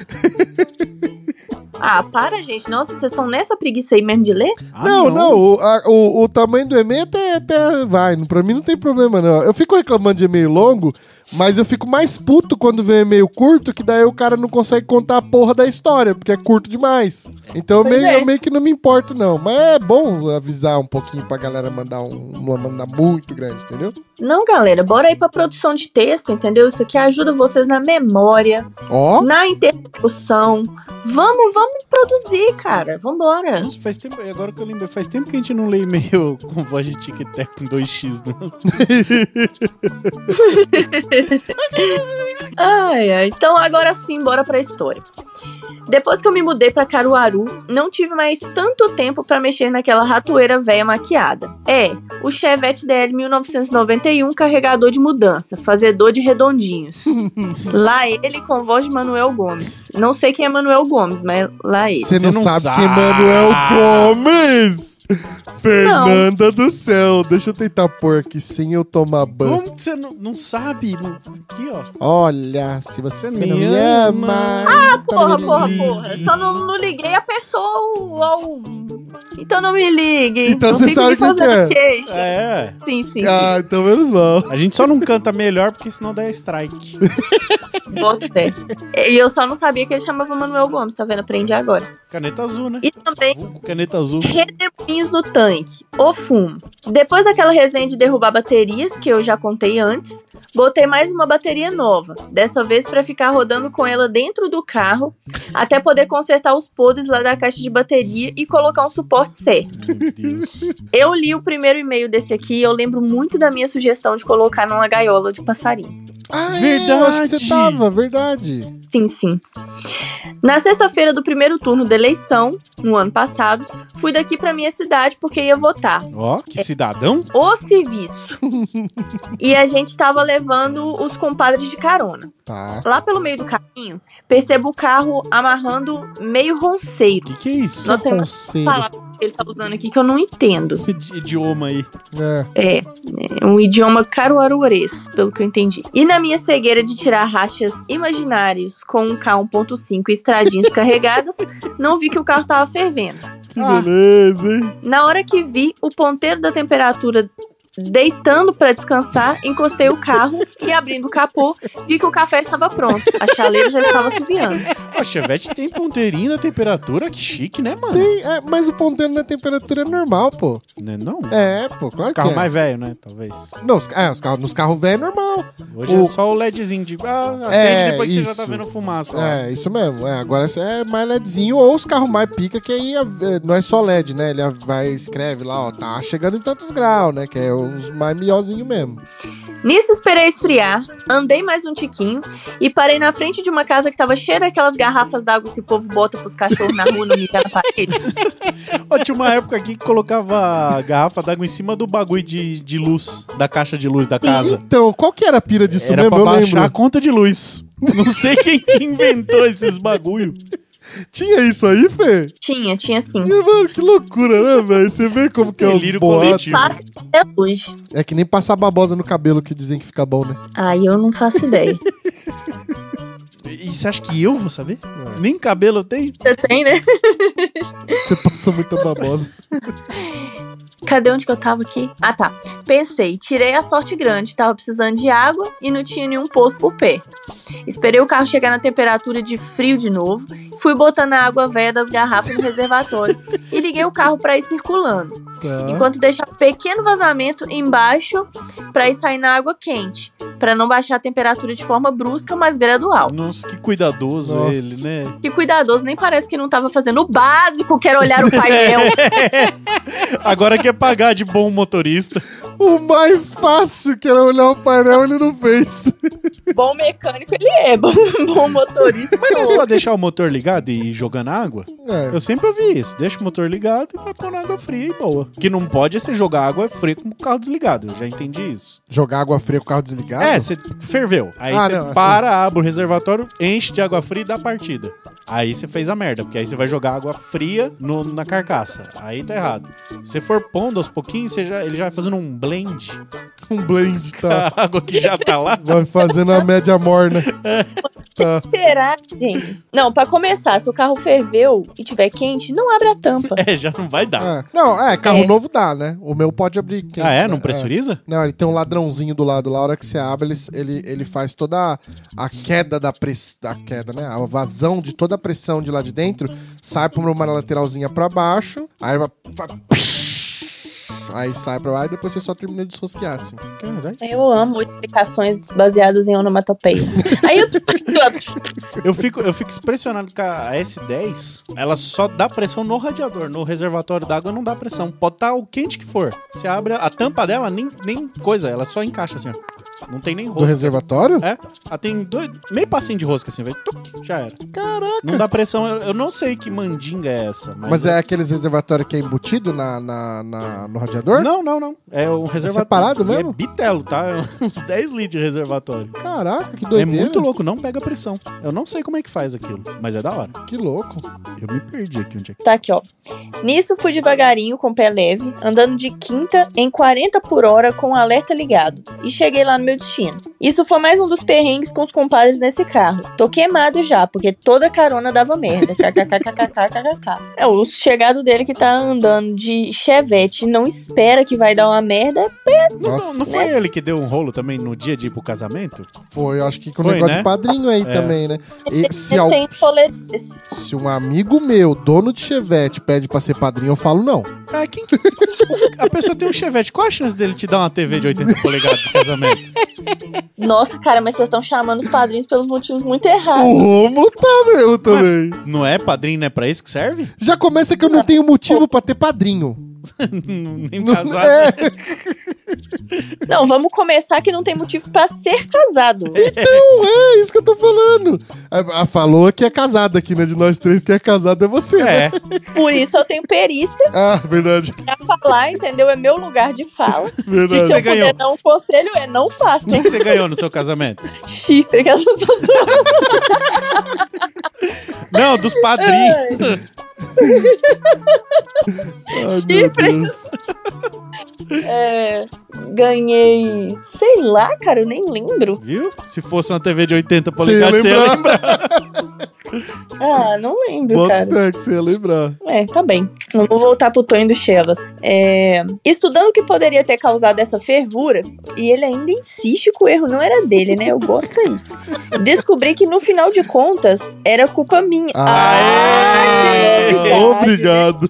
[SPEAKER 3] ah, para, gente. Nossa, vocês estão nessa preguiça aí mesmo de ler?
[SPEAKER 2] Ah,
[SPEAKER 1] não, não, o, a- o- o tamanho do e-mail até, até vai. Pra mim não tem problema, não. Eu fico reclamando de e-mail longo, mas eu fico mais puto quando vem e-mail curto, que daí o cara não consegue contar a porra da história, porque é curto demais. Então eu
[SPEAKER 3] Pois
[SPEAKER 1] meio,
[SPEAKER 3] é.
[SPEAKER 1] eu meio que não me importo, não. Mas é bom avisar um pouquinho pra galera mandar um. Não mandar muito grande, entendeu?
[SPEAKER 3] Não, galera, bora aí pra produção de texto, entendeu? Isso aqui ajuda vocês na memória,
[SPEAKER 1] Ó.
[SPEAKER 3] na interlocução. Vamos, vamos produzir, cara. Vambora.
[SPEAKER 2] Nossa, faz tempo. Agora que eu lembrei, faz tempo que a gente não lê e-mail com voz de tic-tac com 2x, não.
[SPEAKER 3] Ai, ai. Então agora sim, bora pra história. Depois que eu me mudei pra Caruaru, não tive mais tanto tempo pra mexer naquela ratoeira velha maquiada. É, o Chevette DL 1991 carregador de mudança, fazedor de redondinhos. lá ele com voz de Manuel Gomes. Não sei quem é Manuel Gomes, mas lá ele.
[SPEAKER 1] Você não,
[SPEAKER 2] não
[SPEAKER 1] sabe,
[SPEAKER 2] sabe. Ah.
[SPEAKER 1] quem Manuel Gomes? Fernanda do céu, deixa eu tentar pôr aqui sem eu tomar banho.
[SPEAKER 2] Como que você não, não sabe? mano? Aqui, ó.
[SPEAKER 1] Olha, se você,
[SPEAKER 2] Você
[SPEAKER 1] não
[SPEAKER 2] me
[SPEAKER 1] me
[SPEAKER 2] ama. Ah,
[SPEAKER 1] ama. tá
[SPEAKER 3] Porra, porra, porra. Só não, não liguei a pessoa ao. Então não me ligue.
[SPEAKER 1] Então
[SPEAKER 3] Não
[SPEAKER 1] você
[SPEAKER 3] fique
[SPEAKER 1] sabe
[SPEAKER 3] me
[SPEAKER 1] quem que
[SPEAKER 3] fazendo
[SPEAKER 1] é.
[SPEAKER 3] queixa.
[SPEAKER 2] É.
[SPEAKER 3] Sim, sim, sim.
[SPEAKER 1] Ah, então menos mal.
[SPEAKER 2] A gente só não canta melhor porque senão dá strike.
[SPEAKER 3] Boto fé. E eu só não sabia que ele chamava Manuel Gomes, tá vendo? Aprendi agora.
[SPEAKER 2] Caneta azul, né?
[SPEAKER 3] E também
[SPEAKER 2] Vulgo Caneta azul.
[SPEAKER 3] redemoinhos no tanque, o fumo. Depois daquela resenha de derrubar baterias, que eu já contei antes, botei mais uma bateria nova. Dessa vez pra ficar rodando com ela dentro do carro, até poder consertar os podres lá da caixa de bateria e colocar um suporte certo.
[SPEAKER 2] Meu Deus.
[SPEAKER 3] Eu li o primeiro e-mail desse aqui e eu lembro muito da minha sugestão de colocar numa gaiola de passarinho.
[SPEAKER 1] Ah,
[SPEAKER 2] Verdade.
[SPEAKER 1] eu acho que você tava, verdade.
[SPEAKER 3] Sim, sim. Na sexta-feira do primeiro turno da eleição, no ano passado, fui daqui pra minha cidade porque ia votar.
[SPEAKER 2] Ó, que cidadão.
[SPEAKER 3] O serviço. e a gente tava levando os compadres de carona.
[SPEAKER 1] Tá.
[SPEAKER 3] Lá pelo meio do caminho, percebo o carro amarrando meio ronceiro.
[SPEAKER 2] Que que é isso?
[SPEAKER 3] Não tem
[SPEAKER 1] Conselho.
[SPEAKER 3] palavra que ele tá usando aqui que eu não entendo.
[SPEAKER 2] Esse idi- idioma aí.
[SPEAKER 1] É.
[SPEAKER 3] É, é, um idioma caruaruarês, pelo que eu entendi. E na minha cegueira de tirar rachas imaginários com um K1.5 e estradinhas carregadas, não vi que o carro tava fervendo.
[SPEAKER 1] Que
[SPEAKER 2] Ah.
[SPEAKER 1] beleza, hein?
[SPEAKER 3] Na hora que vi, o ponteiro da temperatura deitando pra descansar, encostei o carro e abrindo o capô, vi que o café estava pronto. A chaleira já estava assoviando.
[SPEAKER 2] A Chevette tem ponteirinho na temperatura, que chique, né, mano?
[SPEAKER 1] Tem- é, mas o ponteiro na temperatura é normal, pô.
[SPEAKER 2] Né, Não?
[SPEAKER 1] É, pô,
[SPEAKER 2] Os
[SPEAKER 1] claro que
[SPEAKER 2] carros
[SPEAKER 1] é.
[SPEAKER 2] mais velhos, né? Talvez.
[SPEAKER 1] Não, os, é, os carros, nos carros velhos é normal.
[SPEAKER 2] Hoje é
[SPEAKER 1] O-
[SPEAKER 2] só o LEDzinho de. Ah, acende
[SPEAKER 1] É,
[SPEAKER 2] depois que você já tá
[SPEAKER 1] isso.
[SPEAKER 2] vendo fumaça. lá.
[SPEAKER 1] É, isso mesmo. É, agora é mais LEDzinho ou os carros mais pica, que aí é- não é só LED, né? Ele é- vai escreve lá, ó, tá chegando em tantos graus, né? Que é uns mais miozinho mesmo.
[SPEAKER 3] Nisso esperei esfriar, andei mais um tiquinho e parei na frente de uma casa que tava cheia daquelas garrafas d'água que o povo bota pros cachorros na rua não mijar na parede.
[SPEAKER 2] Ó, tinha uma época aqui que colocava a garrafa d'água em cima do bagulho de, de luz, da caixa de luz da casa.
[SPEAKER 1] Então, qual que era a pira disso
[SPEAKER 2] Era
[SPEAKER 1] mesmo?
[SPEAKER 2] pra
[SPEAKER 1] Eu
[SPEAKER 2] baixar a
[SPEAKER 1] lembro.
[SPEAKER 2] conta de luz. Não sei quem que inventou esses bagulho.
[SPEAKER 1] Tinha isso aí, Fê?
[SPEAKER 3] Tinha, tinha sim.
[SPEAKER 1] E, mano, que loucura, né, velho? Você vê como que é os
[SPEAKER 2] Delírio
[SPEAKER 1] boatos.
[SPEAKER 2] coletivo.
[SPEAKER 3] Para até hoje.
[SPEAKER 1] É que nem passar babosa no cabelo que dizem que fica bom, né?
[SPEAKER 3] Ai, eu não faço ideia.
[SPEAKER 2] E você acha que eu vou saber?
[SPEAKER 1] É.
[SPEAKER 2] Nem cabelo eu tenho?
[SPEAKER 3] Você tem, né?
[SPEAKER 1] Você passa muita babosa.
[SPEAKER 3] Cadê onde que eu tava aqui? Ah, tá. Pensei, tirei a sorte grande, tava precisando de água e não tinha nenhum posto por perto. Esperei o carro chegar na temperatura de frio de novo, fui botando a água velha das garrafas no reservatório e liguei o carro pra ir circulando,
[SPEAKER 1] Tá.
[SPEAKER 3] enquanto deixava pequeno vazamento embaixo pra ir sair na água quente, pra não baixar a temperatura de forma brusca, mas gradual.
[SPEAKER 2] Nossa, que cuidadoso
[SPEAKER 1] Nossa.
[SPEAKER 2] ele, né?
[SPEAKER 3] E cuidadoso, nem parece que não tava fazendo o básico, que era olhar o painel.
[SPEAKER 2] Agora quer pagar de bom motorista.
[SPEAKER 1] O mais fácil, que era olhar o painel, ele não fez.
[SPEAKER 3] bom mecânico ele é, bom, bom motorista.
[SPEAKER 2] Mas não é só deixar o motor ligado e ir jogando água?
[SPEAKER 1] É.
[SPEAKER 2] Eu sempre ouvi isso. Deixa o motor ligado e vai pondo água fria e boa. O que não pode é você jogar água fria com o carro desligado. Eu já entendi isso.
[SPEAKER 1] Jogar água fria com o carro desligado?
[SPEAKER 2] É, você ferveu. Aí
[SPEAKER 1] Ah,
[SPEAKER 2] você
[SPEAKER 1] não, assim-
[SPEAKER 2] para, abre o reservatório, enche de água fria e dá partida. Aí você fez a merda, porque aí você vai jogar água fria no- na carcaça. Aí tá errado. Se for pondo aos pouquinhos, você já- ele já vai fazendo um blend
[SPEAKER 1] Um blend, tá?
[SPEAKER 2] da água que já tá lá.
[SPEAKER 1] Vai fazendo a média morna.
[SPEAKER 3] Será, gente? Não, pra começar, se o carro ferveu e tiver quente, não abre a tampa.
[SPEAKER 2] É, já não vai dar.
[SPEAKER 1] É. Não, é, carro
[SPEAKER 3] É.
[SPEAKER 1] novo dá, né? O meu pode abrir quente.
[SPEAKER 2] Ah, é?
[SPEAKER 1] né?
[SPEAKER 2] Não pressuriza?
[SPEAKER 1] Não, ele tem um ladrãozinho do lado lá. A hora que você abre, ele, ele, ele faz toda a, a queda da pressão. A queda, né? A vazão de toda a pressão de lá de dentro sai por uma lateralzinha pra baixo. Aí vai. vai- Aí sai pra lá e depois você só termina de desrosquear, assim.
[SPEAKER 2] Caralho.
[SPEAKER 3] Eu amo explicações baseadas em onomatopeias. Aí eu.
[SPEAKER 2] Eu fico, eu fico impressionado com a S10. Ela só dá pressão no radiador. No reservatório d'água não dá pressão. Pode estar o quente que for. Você abre a, a tampa dela, nem, nem coisa. Ela só encaixa assim, ó. Não tem nem
[SPEAKER 1] Do
[SPEAKER 2] rosto.
[SPEAKER 1] reservatório?
[SPEAKER 2] É, ela tem dois, meio passinho de rosca assim, velho. Tuc, Já era. Caraca. Não dá pressão. Eu, eu não sei que mandinga é essa. Mas,
[SPEAKER 1] Mas é aqueles reservatórios que é embutido na, na, na- no radiador?
[SPEAKER 2] Não, não, não. É um reservatório.
[SPEAKER 1] separado
[SPEAKER 2] E
[SPEAKER 1] mesmo?
[SPEAKER 2] É bitelo, tá? É uns 10 litros de reservatório.
[SPEAKER 1] Caraca, que doideira.
[SPEAKER 2] É muito louco, não pega pressão. Eu não sei como é que faz aquilo, mas é da hora.
[SPEAKER 1] Que louco.
[SPEAKER 2] Eu me perdi aqui onde é que.
[SPEAKER 3] Tá aqui, ó. Nisso fui devagarinho, com o pé leve, andando de quinta em 40 por hora com o alerta ligado. E cheguei lá no meu destino. Isso foi mais um dos perrengues com os compadres nesse carro. Tô queimado já, porque toda carona dava merda. KKKKKKKKK. É, o chegado dele que tá andando de chevette e não espera que vai dar uma merda.
[SPEAKER 2] Não,
[SPEAKER 1] Nossa.
[SPEAKER 2] não, não foi ele que deu um rolo também no dia de ir pro casamento?
[SPEAKER 1] Foi, acho que com o
[SPEAKER 2] Foi,
[SPEAKER 1] negócio
[SPEAKER 2] né?
[SPEAKER 1] de padrinho aí também, né? E se, al-
[SPEAKER 3] tem tolerância.
[SPEAKER 1] se um amigo meu, dono de chevette, pede pra ser padrinho, eu falo não.
[SPEAKER 2] É, quem que... A pessoa tem um chevette, qual a chance dele te dar uma TV de 80 polegadas de casamento?
[SPEAKER 3] Nossa, cara, mas vocês estão chamando os padrinhos pelos motivos muito errados.
[SPEAKER 1] O Romulo tá meu também.
[SPEAKER 2] Não é padrinho, não é pra isso que serve?
[SPEAKER 1] Já começa que eu não tenho motivo pra ter padrinho.
[SPEAKER 2] Nem
[SPEAKER 1] Não-
[SPEAKER 2] casado.
[SPEAKER 1] é,
[SPEAKER 3] Não, vamos começar que não tem motivo pra ser casado.
[SPEAKER 1] é isso que eu tô falando. A, a falou que é casada aqui, né? De nós três, quem é casado é você, né?
[SPEAKER 2] É,
[SPEAKER 3] Por isso eu tenho perícia.
[SPEAKER 1] Ah, verdade,
[SPEAKER 3] pra falar, entendeu? É meu lugar de fala.
[SPEAKER 2] que
[SPEAKER 1] verdade.
[SPEAKER 2] Você
[SPEAKER 3] Se eu
[SPEAKER 2] ganhou.
[SPEAKER 3] puder dar um conselho, é não faça.
[SPEAKER 2] quem que você ganhou no seu casamento?
[SPEAKER 3] Chifre, que eu não tô zoando.
[SPEAKER 2] Não, dos padrinhos.
[SPEAKER 1] Ai, meu
[SPEAKER 3] Chifre.
[SPEAKER 1] Deus.
[SPEAKER 3] É, ganhei. Sei lá, cara, eu nem lembro.
[SPEAKER 2] Viu? Se fosse uma TV de 80
[SPEAKER 1] Você ia
[SPEAKER 2] polegadas, você ia
[SPEAKER 1] lembrar.
[SPEAKER 2] lembrar.
[SPEAKER 3] Ah, não lembro,
[SPEAKER 1] Bota
[SPEAKER 3] cara.
[SPEAKER 1] o pé que você ia lembrar.
[SPEAKER 3] É, tá bem. Vamos voltar pro Tonho do Chevas. É, Estudando o que poderia ter causado essa fervura, e ele ainda insiste que o erro não era dele, né? Eu gosto aí. Descobri que no final de contas era culpa minha.
[SPEAKER 2] Aê!
[SPEAKER 3] que novidade, né?
[SPEAKER 1] Ah, Obrigado.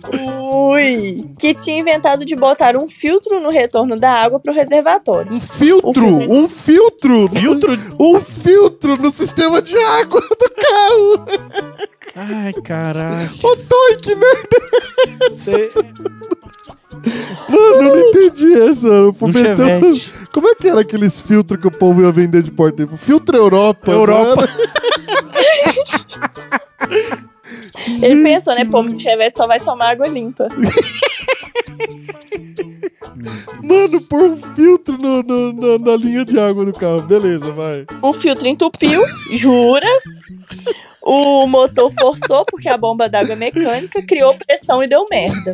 [SPEAKER 3] Ui! Que tinha inventado de botar um filtro no retorno da água pro reservatório.
[SPEAKER 1] Um filtro,
[SPEAKER 3] O
[SPEAKER 1] um filtro,
[SPEAKER 2] Filtro?
[SPEAKER 1] um filtro no sistema de água do carro.
[SPEAKER 2] Ai, caralho.
[SPEAKER 1] Ô, Toy, que merda.
[SPEAKER 2] Você-
[SPEAKER 1] Mano, eu não entendi essa. Eu fui
[SPEAKER 2] Um
[SPEAKER 1] meter um-
[SPEAKER 2] chevette.
[SPEAKER 1] Como é que era aqueles filtros que o povo ia vender de porta? em porta? Filtro Europa. né?
[SPEAKER 2] Europa.
[SPEAKER 1] mano.
[SPEAKER 3] Ele pensou, né? Pô, o Chevette só vai tomar água limpa.
[SPEAKER 1] Mano, pôr um filtro no- no- na, na linha de água do carro. Beleza, vai.
[SPEAKER 3] O filtro entupiu, jura? O motor forçou porque a bomba d'água é mecânica criou pressão e deu merda.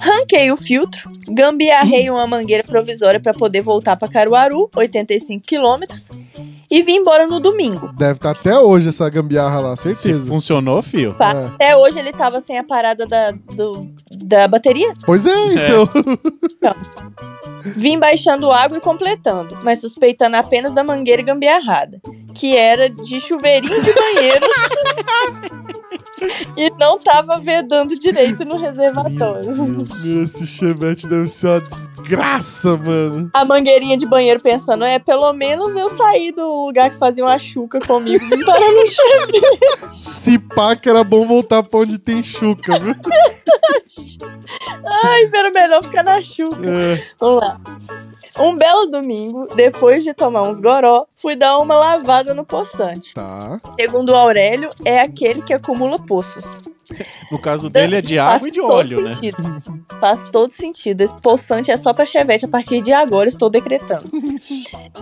[SPEAKER 3] Ranquei o filtro, gambiarrei uma mangueira provisória para poder voltar para Caruaru, 85 quilômetros, e vim embora no domingo.
[SPEAKER 1] Deve estar até hoje essa gambiarra lá,
[SPEAKER 2] Se
[SPEAKER 1] certeza.
[SPEAKER 2] funcionou, fio?
[SPEAKER 3] Pá,
[SPEAKER 1] É.
[SPEAKER 3] Até hoje ele tava sem a parada da, do- da bateria.
[SPEAKER 1] Pois é, então.
[SPEAKER 3] Vim baixando água e completando, mas suspeitando apenas da mangueira gambiarrada, que era de chuveirinho de banheiro e não tava vedando direito no reservatório.
[SPEAKER 1] Meu, esse chevette deve ser uma desgraça, mano.
[SPEAKER 3] A mangueirinha de banheiro pensando, é, pelo menos eu saí do lugar que fazia uma chuca comigo, vim parar no chão.
[SPEAKER 1] Se pá que era bom voltar pra onde tem chuca, viu?
[SPEAKER 3] Ai, era melhor ficar na chuca.
[SPEAKER 1] É.
[SPEAKER 3] Vamos lá. Um belo domingo, depois de tomar uns goró, fui dar uma lavada no poçante.
[SPEAKER 1] Tá.
[SPEAKER 3] Segundo o Aurélio, é aquele que acumula poças.
[SPEAKER 2] No caso dele é de água e de óleo, né?
[SPEAKER 3] sentido. Faz todo sentido. Esse poçante é só pra chevette. A partir de agora, estou decretando.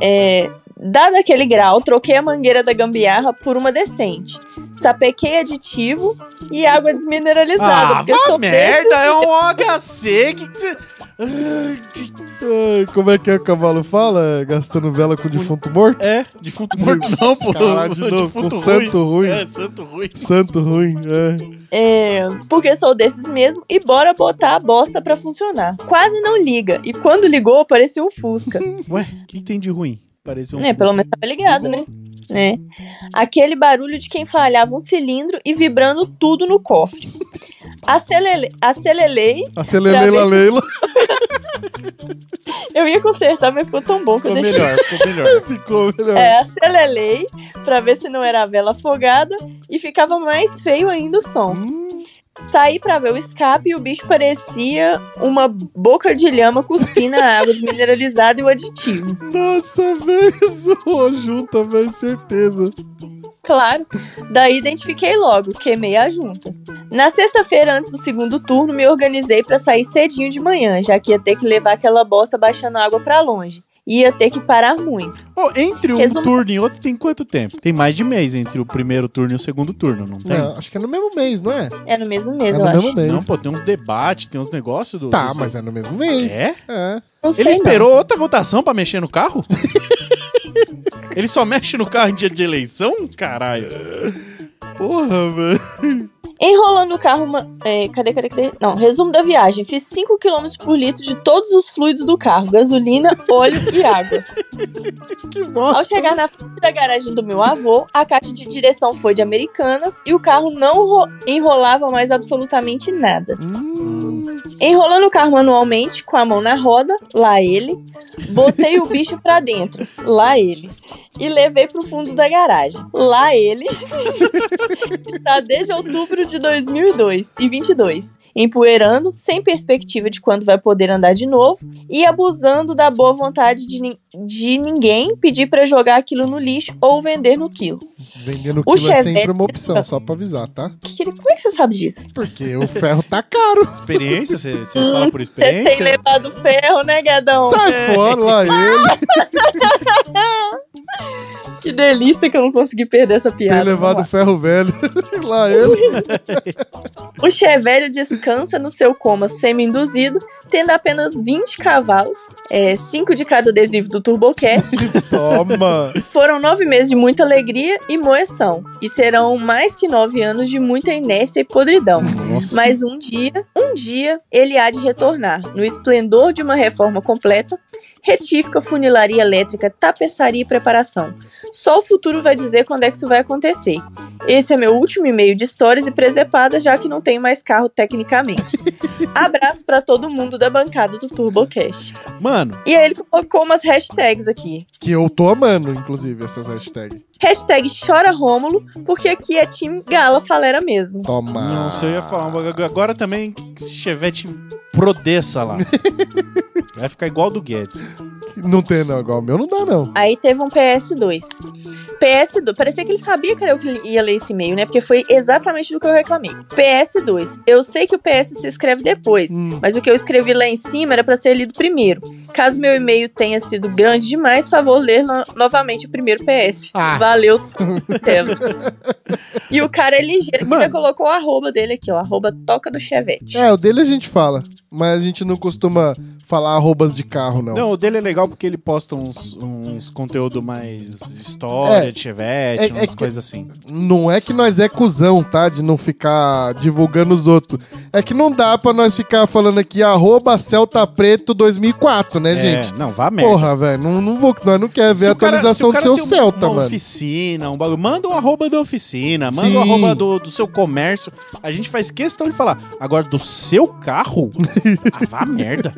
[SPEAKER 3] É, dado aquele grau, troquei a mangueira da gambiarra por uma decente. Sapequei aditivo e água desmineralizada. porque eu sou
[SPEAKER 2] Ah,
[SPEAKER 3] assim.
[SPEAKER 2] merda, é um HC que... que cê- Ah, que-
[SPEAKER 1] Ai, Como é que é o cavalo fala? Gastando vela com defunto morto?
[SPEAKER 2] É, defunto morto não, pô.
[SPEAKER 1] Caralho, de novo, com
[SPEAKER 2] Defunto
[SPEAKER 1] santo ruim.
[SPEAKER 2] É, santo ruim.
[SPEAKER 1] Santo ruim, é.
[SPEAKER 3] É, porque sou desses mesmo e bora botar a bosta pra funcionar. Quase não liga, e quando ligou, parecia um Fusca.
[SPEAKER 2] Ué, o que tem de ruim? Pareceu um...
[SPEAKER 3] né? Pelo menos tava ligado, né? né? Aquele barulho de quem falhava um cilindro e vibrando tudo no cofre. Acelele- Acelelei,
[SPEAKER 1] Acelerei la
[SPEAKER 3] Pra ver se-
[SPEAKER 1] leila.
[SPEAKER 3] eu ia consertar, mas ficou tão bom que eu
[SPEAKER 2] Ficou
[SPEAKER 3] deixei.
[SPEAKER 2] melhor, ficou melhor.
[SPEAKER 1] Ficou melhor.
[SPEAKER 3] É, acelelei pra ver se não era a vela afogada e ficava mais feio ainda o som. Saí pra ver o escape e o bicho parecia uma boca de lhama cuspindo a água desmineralizada e o aditivo.
[SPEAKER 1] Nossa, velho, zoou junta, velho, certeza.
[SPEAKER 3] Claro. Daí identifiquei logo, queimei a junta. Na sexta-feira, antes do segundo turno, me organizei pra sair cedinho de manhã, já que ia ter que levar aquela bosta baixando água pra longe. Ia ter que parar muito.
[SPEAKER 2] Ô, entre um
[SPEAKER 3] Resumo-
[SPEAKER 2] turno e outro tem quanto tempo? Tem mais de mês entre o primeiro turno e o segundo turno, não tem?
[SPEAKER 1] Não, acho que é no mesmo mês, não é?
[SPEAKER 3] É no mesmo
[SPEAKER 1] É
[SPEAKER 3] mês,
[SPEAKER 1] no
[SPEAKER 3] eu
[SPEAKER 1] mesmo
[SPEAKER 3] acho.
[SPEAKER 1] mês.
[SPEAKER 2] Não, pô, tem uns debates, tem uns negócios do...
[SPEAKER 1] Tá,
[SPEAKER 2] do-
[SPEAKER 1] mas é no mesmo mês.
[SPEAKER 2] É?
[SPEAKER 1] É.
[SPEAKER 3] Não sei
[SPEAKER 2] Ele
[SPEAKER 3] não.
[SPEAKER 2] esperou outra votação pra mexer no carro? Ele só mexe no carro em dia de eleição? Caralho.
[SPEAKER 1] Porra, velho.
[SPEAKER 3] Enrolando o carro. Uma, é, cadê, cadê, cadê? Não, resumo da viagem. Fiz 5 km por litro de todos os fluidos do carro: gasolina, óleo e água.
[SPEAKER 1] Que
[SPEAKER 3] Ao
[SPEAKER 1] bosta.
[SPEAKER 3] chegar na frente da garagem do meu avô, a caixa de direção foi de Americanas e o carro não ro- enrolava mais absolutamente nada.
[SPEAKER 1] Hum,
[SPEAKER 3] Enrolando o carro manualmente, com a mão na roda, lá ele. Botei o bicho pra dentro, lá ele. E levei pro fundo da garagem, lá ele. Está desde outubro de 2002 e 22, empoeirando, sem perspectiva de quando vai poder andar de novo e abusando da boa vontade de, nin- de ninguém pedir pra jogar aquilo no lixo ou vender no quilo.
[SPEAKER 1] vendendo
[SPEAKER 3] O
[SPEAKER 1] quilo é sempre
[SPEAKER 3] Chevette-
[SPEAKER 1] uma opção, só pra avisar, tá?
[SPEAKER 3] Que que ele- Como é que você sabe disso?
[SPEAKER 1] Porque o ferro tá caro.
[SPEAKER 2] Experiência? Você você fala por
[SPEAKER 3] Você tem
[SPEAKER 2] experiência?
[SPEAKER 3] levado ferro, né, Gadão?
[SPEAKER 1] Sai fora lá ele.
[SPEAKER 3] Que delícia que eu não consegui perder essa piada.
[SPEAKER 1] Tem
[SPEAKER 3] Vamos lá.
[SPEAKER 1] levado ferro velho. lá ele.
[SPEAKER 3] O Chevelho descansa no seu coma semi-induzido, tendo apenas 20 cavalos, 5 de cada adesivo do TurboCast.
[SPEAKER 1] Toma.
[SPEAKER 3] Foram nove meses de muita alegria e moeção, e serão mais que nove anos de muita inércia e podridão.
[SPEAKER 2] Nossa.
[SPEAKER 3] Mas um dia, um dia, ele há de retornar. No esplendor de uma reforma completa, retífica, funilaria elétrica, tapeçaria e preparação. Só o futuro vai dizer quando é que isso vai acontecer. Esse é meu último e-mail de histórias e presepadas, já que não tenho mais carro tecnicamente. Abraço pra todo mundo da bancada do TurboCast.
[SPEAKER 2] Mano,
[SPEAKER 3] E aí ele colocou umas hashtags aqui.
[SPEAKER 1] Que eu tô amando, inclusive, essas hashtags.
[SPEAKER 3] Hashtag chora Rômulo, porque aqui é time Gala Falera mesmo.
[SPEAKER 1] Toma.
[SPEAKER 2] não sei, eu ia falar um bagulho. Agora também, que esse chevette prodeça lá. Vai ficar igual do Guedes.
[SPEAKER 1] Não tem, não. Igual o meu não dá, não.
[SPEAKER 3] Aí teve um PS2. PS2, parecia que ele sabia que era eu que ia ler esse e-mail, né? Porque foi exatamente do que eu reclamei. PS2. Eu sei que o PS se escreve depois,
[SPEAKER 1] Hum.
[SPEAKER 3] mas o que eu escrevi lá em cima era pra ser lido primeiro. Caso meu e-mail tenha sido grande demais, favor ler no- novamente o primeiro PS.
[SPEAKER 1] Ah.
[SPEAKER 3] Valeu. Telo. e o cara é ligeiro, que
[SPEAKER 2] Mano.
[SPEAKER 3] ainda colocou o arroba dele aqui, ó. Arroba Toca do Chevette.
[SPEAKER 1] É, o dele a gente fala. Mas a gente não costuma falar arrobas de carro, não.
[SPEAKER 2] Não, o dele é legal porque ele posta uns, uns conteúdo mais história
[SPEAKER 1] É.
[SPEAKER 2] de chevette,
[SPEAKER 1] É- é
[SPEAKER 2] umas
[SPEAKER 1] que-
[SPEAKER 2] coisas assim.
[SPEAKER 1] Não é que nós é cuzão, tá? De não ficar divulgando os outros. É que não dá pra nós ficar falando aqui arroba Celta Preto 2004, né, gente?
[SPEAKER 2] não, vá É, merda.
[SPEAKER 1] Porra, velho. Não, não vou, nós não quer ver
[SPEAKER 2] Se
[SPEAKER 1] a
[SPEAKER 2] o cara-
[SPEAKER 1] atualização
[SPEAKER 2] se o
[SPEAKER 1] do seu
[SPEAKER 2] cara tem um-
[SPEAKER 1] Celta,
[SPEAKER 2] uma
[SPEAKER 1] mano.
[SPEAKER 2] oficina, um bagulho. Manda o arroba da oficina, manda o
[SPEAKER 1] Sim.
[SPEAKER 2] arroba do, do seu comércio. A gente faz questão de falar. Agora, do seu carro? ah, vá merda.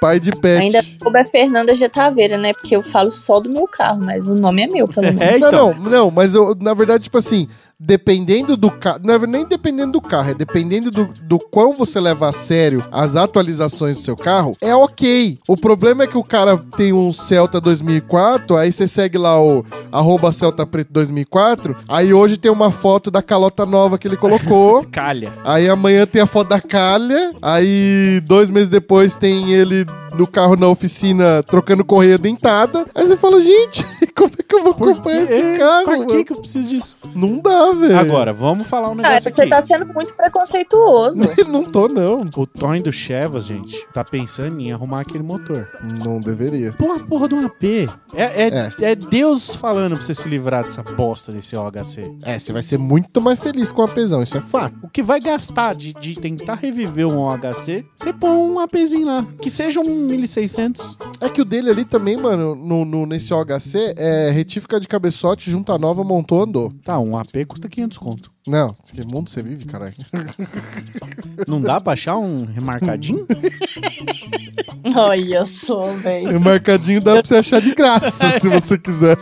[SPEAKER 1] Pai de pet.
[SPEAKER 3] Ainda arroba é Fernanda Getaveira, né? Porque eu falo só do meu carro, mas o nome é meu, pelo menos.
[SPEAKER 2] É, então.
[SPEAKER 1] Não, não, não, mas eu, na verdade, tipo assim, dependendo do carro. Não é nem dependendo do carro, é dependendo do, do quão você leva a sério as atualizações do seu carro, é ok. O problema é que o cara tem um Celta 2004, aí você segue lá o arroba Celta Preto 2004, aí hoje tem uma foto da calota nova que ele colocou.
[SPEAKER 2] Calha.
[SPEAKER 1] Aí amanhã tem a foto da calha. Aí dois meses depois tem ele no carro na oficina trocando correia dentada. Aí você fala, gente, como é que eu vou acompanhar esse carro? É.
[SPEAKER 2] Pra que
[SPEAKER 1] mano?
[SPEAKER 2] que eu preciso disso?
[SPEAKER 1] Não dá, velho.
[SPEAKER 2] Agora, vamos falar um
[SPEAKER 3] Cara,
[SPEAKER 2] negócio
[SPEAKER 3] você
[SPEAKER 2] aqui.
[SPEAKER 3] tá sendo muito preconceituoso.
[SPEAKER 1] Não tô, não.
[SPEAKER 2] O Tony do Chevas, gente, tá pensando em arrumar aquele motor.
[SPEAKER 1] Não deveria.
[SPEAKER 2] Pô, a porra de um AP. É, é,
[SPEAKER 1] É.
[SPEAKER 2] é Deus falando pra você se livrar dessa bosta desse OHC.
[SPEAKER 1] É, você vai ser muito mais feliz com a pesão, isso é fato.
[SPEAKER 2] O que vai gastar de, de tentar reviver um OHC, você põe um APzinho lá. Que seja um 1600.
[SPEAKER 1] É que o dele ali também, mano, no, no- nesse OHC, é retífica de cabeçote, junta nova, montou, andou.
[SPEAKER 2] Tá, um AP custa 500 conto.
[SPEAKER 1] Não, que mundo você vive, caralho.
[SPEAKER 2] Não dá pra achar um remarcadinho?
[SPEAKER 3] Olha só, velho.
[SPEAKER 1] O mercadinho dá pra você achar de graça, se você quiser.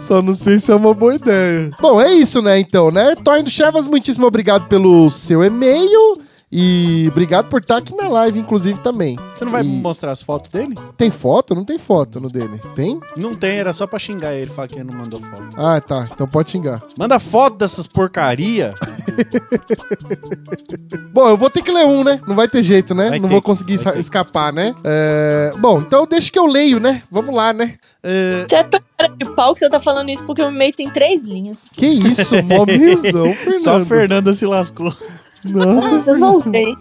[SPEAKER 1] Só não sei se é uma boa ideia. Bom, é isso, né, então, né? Torno Chevas, muitíssimo obrigado pelo seu e-mail. E obrigado por estar aqui na live, inclusive, também.
[SPEAKER 2] Você não vai
[SPEAKER 1] E-
[SPEAKER 2] mostrar as fotos dele?
[SPEAKER 1] Tem foto? Não tem foto no dele. Tem?
[SPEAKER 2] Não tem, era só pra xingar ele, falar que ele não mandou foto.
[SPEAKER 1] Ah, tá. Então pode xingar.
[SPEAKER 2] Manda foto dessas porcaria.
[SPEAKER 1] Bom, eu vou ter que ler um, né? Não vai ter jeito, né?
[SPEAKER 2] Vai
[SPEAKER 1] não
[SPEAKER 2] ter.
[SPEAKER 1] vou conseguir
[SPEAKER 2] Vai ter.
[SPEAKER 1] escapar, né? É, Bom, então deixa que eu leio, né? Vamos lá, né? É,
[SPEAKER 3] Você é tão cara de pau que você tá falando isso porque o e-mail tem três linhas.
[SPEAKER 1] Que isso, mó milzão,
[SPEAKER 2] Só a
[SPEAKER 1] Fernando.
[SPEAKER 2] Fernanda se lascou.
[SPEAKER 1] Nossa,
[SPEAKER 3] Ah, vocês vão ver.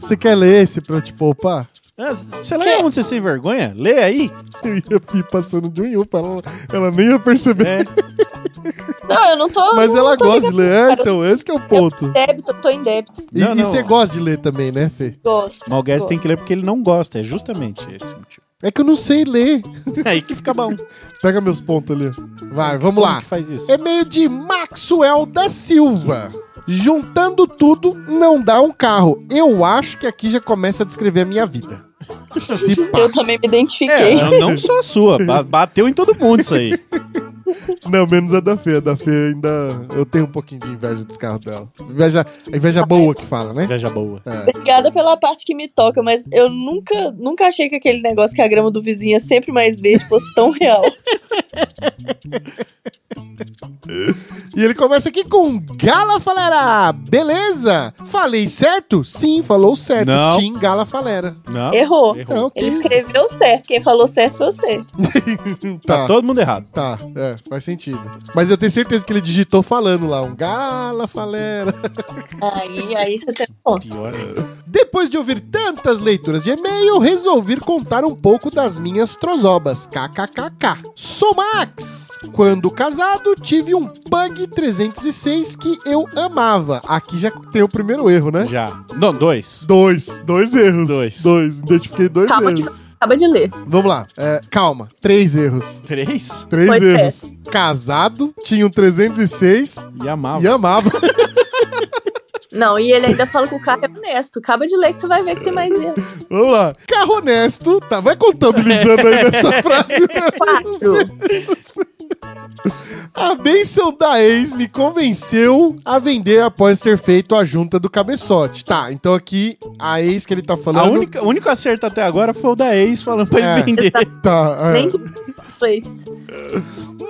[SPEAKER 1] Você quer ler esse pra eu te poupar?
[SPEAKER 2] Ah, Você lê onde você sem vergonha? Lê aí.
[SPEAKER 1] Eu ia ir passando de um em um pra ela, ela nem ia perceber.
[SPEAKER 2] É.
[SPEAKER 3] Não, eu não tô.
[SPEAKER 1] Mas
[SPEAKER 3] não
[SPEAKER 1] ela
[SPEAKER 3] tô
[SPEAKER 1] gosta
[SPEAKER 3] ligando
[SPEAKER 1] de ler, é,
[SPEAKER 3] cara.
[SPEAKER 1] então esse que é o ponto.
[SPEAKER 3] em Débito, eu tô em débito.
[SPEAKER 1] E,
[SPEAKER 2] Não,
[SPEAKER 1] e
[SPEAKER 2] não.
[SPEAKER 1] você gosta de ler também, né, Fê?
[SPEAKER 3] Gosto.
[SPEAKER 2] Mas o Guedes
[SPEAKER 3] gosto.
[SPEAKER 2] tem que ler porque ele não gosta, é justamente esse o motivo. É
[SPEAKER 1] É que eu não sei ler.
[SPEAKER 2] Aí que fica bom.
[SPEAKER 1] Pega meus pontos ali. Vai, vamos
[SPEAKER 2] Como
[SPEAKER 1] lá.
[SPEAKER 2] que faz isso?
[SPEAKER 1] É meio de Maxwell da Silva. Juntando tudo, não dá um carro. Eu acho que aqui já começa a descrever a minha vida. Se pá.
[SPEAKER 3] Eu também me identifiquei.
[SPEAKER 2] É, não só a sua, ba- bateu em todo mundo isso aí.
[SPEAKER 1] Não, menos a da Fê. A da Fê ainda. Eu tenho um pouquinho de inveja dos carros dela. Inveja, a inveja boa que fala, né?
[SPEAKER 2] Inveja boa.
[SPEAKER 3] Obrigada pela parte que me toca, mas eu nunca, nunca achei que aquele negócio que a grama do vizinho é sempre mais verde fosse tão real.
[SPEAKER 1] E ele começa aqui com Gala Falera. Beleza? Falei certo? Sim, falou certo.
[SPEAKER 2] Não.
[SPEAKER 1] Tim Gala Falera.
[SPEAKER 2] Não,
[SPEAKER 3] Errou.
[SPEAKER 1] Então, que
[SPEAKER 3] Ele
[SPEAKER 1] isso?
[SPEAKER 3] escreveu certo, quem falou certo foi você.
[SPEAKER 2] Tá
[SPEAKER 1] Tá.
[SPEAKER 2] todo mundo errado.
[SPEAKER 1] Tá, é, faz sentido. Mas eu tenho certeza que ele digitou falando lá, um gala falera.
[SPEAKER 3] Aí, aí você tem um ponto.
[SPEAKER 2] Pior
[SPEAKER 1] né?
[SPEAKER 2] ainda.
[SPEAKER 1] Depois de ouvir tantas leituras de e-mail, resolvi contar um pouco das minhas trozobas. KKKK. Sou Max! Mas, quando casado, tive um Pug 306 que eu amava. Aqui já tem o primeiro erro, né?
[SPEAKER 2] Já. Não, dois.
[SPEAKER 1] Dois. Dois erros.
[SPEAKER 2] Dois.
[SPEAKER 1] Dois. Identifiquei dois
[SPEAKER 3] Calma que
[SPEAKER 1] erros.
[SPEAKER 3] acaba de ler.
[SPEAKER 1] Vamos lá. É, calma. Três erros.
[SPEAKER 2] Três?
[SPEAKER 1] Três
[SPEAKER 3] Pois é.
[SPEAKER 1] erros. Casado, tinha um 306
[SPEAKER 2] E amava.
[SPEAKER 1] e amava.
[SPEAKER 3] Não, e ele ainda fala que o carro é honesto. Acaba de ler que você vai ver que tem mais erro.
[SPEAKER 1] Vamos lá. Carro honesto. Tá, vai contabilizando aí nessa frase. Não sei, não sei. A benção da ex me convenceu a vender após ter feito a junta do cabeçote. Tá, então aqui a ex que ele tá
[SPEAKER 2] A
[SPEAKER 1] falando.
[SPEAKER 2] única, o único acerto até agora foi o da ex falando pra
[SPEAKER 1] É.
[SPEAKER 2] ele vender.
[SPEAKER 1] Tá, é.
[SPEAKER 3] Nem de dois.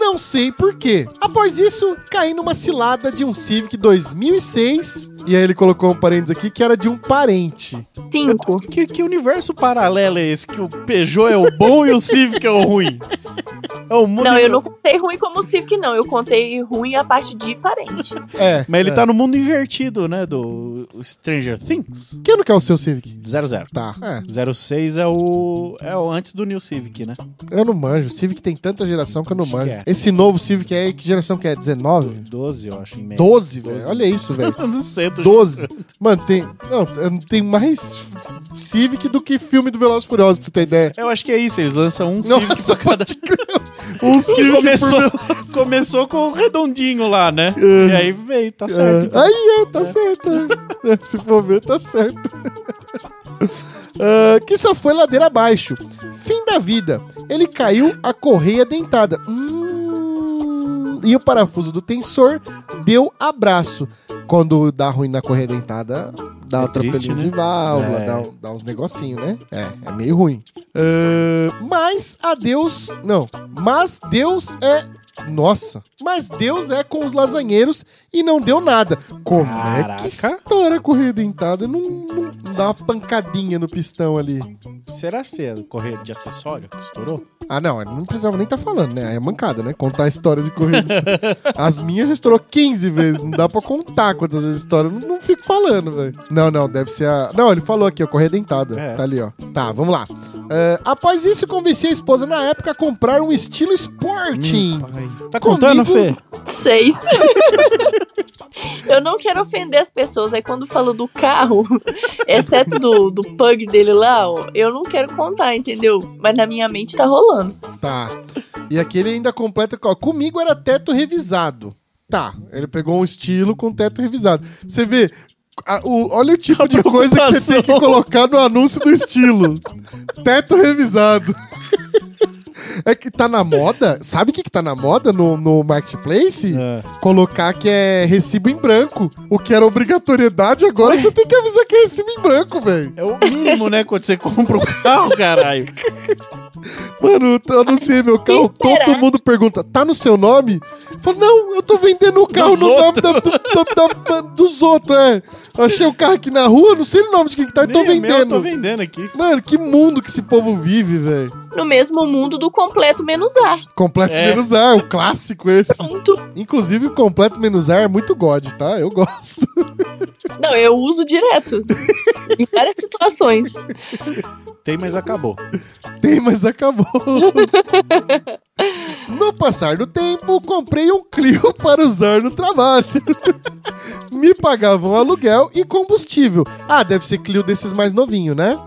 [SPEAKER 1] Não sei por quê. Após isso, caí numa cilada de um Civic 2006. E aí ele colocou um parênteses aqui que era de um parente.
[SPEAKER 3] Cinco.
[SPEAKER 2] Que, que universo paralelo é esse? Que o Peugeot é o bom e o Civic é o ruim? É o mundo.
[SPEAKER 3] Não, eu não contei ruim como o Civic, não. Eu contei ruim a parte de parente.
[SPEAKER 1] É.
[SPEAKER 2] Mas ele
[SPEAKER 1] é.
[SPEAKER 2] tá no mundo invertido, né? Do Stranger Things.
[SPEAKER 1] Que ano que é o seu Civic?
[SPEAKER 2] Zero zero.
[SPEAKER 1] Tá. É.
[SPEAKER 2] 06 é o. É o antes do New Civic, né?
[SPEAKER 1] Eu não manjo. Civic tem tanta geração que eu não
[SPEAKER 2] Acho
[SPEAKER 1] manjo.
[SPEAKER 2] que é.
[SPEAKER 1] Esse novo Civic aí, que geração que é? 19?
[SPEAKER 2] 12, eu acho, em média.
[SPEAKER 1] 12, velho. Olha isso, velho.
[SPEAKER 2] não sei, eu tô
[SPEAKER 1] 12. Mano, tem. Não, tem mais Civic do que filme do Velozes e Furiosos, pra você ter ideia.
[SPEAKER 2] Eu acho que é isso, eles lançam um Civic
[SPEAKER 1] Nossa,
[SPEAKER 2] pra cada...
[SPEAKER 1] pode crer. Um Civic por
[SPEAKER 2] começou,
[SPEAKER 1] Velozes.
[SPEAKER 2] começou com o redondinho lá, né? E aí veio, tá certo.
[SPEAKER 1] É. Aí é, tá certo. é. É, Se for ver, tá certo. Ah, que só foi ladeira abaixo. Fim da vida. Ele caiu a correia dentada. Hum, e o parafuso do tensor deu abraço. Quando dá ruim na correia dentada, dá
[SPEAKER 2] É
[SPEAKER 1] um
[SPEAKER 2] triste,
[SPEAKER 1] atropelinho
[SPEAKER 2] né?
[SPEAKER 1] de válvula,
[SPEAKER 2] É.
[SPEAKER 1] dá, um- dá uns negocinhos, né? É, é meio ruim. Ah, mas a Deus. Não. Mas Deus é. Nossa. Mas Deus é com os lasanheiros e não deu nada. Como é
[SPEAKER 2] Caraca.
[SPEAKER 1] que estoura a correia dentada? e Não, não dá uma pancadinha no pistão ali.
[SPEAKER 2] Será que é correio de acessório que estourou?
[SPEAKER 1] Ah, não, eu não precisava nem estar falando, né? Aí É mancada, né? Contar a história de corrida. As minhas já estourou 15 vezes. Não dá pra contar quantas vezes estoura. Não, não fico falando, velho. Não, não, deve ser a. Não, ele falou aqui, ó, correia dentada.
[SPEAKER 2] É.
[SPEAKER 1] Tá ali, ó. Tá, vamos lá. É, após isso, convenci a esposa na época a comprar um estilo Sporting.
[SPEAKER 2] Tá contando,
[SPEAKER 1] Comigo-
[SPEAKER 2] Fê?
[SPEAKER 3] Seis. eu não quero ofender as pessoas. Aí quando falo do carro, exceto do, do pug dele lá, ó, eu não quero contar, entendeu? Mas na minha mente tá rolando.
[SPEAKER 1] Tá. E aqui ele ainda completa. com, ó, Comigo era teto revisado. Tá, ele pegou um estilo com teto revisado. Você vê. a- o- olha o tipo
[SPEAKER 2] A
[SPEAKER 1] de coisa que você tem que
[SPEAKER 2] preocupação.
[SPEAKER 1] colocar no anúncio do estilo. teto revisado. É que tá na moda. Sabe o que, que tá na moda no, no marketplace?
[SPEAKER 2] É.
[SPEAKER 1] Colocar que é recibo em branco. O que era obrigatoriedade, agora você tem que avisar que é recibo em branco, velho.
[SPEAKER 2] É o mínimo, né? Quando você compra o carro, caralho.
[SPEAKER 1] Mano, tá eu não sei, meu carro,
[SPEAKER 3] Quem
[SPEAKER 1] todo
[SPEAKER 3] será?
[SPEAKER 1] mundo pergunta, tá no seu nome? Eu falo, não, eu tô vendendo o carro
[SPEAKER 2] Dos
[SPEAKER 1] no nome
[SPEAKER 2] outros.
[SPEAKER 1] da, do, do- da- dos outros, é. Achei o carro aqui na rua, não sei o nome de quem que tá, e tô
[SPEAKER 2] Nem o meu, eu
[SPEAKER 1] vendendo.
[SPEAKER 2] tô vendendo aqui.
[SPEAKER 1] Mano, que mundo que esse povo vive, velho.
[SPEAKER 3] No mesmo mundo do completo menos ar.
[SPEAKER 1] Completo
[SPEAKER 2] É.
[SPEAKER 1] menos ar, o clássico esse.
[SPEAKER 3] Ponto.
[SPEAKER 1] Inclusive, o completo menos ar é muito god, tá? Eu gosto.
[SPEAKER 3] Não, eu uso direto. em várias situações.
[SPEAKER 2] Tem, mas acabou.
[SPEAKER 1] Tem, mas acabou. No passar do tempo, comprei um Clio para usar no trabalho. Me pagavam aluguel e combustível. Ah, deve ser Clio desses mais novinho, né?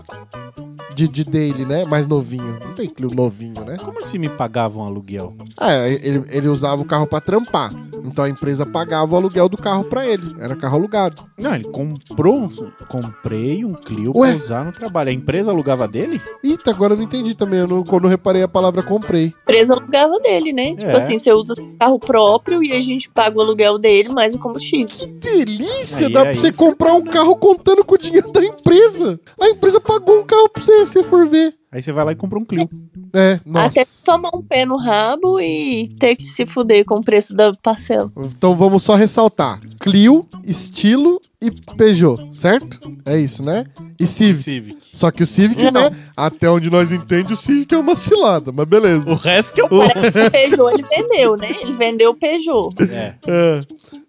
[SPEAKER 1] De, de daily, né? Mais novinho. Não tem Clio novinho, né?
[SPEAKER 2] Como assim me pagavam aluguel?
[SPEAKER 1] Ah, é, ele, ele usava o carro para trampar. Então a empresa pagava o aluguel do carro para ele. Era carro alugado.
[SPEAKER 2] Não, ele comprou. Comprei um Clio
[SPEAKER 1] Ué?
[SPEAKER 2] pra usar no trabalho. A empresa alugava dele?
[SPEAKER 1] Eita, agora eu não entendi também. Eu não, quando eu reparei a palavra comprei.
[SPEAKER 3] Presa alugava dele, né? Tipo
[SPEAKER 2] É.
[SPEAKER 3] assim, você usa o carro próprio e a gente paga o aluguel dele mais o combustível.
[SPEAKER 1] delícia!
[SPEAKER 2] Aí,
[SPEAKER 1] dá pra
[SPEAKER 2] aí.
[SPEAKER 1] você comprar um carro contando com o dinheiro da empresa. A empresa pagou um carro pra você, se você for ver.
[SPEAKER 2] Aí você vai lá e compra um Clio.
[SPEAKER 1] É, nossa.
[SPEAKER 3] Até tomar um pé no rabo e ter que se fuder com o preço da parcela.
[SPEAKER 1] Então vamos só ressaltar: Clio, estilo e Peugeot, certo? É isso, né? E Civic.
[SPEAKER 2] Civic.
[SPEAKER 1] Só que o Civic,
[SPEAKER 3] Não.
[SPEAKER 1] né? Até onde nós entende, o Civic é uma cilada, mas beleza.
[SPEAKER 2] O resto que eu.
[SPEAKER 3] O Peugeot ele vendeu, né? Ele vendeu o Peugeot.
[SPEAKER 2] É.
[SPEAKER 1] É,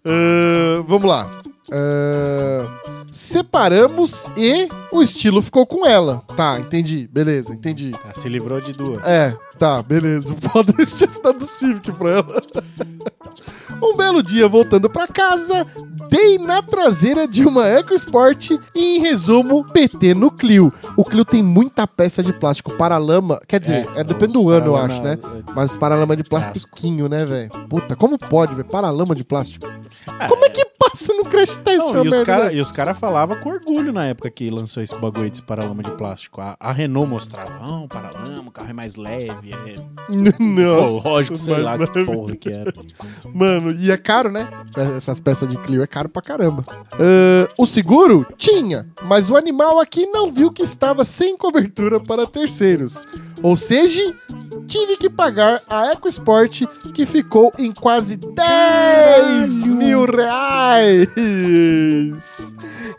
[SPEAKER 1] é, vamos lá. É, separamos e o estilo ficou com ela. Tá, entendi. Beleza, entendi.
[SPEAKER 2] Ah, se livrou de duas.
[SPEAKER 1] É, tá, beleza. O foda é tinha dado Civic pra ela. Um belo dia, voltando pra casa, dei na traseira de uma EcoSport e, em resumo, PT no Clio. O Clio tem muita peça de plástico paralama, quer dizer, é, depende do ano, eu acho,
[SPEAKER 2] é,
[SPEAKER 1] né? Mas paralama de plastiquinho, né, velho? Puta, como pode, velho? Paralama de plástico. Como é que passa no Crash Test,
[SPEAKER 2] Não,
[SPEAKER 1] meu
[SPEAKER 2] e os
[SPEAKER 1] merda
[SPEAKER 2] caras
[SPEAKER 1] dessa?
[SPEAKER 2] cara, falavam com orgulho na época que lançou esse bagulho desse paralama de plástico. A, a Renault mostrava, não, paralama, o carro é mais leve, é ecológico,
[SPEAKER 1] Nossa,
[SPEAKER 2] sei lá
[SPEAKER 1] mas- é
[SPEAKER 2] que porra que era.
[SPEAKER 1] Mano, e é caro, né? Essas peças de Clio é caro pra caramba. Ah, o seguro? Tinha, mas o animal aqui não viu que estava sem cobertura para terceiros. Ou seja, tive que pagar a EcoSport, que ficou em quase 10 mil reais.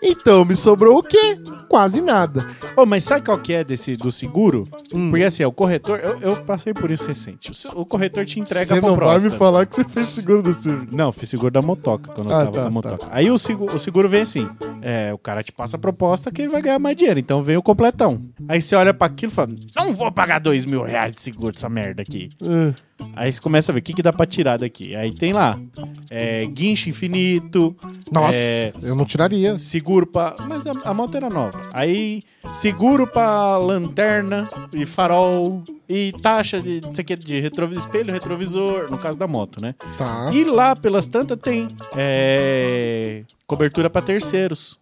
[SPEAKER 1] Então me sobrou o quê? Quase nada.
[SPEAKER 2] Ô, mas sabe qual que é desse do seguro?
[SPEAKER 1] Hum.
[SPEAKER 2] Porque assim, ó, o corretor, eu, eu passei por isso recente. O, se- o corretor te entrega
[SPEAKER 1] Você
[SPEAKER 2] a
[SPEAKER 1] não vai
[SPEAKER 2] proposta.
[SPEAKER 1] me falar que você fez seguro do Civic.
[SPEAKER 2] Não, fiz seguro da motoca, quando eu
[SPEAKER 1] Ah,
[SPEAKER 2] tava
[SPEAKER 1] tá,
[SPEAKER 2] na motoca. Aí o seguro, o seguro vem assim, é, o cara te passa a proposta que ele vai ganhar mais dinheiro, então vem o completão. Aí você olha pra aquilo e fala, não vou pagar dois mil reais de seguro dessa merda aqui.
[SPEAKER 1] Ah.
[SPEAKER 2] Aí você começa a ver o que, que dá pra tirar daqui. Aí tem lá, é, guincho infinito,
[SPEAKER 1] Nossa,
[SPEAKER 2] É.
[SPEAKER 1] eu não tiraria.
[SPEAKER 2] seguro pra... Mas a, a moto era nova. Aí seguro pra lanterna e farol e taxa de, não sei o que, de retrovisor, espelho, retrovisor, no caso da moto, né?
[SPEAKER 1] Tá.
[SPEAKER 2] E lá, pelas tantas, tem é, cobertura pra terceiros.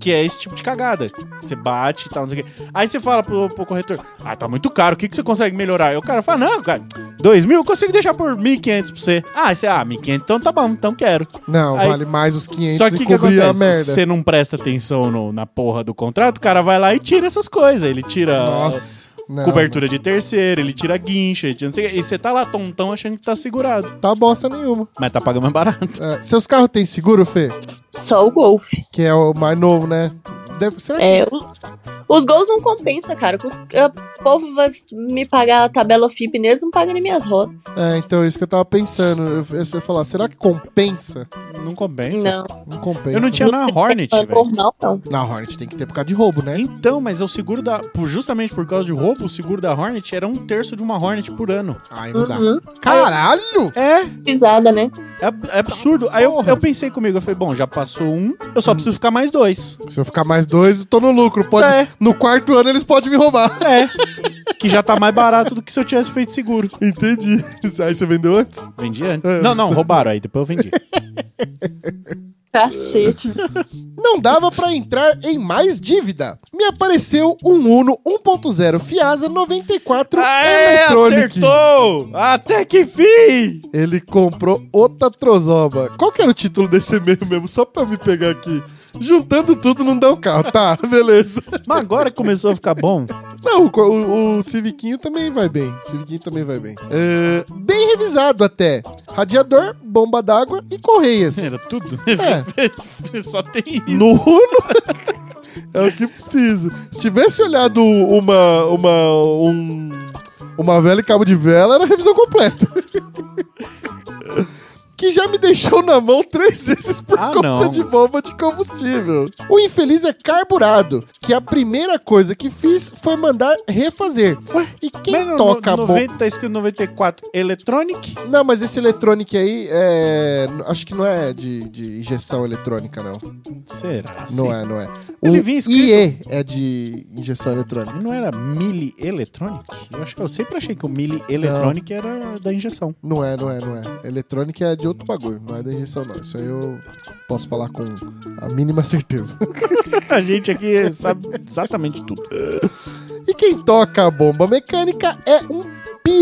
[SPEAKER 2] Que é esse tipo de cagada. Você bate e tal, não sei o quê. Aí você fala pro, pro corretor: Ah, tá muito caro, o que, que você consegue melhorar? Aí o cara fala: Não, cara, dois mil eu consigo deixar por 1.500 pra você. Ah, aí você, ah, 1.500 então tá bom, então quero.
[SPEAKER 1] Não,
[SPEAKER 2] Aí-
[SPEAKER 1] vale mais os 500
[SPEAKER 2] Só que
[SPEAKER 1] e
[SPEAKER 2] o que
[SPEAKER 1] cobrir a
[SPEAKER 2] acontece?
[SPEAKER 1] merda.
[SPEAKER 2] Você não presta atenção no- na porra do contrato, o cara vai lá e tira essas coisas. Ele tira.
[SPEAKER 1] Nossa. não,
[SPEAKER 2] Cobertura de terceiro, ele tira guincho, ele tira não sei o quê. E você tá lá tontão achando que tá segurado.
[SPEAKER 1] não Tá bosta nenhuma.
[SPEAKER 2] Mas tá pagando mais barato.
[SPEAKER 1] É, seus carros têm seguro, Fê?
[SPEAKER 3] Só o Golf.
[SPEAKER 1] Que é o mais novo, né? Deve, será que...
[SPEAKER 3] É, o- os gols não compensa, cara. Os- O povo vai me pagar a tabela FIP neles, não paga nem minhas rodas.
[SPEAKER 1] É, então, isso que eu tava pensando. Eu, eu ia falar, será que compensa?
[SPEAKER 2] Não compensa.
[SPEAKER 1] é
[SPEAKER 3] Não,
[SPEAKER 1] Não compensa.
[SPEAKER 2] Eu não tinha na Hornet,
[SPEAKER 3] é
[SPEAKER 1] um
[SPEAKER 2] velho.
[SPEAKER 3] normal, não.
[SPEAKER 1] Na Hornet tem que ter por causa de roubo, né?
[SPEAKER 2] Então, mas o seguro da. por- Justamente por causa de roubo, o seguro da Hornet era um terço de uma Hornet por ano.
[SPEAKER 1] Ai, não dá.
[SPEAKER 3] Uhum.
[SPEAKER 1] Caralho!
[SPEAKER 2] É,
[SPEAKER 3] Pisada, né?
[SPEAKER 2] é, ab- é absurdo. Aí eu,
[SPEAKER 1] Porra.
[SPEAKER 2] eu pensei comigo, eu falei, bom, já passou um, eu só preciso ficar mais dois.
[SPEAKER 1] Se eu ficar mais dois, eu tô no lucro. Pode...
[SPEAKER 2] É.
[SPEAKER 1] No quarto ano eles podem me roubar.
[SPEAKER 2] É. que já tá mais barato do que se eu tivesse feito seguro.
[SPEAKER 1] Entendi. Aí você vendeu antes?
[SPEAKER 2] Vendi antes.
[SPEAKER 1] É.
[SPEAKER 2] Não, não, roubaram aí, depois eu vendi.
[SPEAKER 3] Cacete.
[SPEAKER 1] Não dava pra entrar em mais dívida. Me apareceu um Uno 1.0 Fiasa 94 Electronic.
[SPEAKER 2] Até que fim!
[SPEAKER 1] Ele comprou outra trozoba. Qual que era o título desse e-mail mesmo? Só pra eu me pegar aqui. Juntando tudo não dá um carro. Tá, beleza.
[SPEAKER 2] Mas agora que começou a ficar bom.
[SPEAKER 1] Não, o, o, o Civiquinho também vai bem. Civiquinho também vai bem. É, bem revisado até. Radiador, bomba d'água e correias.
[SPEAKER 2] Era tudo.
[SPEAKER 1] É.
[SPEAKER 2] Só tem isso.
[SPEAKER 1] No Uno. é o que precisa. Se tivesse olhado uma. uma. um. Uma vela e cabo de vela, era revisão completa. que já me deixou na mão três vezes por
[SPEAKER 2] Ah,
[SPEAKER 1] conta
[SPEAKER 2] não.
[SPEAKER 1] de bomba de combustível. O infeliz é carburado, que a primeira coisa que fiz foi mandar refazer. e quem
[SPEAKER 2] Mas no-
[SPEAKER 1] toca a
[SPEAKER 2] no,
[SPEAKER 1] bomba...
[SPEAKER 2] 90, Tá escrito 94 Electronic.
[SPEAKER 1] Não, mas esse eletrônico aí, é... acho que não é de, de injeção eletrônica, não.
[SPEAKER 2] Será?
[SPEAKER 1] Não é, não é.
[SPEAKER 2] Ele
[SPEAKER 1] o
[SPEAKER 2] vinha
[SPEAKER 1] IE é de injeção eletrônica.
[SPEAKER 2] Não era Mili Electronic? Eu, acho que eu sempre achei que o Mili Electronic era da injeção.
[SPEAKER 1] Não é, não é, não é. Eletrônica é de outro bagulho, não é da injeção, não. Isso aí eu posso falar com a mínima certeza.
[SPEAKER 2] A gente aqui sabe exatamente tudo.
[SPEAKER 1] E quem toca a bomba mecânica é um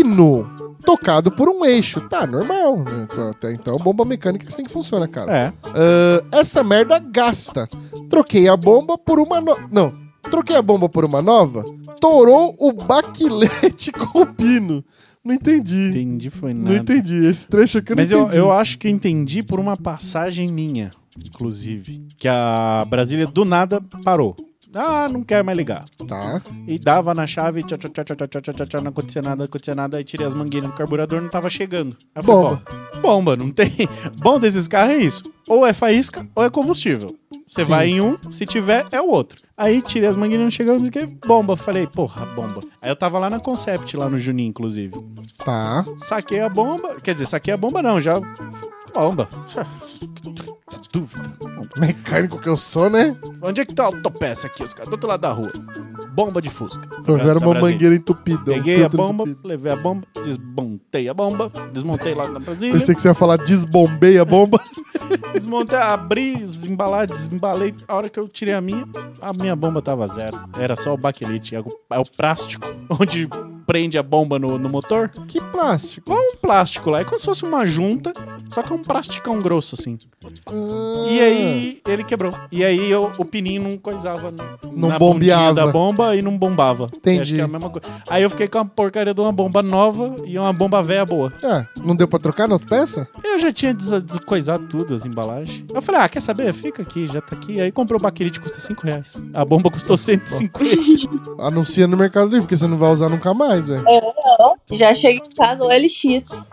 [SPEAKER 1] pino tocado por um eixo. Tá, normal. né? Até então, bomba mecânica é assim que funciona, cara.
[SPEAKER 2] É.
[SPEAKER 1] Ah, essa merda gasta. Troquei a bomba por uma no... Não, troquei a bomba por uma nova. Torou o baquilete com o pino. Não entendi.
[SPEAKER 2] Entendi, foi nada.
[SPEAKER 1] Não entendi. Esse trecho aqui eu
[SPEAKER 2] Mas
[SPEAKER 1] não
[SPEAKER 2] eu,
[SPEAKER 1] entendi.
[SPEAKER 2] eu acho que entendi por uma passagem minha, inclusive. Que a Brasília do nada parou. Ah, não quero mais ligar.
[SPEAKER 1] Tá.
[SPEAKER 2] E dava na chave, tchau, tchau, tchau, tchau, tchau, tchau, tchau, tchau, tchau, não acontecia nada, não acontecia nada. Aí tirei as mangueiras no carburador, não tava chegando. Aí eu falei,
[SPEAKER 1] Bomba.
[SPEAKER 2] "Bom, bomba, não tem. Bom desses carros é isso. Ou é faísca ou é combustível. Você
[SPEAKER 1] Sim.
[SPEAKER 2] vai em um, se tiver, é o outro. Aí tirei as mangueiras, não chegando, não sei o que, bomba. Falei, porra, bomba. Aí eu tava lá na Concept, lá no Juninho, inclusive.
[SPEAKER 1] Tá.
[SPEAKER 2] Saquei a bomba, quer dizer, saquei a bomba não, já. Bomba. Dúvida.
[SPEAKER 1] Mecânico que eu sou, né?
[SPEAKER 2] Onde é que tá a autopeça aqui, os caras? Do outro lado da rua. Bomba de fusca.
[SPEAKER 1] Jogaram uma
[SPEAKER 2] Brasil.
[SPEAKER 1] mangueira entupida. um
[SPEAKER 2] Peguei a
[SPEAKER 1] filtro
[SPEAKER 2] bomba,
[SPEAKER 1] entupido.
[SPEAKER 2] levei a bomba, desmontei a bomba, desmontei lá na Brasília,
[SPEAKER 1] Pensei que você ia falar desbombei a bomba.
[SPEAKER 2] desmontei, abri, desembalar, desembalei. A hora que eu tirei a minha, a minha bomba tava zero. Era só o baquelite, é o, é o plástico onde prende a bomba no, no motor.
[SPEAKER 1] que plástico.
[SPEAKER 2] Igual um plástico lá, é como se fosse uma junta, só que é um plasticão grosso assim.
[SPEAKER 1] Ah,
[SPEAKER 2] E aí ele quebrou. E aí eu- o pininho não coisava na,
[SPEAKER 1] Não
[SPEAKER 2] na
[SPEAKER 1] bombeava.
[SPEAKER 2] bundinha da bomba e não bombava.
[SPEAKER 1] Entendi.
[SPEAKER 2] Acho que é a mesma coisa. Aí eu fiquei com uma porcaria de uma bomba nova e uma bomba velha boa.
[SPEAKER 1] Ah, não deu pra trocar na peça?
[SPEAKER 2] Eu já tinha des- descoisado tudo, as embalagens. Eu falei, ah, quer saber? Fica aqui, já tá aqui. Aí comprou o baquelite, custa 5 reais. A bomba custou 150.
[SPEAKER 1] Anuncia no Mercado Livre, porque você não vai usar nunca mais, velho. É.
[SPEAKER 3] Já chega em casa o LX,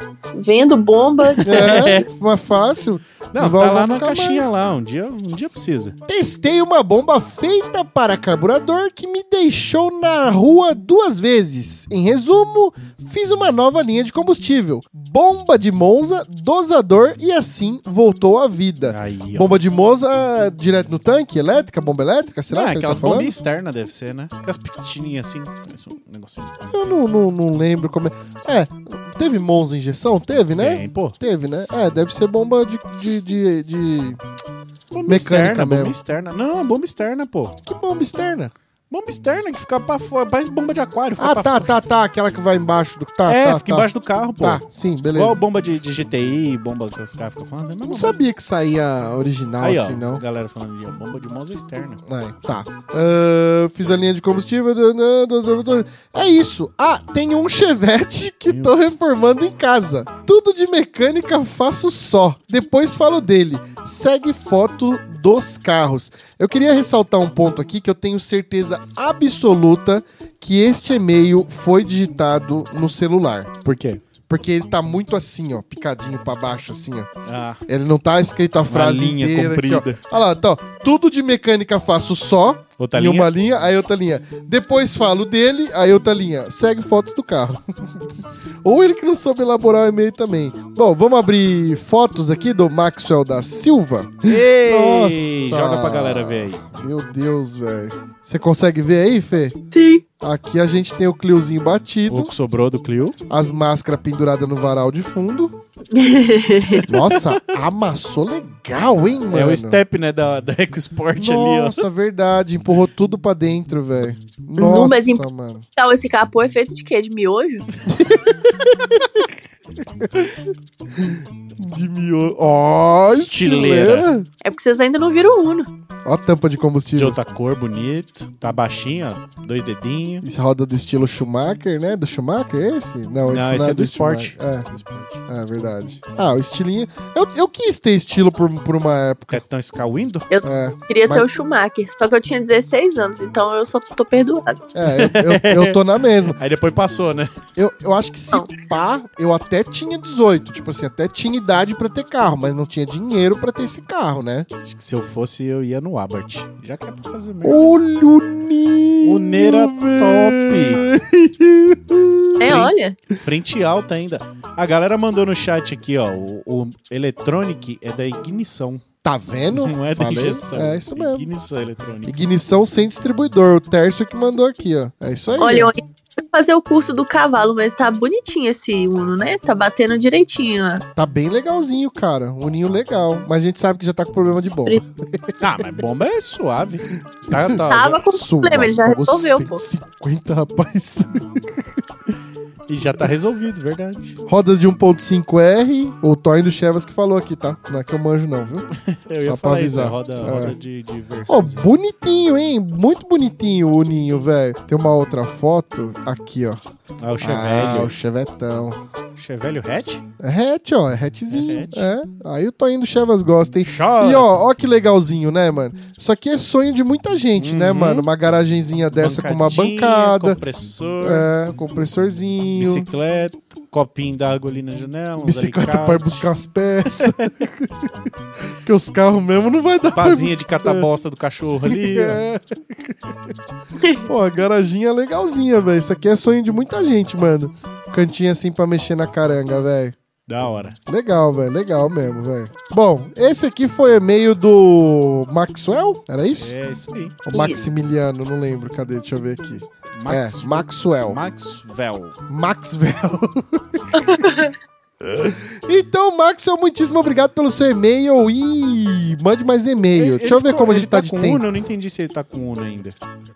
[SPEAKER 3] vendo bomba.
[SPEAKER 1] É, mas fácil.
[SPEAKER 2] Não,
[SPEAKER 1] Não vai
[SPEAKER 2] tá
[SPEAKER 1] usar
[SPEAKER 2] lá na
[SPEAKER 1] nunca
[SPEAKER 2] caixinha
[SPEAKER 1] mais.
[SPEAKER 2] lá. Um dia, um dia precisa.
[SPEAKER 1] Testei uma bomba feita para carburador que me deixou na rua duas vezes. Em resumo, fiz uma nova linha de combustível. Bomba de Monza, dosador e assim voltou à vida.
[SPEAKER 2] Aí, ó.
[SPEAKER 1] Bomba de Monza ah, direto no tanque? Elétrica? Bomba elétrica? Sei
[SPEAKER 2] Não, é
[SPEAKER 1] lá, que ele
[SPEAKER 2] Ah, aquelas
[SPEAKER 1] tá falando?
[SPEAKER 2] bombinhas externas deve ser, né? Aquelas pequenininhas assim. Parece um negocinho.
[SPEAKER 1] Eu não, não- não lembro como é. É, teve Monza injeção? Teve, né?
[SPEAKER 2] Tem, pô.
[SPEAKER 1] Teve, né? É, deve ser bomba de. de, de, de-
[SPEAKER 2] Bomba
[SPEAKER 1] Mecânica
[SPEAKER 2] externa, bomba
[SPEAKER 1] mesmo.
[SPEAKER 2] externa. Não, é bomba externa, pô.
[SPEAKER 1] Que bomba externa?
[SPEAKER 2] Bomba externa que fica pra fora, parece bomba de aquário. fica
[SPEAKER 1] Ah,
[SPEAKER 2] pra
[SPEAKER 1] tá,
[SPEAKER 2] fora.
[SPEAKER 1] tá, tá. Aquela que vai embaixo do. Tá,
[SPEAKER 2] é,
[SPEAKER 1] tá. tá.
[SPEAKER 2] fica embaixo do carro, pô.
[SPEAKER 1] Tá, sim, beleza.
[SPEAKER 2] Igual bomba de, de GTI, bomba que os caras ficam falando. é a mesma
[SPEAKER 1] Não
[SPEAKER 2] bomba
[SPEAKER 1] sabia que saía original
[SPEAKER 2] Aí, ó,
[SPEAKER 1] assim, não.
[SPEAKER 2] essa galera falando de bomba de Monza externa.
[SPEAKER 1] Ai, tá. Ah, fiz a linha de combustível. né, do- do- do- do- do- É isso. Ah, tem um Chevette que
[SPEAKER 2] Meu.
[SPEAKER 1] tô reformando em casa. Tudo de mecânica faço só. Depois falo dele. Segue foto dos carros. Eu queria ressaltar um ponto aqui que eu tenho certeza absoluta que este e-mail foi digitado no celular.
[SPEAKER 2] Por quê?
[SPEAKER 1] Porque ele tá muito assim, ó, picadinho pra baixo, assim, ó.
[SPEAKER 2] Ah,
[SPEAKER 1] Ele não tá escrito a frase
[SPEAKER 2] linha
[SPEAKER 1] inteira aqui, ó.
[SPEAKER 2] comprida.
[SPEAKER 1] Olha lá, então, tudo de mecânica faço só,
[SPEAKER 2] outra
[SPEAKER 1] em
[SPEAKER 2] Tá linha.
[SPEAKER 1] uma linha, aí outra linha. Depois falo dele, aí outra linha. Segue fotos do carro. Ou ele que não soube elaborar o e-mail também. Bom, vamos abrir fotos aqui do Maxwell da Silva.
[SPEAKER 2] Ei,
[SPEAKER 1] Nossa.
[SPEAKER 2] joga pra galera ver aí.
[SPEAKER 1] Meu Deus, velho. Você consegue ver aí, Fê?
[SPEAKER 3] Sim.
[SPEAKER 1] Aqui a gente tem o Cliozinho batido,
[SPEAKER 2] O que sobrou do Clio.
[SPEAKER 1] as máscaras penduradas no varal de fundo. Nossa, amassou legal, hein, mano?
[SPEAKER 2] É o step, né, da, da EcoSport ali, ó.
[SPEAKER 1] Nossa, verdade. Empurrou tudo pra dentro, velho.
[SPEAKER 3] Não,
[SPEAKER 1] Nossa,
[SPEAKER 3] mas em-
[SPEAKER 1] mano.
[SPEAKER 3] Então, esse capô é feito de quê? De miojo?
[SPEAKER 1] De miolo. Ó,
[SPEAKER 2] Estileira.
[SPEAKER 1] estileira.
[SPEAKER 3] É porque vocês ainda não viram o Uno.
[SPEAKER 1] Ó a tampa de
[SPEAKER 2] De
[SPEAKER 1] combustível.
[SPEAKER 2] outra cor, bonito. Tá baixinho, ó. Dois dedinhos.
[SPEAKER 1] Isso roda do estilo Schumacher, né? Do Schumacher, esse? Não,
[SPEAKER 2] Não,
[SPEAKER 1] esse não
[SPEAKER 2] esse é do
[SPEAKER 1] Schumacher.
[SPEAKER 2] esporte.
[SPEAKER 1] É, é verdade. Ah, o estilinho... Eu, eu quis ter estilo por, por uma época.
[SPEAKER 2] Tetão Skywindo?
[SPEAKER 1] É,
[SPEAKER 3] Queria
[SPEAKER 1] Mas-
[SPEAKER 3] ter o Schumacher. Só que eu tinha 16 anos, então eu só tô perdoado.
[SPEAKER 1] é eu, eu, eu tô na mesma.
[SPEAKER 2] Aí depois passou, né?
[SPEAKER 1] Eu, eu acho que se
[SPEAKER 3] Não.
[SPEAKER 1] pá, eu até tinha 18. Tipo assim, até tinha idade pra ter carro, mas não tinha dinheiro pra ter esse carro, né?
[SPEAKER 2] Acho que se eu fosse, eu ia no Abart. Já que é pra fazer
[SPEAKER 1] Uh!
[SPEAKER 2] merda.
[SPEAKER 1] Olha o Nino,
[SPEAKER 2] O é Nero é
[SPEAKER 1] velho.
[SPEAKER 3] Né, olha.
[SPEAKER 2] Frente alta ainda. A galera mandou no chat aqui, ó. O, o Electronic é da ignição.
[SPEAKER 1] Tá vendo?
[SPEAKER 2] Não é da
[SPEAKER 1] Falei?
[SPEAKER 2] injeção.
[SPEAKER 1] É isso mesmo.
[SPEAKER 2] Ignição eletrônica.
[SPEAKER 1] Ignição sem distribuidor. O Tércio que mandou aqui, ó. É isso aí.
[SPEAKER 3] Olha, eu
[SPEAKER 1] ó.
[SPEAKER 3] ainda vou fazer o curso do cavalo, mas tá bonitinho esse Uno, né? Tá batendo direitinho, ó.
[SPEAKER 1] Tá bem legalzinho, cara. Um ninho legal. Mas a gente sabe que já tá com problema de bomba.
[SPEAKER 3] Ele
[SPEAKER 2] Ah, mas bomba é suave. Tá, tá.
[SPEAKER 3] Tava com problema, ele Ah, já
[SPEAKER 1] pagou
[SPEAKER 3] resolveu, pô.
[SPEAKER 1] 150, rapaz.
[SPEAKER 2] já- e já tá resolvido, verdade.
[SPEAKER 1] Rodas de 1.5R. O Toy do Chevas que falou aqui, tá? Não é que eu manjo, não, viu?
[SPEAKER 2] Eu
[SPEAKER 1] Só
[SPEAKER 2] ia
[SPEAKER 1] pra
[SPEAKER 2] falar
[SPEAKER 1] avisar.
[SPEAKER 2] isso, né? roda,
[SPEAKER 1] É.
[SPEAKER 2] roda de, de versão.
[SPEAKER 1] Ó, bonitinho, hein? Muito bonitinho o ninho, velho. Tem uma outra foto aqui, ó.
[SPEAKER 2] Ah, o
[SPEAKER 1] Ah,
[SPEAKER 2] Chevelho.
[SPEAKER 1] o Chevetão.
[SPEAKER 2] O Chevelho hatch?
[SPEAKER 1] É hatch, ó, é hatchzinho.
[SPEAKER 2] É hatch.
[SPEAKER 1] É. Aí o Toinho do Chevas gosta, hein?
[SPEAKER 2] Chora!
[SPEAKER 1] E ó, ó que legalzinho, né, mano? Isso aqui é sonho de muita gente, né,
[SPEAKER 2] Uhum.
[SPEAKER 1] mano? Uma garagenzinha dessa com uma
[SPEAKER 2] Bancadinha,
[SPEAKER 1] bancada,
[SPEAKER 2] Compressor,
[SPEAKER 1] é, um compressorzinho,
[SPEAKER 2] bicicleta, copinho d'água ali na janela, um uns
[SPEAKER 1] bicicleta
[SPEAKER 2] alicates,
[SPEAKER 1] para buscar as peças. Porque os carros mesmo não vai dar pra
[SPEAKER 2] pazinha de catabosta do cachorro ali. ó.
[SPEAKER 1] É. Pô, a garaginha é legalzinha, velho. Isso aqui é sonho de muita gente, mano. Cantinho assim pra mexer na caranga, velho.
[SPEAKER 2] Da hora.
[SPEAKER 1] Legal, velho. Legal mesmo, velho. Bom, esse aqui foi e-mail do Maxwell? Era isso?
[SPEAKER 2] É isso aí.
[SPEAKER 1] Ou Maximiliano, não lembro. Cadê? Deixa eu ver aqui.
[SPEAKER 2] Max,
[SPEAKER 1] É, Maxwell.
[SPEAKER 2] Maxwell.
[SPEAKER 1] Maxwell. então, Maxwell, muitíssimo obrigado pelo seu e-mail. E mande mais e-mail.
[SPEAKER 2] Ele-
[SPEAKER 1] Deixa eu
[SPEAKER 2] ele
[SPEAKER 1] ver
[SPEAKER 2] ficou-
[SPEAKER 1] como a
[SPEAKER 2] ele
[SPEAKER 1] gente tá, de
[SPEAKER 2] com um
[SPEAKER 1] tempo.
[SPEAKER 2] Uno, eu não entendi se ele tá com Uno ainda.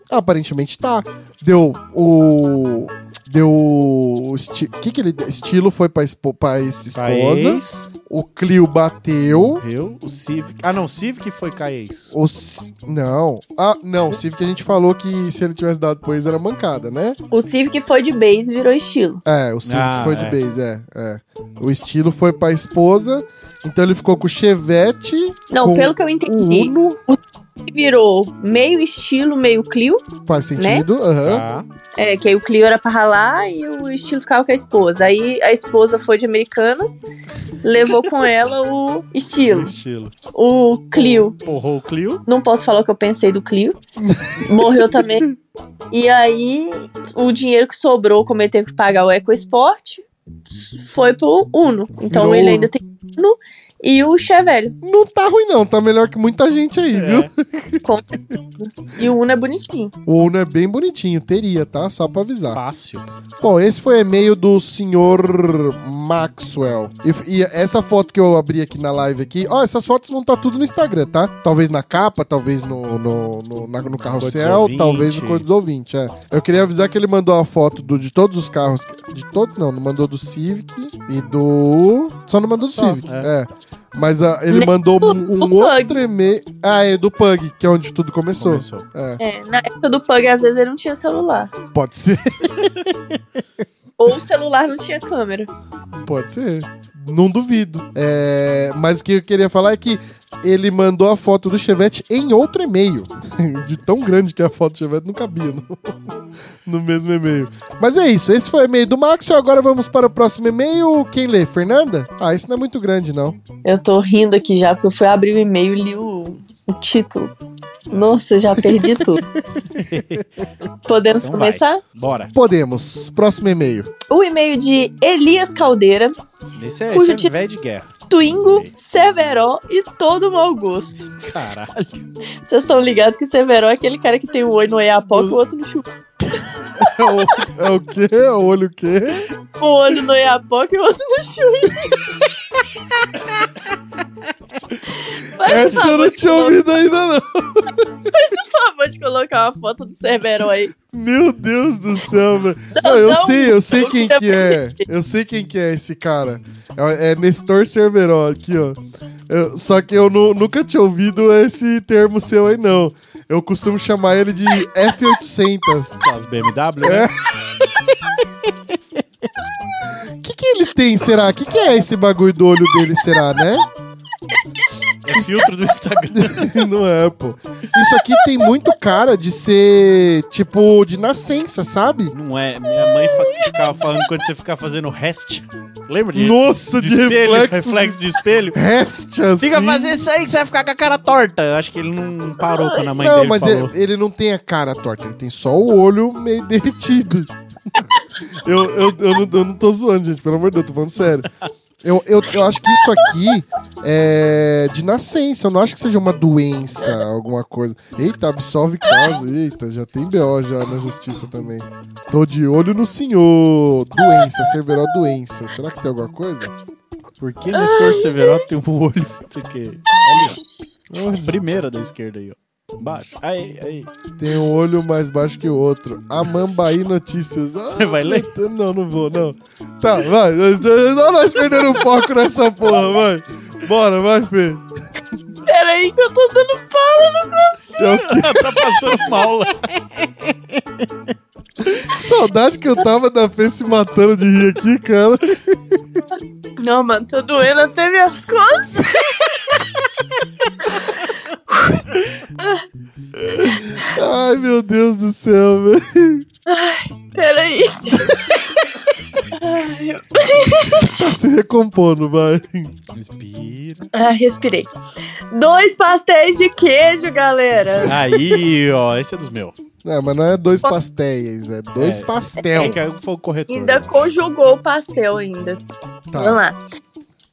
[SPEAKER 1] Aparentemente tá. Deu o. Deu o. esti- que, que ele. deu? Estilo foi pra, expo, pra ex-esposa.
[SPEAKER 2] Caes,
[SPEAKER 1] O Clio bateu.
[SPEAKER 2] eu, o Civic. Ah, não, o Civic foi Caes.
[SPEAKER 1] O. C- Não. Ah, não. O Civic a gente falou que se ele tivesse dado pro ex era mancada, né?
[SPEAKER 3] O Civic foi de base virou estilo.
[SPEAKER 1] É, o Civic
[SPEAKER 2] Ah,
[SPEAKER 1] foi
[SPEAKER 2] é.
[SPEAKER 1] de base, é, é. O estilo foi pra esposa. Então ele ficou com o Chevette.
[SPEAKER 3] Não,
[SPEAKER 1] com
[SPEAKER 3] pelo que eu entendi,
[SPEAKER 1] O Uno.
[SPEAKER 3] virou meio estilo, meio Clio.
[SPEAKER 1] Faz sentido. Aham.
[SPEAKER 2] Tá.
[SPEAKER 3] É, que aí o Clio era pra ralar e o estilo ficava com a esposa. Aí a esposa foi de Americanas, levou com ela o
[SPEAKER 2] O
[SPEAKER 3] estilo,
[SPEAKER 2] estilo.
[SPEAKER 3] o Clio.
[SPEAKER 2] Porrou o Clio.
[SPEAKER 3] Não posso falar o que eu pensei do Clio. Morreu também. E aí, o dinheiro que sobrou, como ele teve que pagar o EcoSport, foi pro Uno. Então
[SPEAKER 1] Virou
[SPEAKER 3] ele
[SPEAKER 1] Uno.
[SPEAKER 3] ainda tem o Uno e o Chevelho.
[SPEAKER 1] Não tá ruim, não. Tá melhor que muita gente aí, viu?
[SPEAKER 2] É.
[SPEAKER 3] Com certeza. E o Uno é bonitinho.
[SPEAKER 1] O Uno é bem bonitinho, teria, tá? Só pra avisar.
[SPEAKER 2] Fácil.
[SPEAKER 1] Bom, esse foi o e-mail do senhor Maxwell. E, e essa foto que eu abri aqui na live aqui, ó, essas fotos vão estar tudo no Instagram, tá? Talvez na capa, talvez no, no, no, na- no carrossel,
[SPEAKER 2] Cortes
[SPEAKER 1] talvez no
[SPEAKER 2] ouvinte.
[SPEAKER 1] Cor dos Ouvintes, é. Eu queria avisar que ele mandou a foto do- de todos os carros. que- De todos, não, não mandou do Civic e do. Só não mandou do
[SPEAKER 2] Só,
[SPEAKER 1] Civic, é. Mas ah, ele
[SPEAKER 3] Nem
[SPEAKER 1] mandou
[SPEAKER 3] do-
[SPEAKER 1] um, um
[SPEAKER 3] do
[SPEAKER 1] outro e-mail. Ah, é do Pug, que é onde tudo começou.
[SPEAKER 2] Começou.
[SPEAKER 3] É, na época do Pug, às vezes ele não tinha celular.
[SPEAKER 1] Pode ser.
[SPEAKER 3] Ou o celular não tinha câmera.
[SPEAKER 1] Pode ser. Não duvido. É, mas o que eu queria falar é que ele mandou a foto do Chevette em outro e-mail. De tão grande que é a foto do Chevette não cabia no, no mesmo e-mail. Mas é isso. Esse foi o e-mail do Max. Agora vamos para o próximo e-mail. Quem lê? Fernanda? Ah, esse não é muito grande, não.
[SPEAKER 3] Eu tô rindo aqui já, porque eu fui abrir o e-mail e li o, o título. Nossa, já perdi tudo. Podemos
[SPEAKER 2] Então vai.
[SPEAKER 3] começar?
[SPEAKER 2] Bora.
[SPEAKER 1] Podemos. Próximo e-mail.
[SPEAKER 3] O e-mail de Elias Caldeira.
[SPEAKER 2] Esse é,
[SPEAKER 3] Cujo
[SPEAKER 2] esse é
[SPEAKER 3] título-
[SPEAKER 2] véio de guerra.
[SPEAKER 3] Twingo, Severo e todo mau gosto.
[SPEAKER 2] Caralho.
[SPEAKER 3] Vocês estão ligados que Severo é aquele cara que tem um olho no Oiapoca e o outro no Chupa.
[SPEAKER 1] É o, é o quê? É o olho o quê?
[SPEAKER 3] Um olho no Oiapoca e o outro no Chupa. Faz o
[SPEAKER 1] Essa eu
[SPEAKER 3] favor
[SPEAKER 1] não
[SPEAKER 3] de
[SPEAKER 1] tinha
[SPEAKER 3] colo-
[SPEAKER 1] ouvido ainda, não.
[SPEAKER 3] Faz o favor de colocar uma foto do Severo aí.
[SPEAKER 1] Meu Deus do céu, velho. Não, eu
[SPEAKER 3] não.
[SPEAKER 1] sei, eu sei
[SPEAKER 3] Eu
[SPEAKER 1] quem
[SPEAKER 3] queria
[SPEAKER 1] que é. Eu sei quem que é esse cara. É, é Nestor Cerveró aqui, ó. Eu- só que eu nu- nunca tinha ouvido esse termo seu aí, não. Eu costumo chamar ele de F800.
[SPEAKER 2] As BMW, né?
[SPEAKER 1] O que, que ele tem, será? O que, que é esse bagulho do olho dele, será, né?
[SPEAKER 2] É filtro do Instagram.
[SPEAKER 1] Não é, pô. Isso aqui tem muito cara de ser, tipo, de nascença, sabe?
[SPEAKER 2] Não é. Minha mãe fa- ficava falando quando você ficava fazendo rest. Lembra disso?
[SPEAKER 1] Nossa,
[SPEAKER 2] de
[SPEAKER 1] de
[SPEAKER 2] espelho, reflexo,
[SPEAKER 1] reflexo.
[SPEAKER 2] de espelho.
[SPEAKER 1] Reste, assim.
[SPEAKER 2] Fica fazendo isso aí que você vai ficar com a cara torta. Eu acho que ele não é- parou quando a mãe
[SPEAKER 1] não,
[SPEAKER 2] dele
[SPEAKER 1] mas
[SPEAKER 2] falou.
[SPEAKER 1] ele, ele não tem a cara torta, ele tem só o olho meio derretido. eu, eu, eu, não, eu não tô zoando, gente, pelo amor de Deus, tô falando sério. Eu, eu, eu acho que isso aqui é de nascença, eu não acho que seja uma doença, alguma coisa. Eita, absolve caso, eita, já tem BO já na justiça também. Tô de olho no senhor, doença, serveró doença. Será que tem alguma coisa?
[SPEAKER 2] Por que Nestor Severo tem um olho? Não sei o quê. Ali, ó. Primeira da esquerda aí, ó. Baixo. Aí, aí.
[SPEAKER 1] Tem um olho mais baixo que o outro. Amambaí Notícias. Ah,
[SPEAKER 2] Você vai ler?
[SPEAKER 1] Não, não vou, não. Tá, vai. Só nós perderam o foco nessa porra, vai. Bora, vai, Fê.
[SPEAKER 3] Pera aí que eu tô dando pala no consigo.
[SPEAKER 1] É o que-
[SPEAKER 2] tá passando mal lá.
[SPEAKER 1] que saudade que eu tava da Fê se matando de rir aqui, cara.
[SPEAKER 3] Não, mano, tá doendo até minhas costas.
[SPEAKER 1] Ai, meu Deus do céu, velho.
[SPEAKER 3] Peraí. Ai,
[SPEAKER 1] Tá se recompondo, vai.
[SPEAKER 2] Inspira.
[SPEAKER 3] Ah, respirei. Dois pastéis de queijo, galera.
[SPEAKER 2] Aí, ó, esse é dos meus.
[SPEAKER 1] Não, mas não é dois pastéis, é dois
[SPEAKER 2] É.
[SPEAKER 1] pastel.
[SPEAKER 2] É que aí foi o corretor.
[SPEAKER 3] Ainda
[SPEAKER 2] né?
[SPEAKER 3] conjugou o pastel ainda. Vamos
[SPEAKER 1] Tá.
[SPEAKER 3] lá.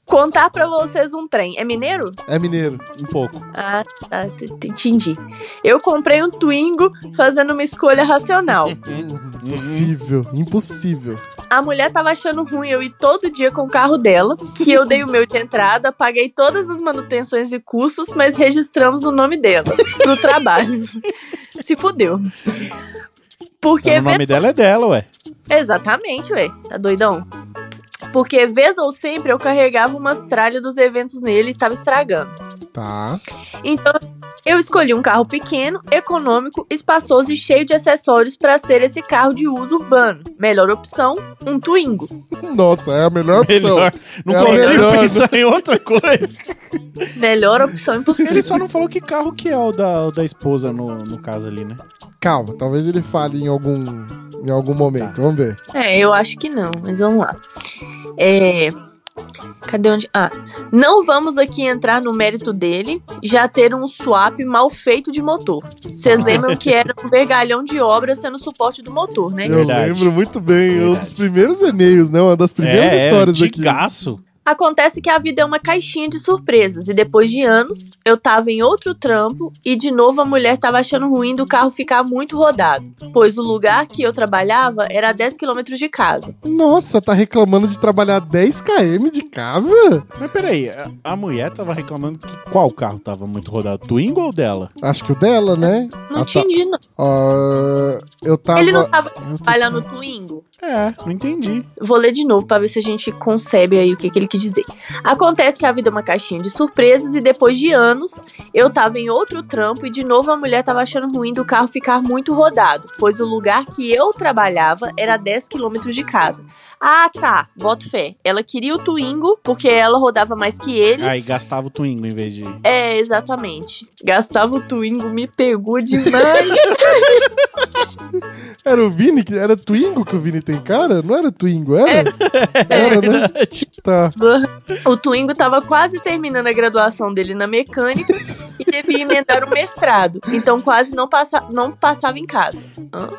[SPEAKER 3] Contar pra vocês um trem. É mineiro?
[SPEAKER 1] É mineiro.
[SPEAKER 2] Um pouco.
[SPEAKER 3] Ah, tá, t- t- entendi. Eu comprei um Twingo fazendo uma escolha racional.
[SPEAKER 1] Impossível, impossível.
[SPEAKER 3] A mulher tava achando ruim eu ir todo dia com o carro dela, que eu dei o meu de entrada, paguei todas as manutenções e custos, mas registramos o nome dela no trabalho. Se fudeu. Porque
[SPEAKER 2] Então, o
[SPEAKER 3] vê-
[SPEAKER 2] nome dela é dela, ué.
[SPEAKER 3] Exatamente, ué. Tá doidão? Porque vez ou sempre eu carregava umas tralhas dos eventos nele e tava estragando.
[SPEAKER 1] Tá.
[SPEAKER 3] Então, eu escolhi um carro pequeno, econômico, espaçoso e cheio de acessórios pra ser esse carro de uso urbano. Melhor opção, um Twingo.
[SPEAKER 1] Nossa, é a melhor opção.
[SPEAKER 2] Melhor. Não
[SPEAKER 1] É o
[SPEAKER 2] consigo
[SPEAKER 1] melhor.
[SPEAKER 2] pensar em outra coisa.
[SPEAKER 3] Melhor opção
[SPEAKER 2] Ele
[SPEAKER 3] impossível.
[SPEAKER 2] só não falou que carro que é o da, o da esposa no, no caso ali, né?
[SPEAKER 1] Calma, talvez ele fale em algum em algum
[SPEAKER 2] Tá.
[SPEAKER 1] momento. Vamos ver.
[SPEAKER 3] É, eu acho que não, mas vamos lá. É. Cadê onde? Ah, não vamos aqui entrar no mérito dele, já ter um swap mal feito de motor. Vocês
[SPEAKER 1] Ah.
[SPEAKER 3] lembram que era um vergalhão de obra sendo o suporte do motor, né?
[SPEAKER 1] Eu
[SPEAKER 2] É Verdade.
[SPEAKER 1] lembro muito bem. É um dos
[SPEAKER 2] Verdade.
[SPEAKER 1] primeiros e-mails, né? Uma das primeiras
[SPEAKER 2] é,
[SPEAKER 1] histórias
[SPEAKER 2] é,
[SPEAKER 1] aqui.
[SPEAKER 2] antigaço.
[SPEAKER 3] Acontece que a vida é uma caixinha de surpresas, e depois de anos, eu tava em outro trampo e de novo a mulher tava achando ruim do carro ficar muito rodado, pois o lugar que eu trabalhava era a 10 km de casa.
[SPEAKER 1] Nossa, tá reclamando de trabalhar 10 km de casa?
[SPEAKER 2] Mas peraí, a- a mulher tava reclamando que qual carro tava muito rodado? Twingo ou dela?
[SPEAKER 1] Acho que o dela, né?
[SPEAKER 3] Não
[SPEAKER 1] Ah, tá.
[SPEAKER 3] entendi, não.
[SPEAKER 1] Ah, eu tava.
[SPEAKER 3] Ele não Ah, tava
[SPEAKER 1] Eu tô-
[SPEAKER 3] trabalhando no Twingo?
[SPEAKER 2] É, não entendi.
[SPEAKER 3] Vou ler de novo pra ver se a gente concebe aí o que, que ele quis dizer. Acontece que a vida é uma caixinha de surpresas e depois de anos eu tava em outro trampo e de novo a mulher tava achando ruim do carro ficar muito rodado, pois o lugar que eu trabalhava era a 10 quilômetros de casa. Ah, tá, boto fé. Ela queria o Twingo porque ela rodava mais que ele.
[SPEAKER 2] Aí gastava o Twingo em vez de.
[SPEAKER 3] É, exatamente. Gastava o Twingo, me pegou demais.
[SPEAKER 1] Era o Vini? Que... Era Twingo que o Vini tem cara? Não era Twingo, era?
[SPEAKER 2] É
[SPEAKER 1] Era, né?
[SPEAKER 2] verdade.
[SPEAKER 1] Tá.
[SPEAKER 3] O Twingo tava quase terminando a graduação dele na mecânica e teve que emendar o mestrado. Então quase não, passa, não passava em casa.
[SPEAKER 2] Ah,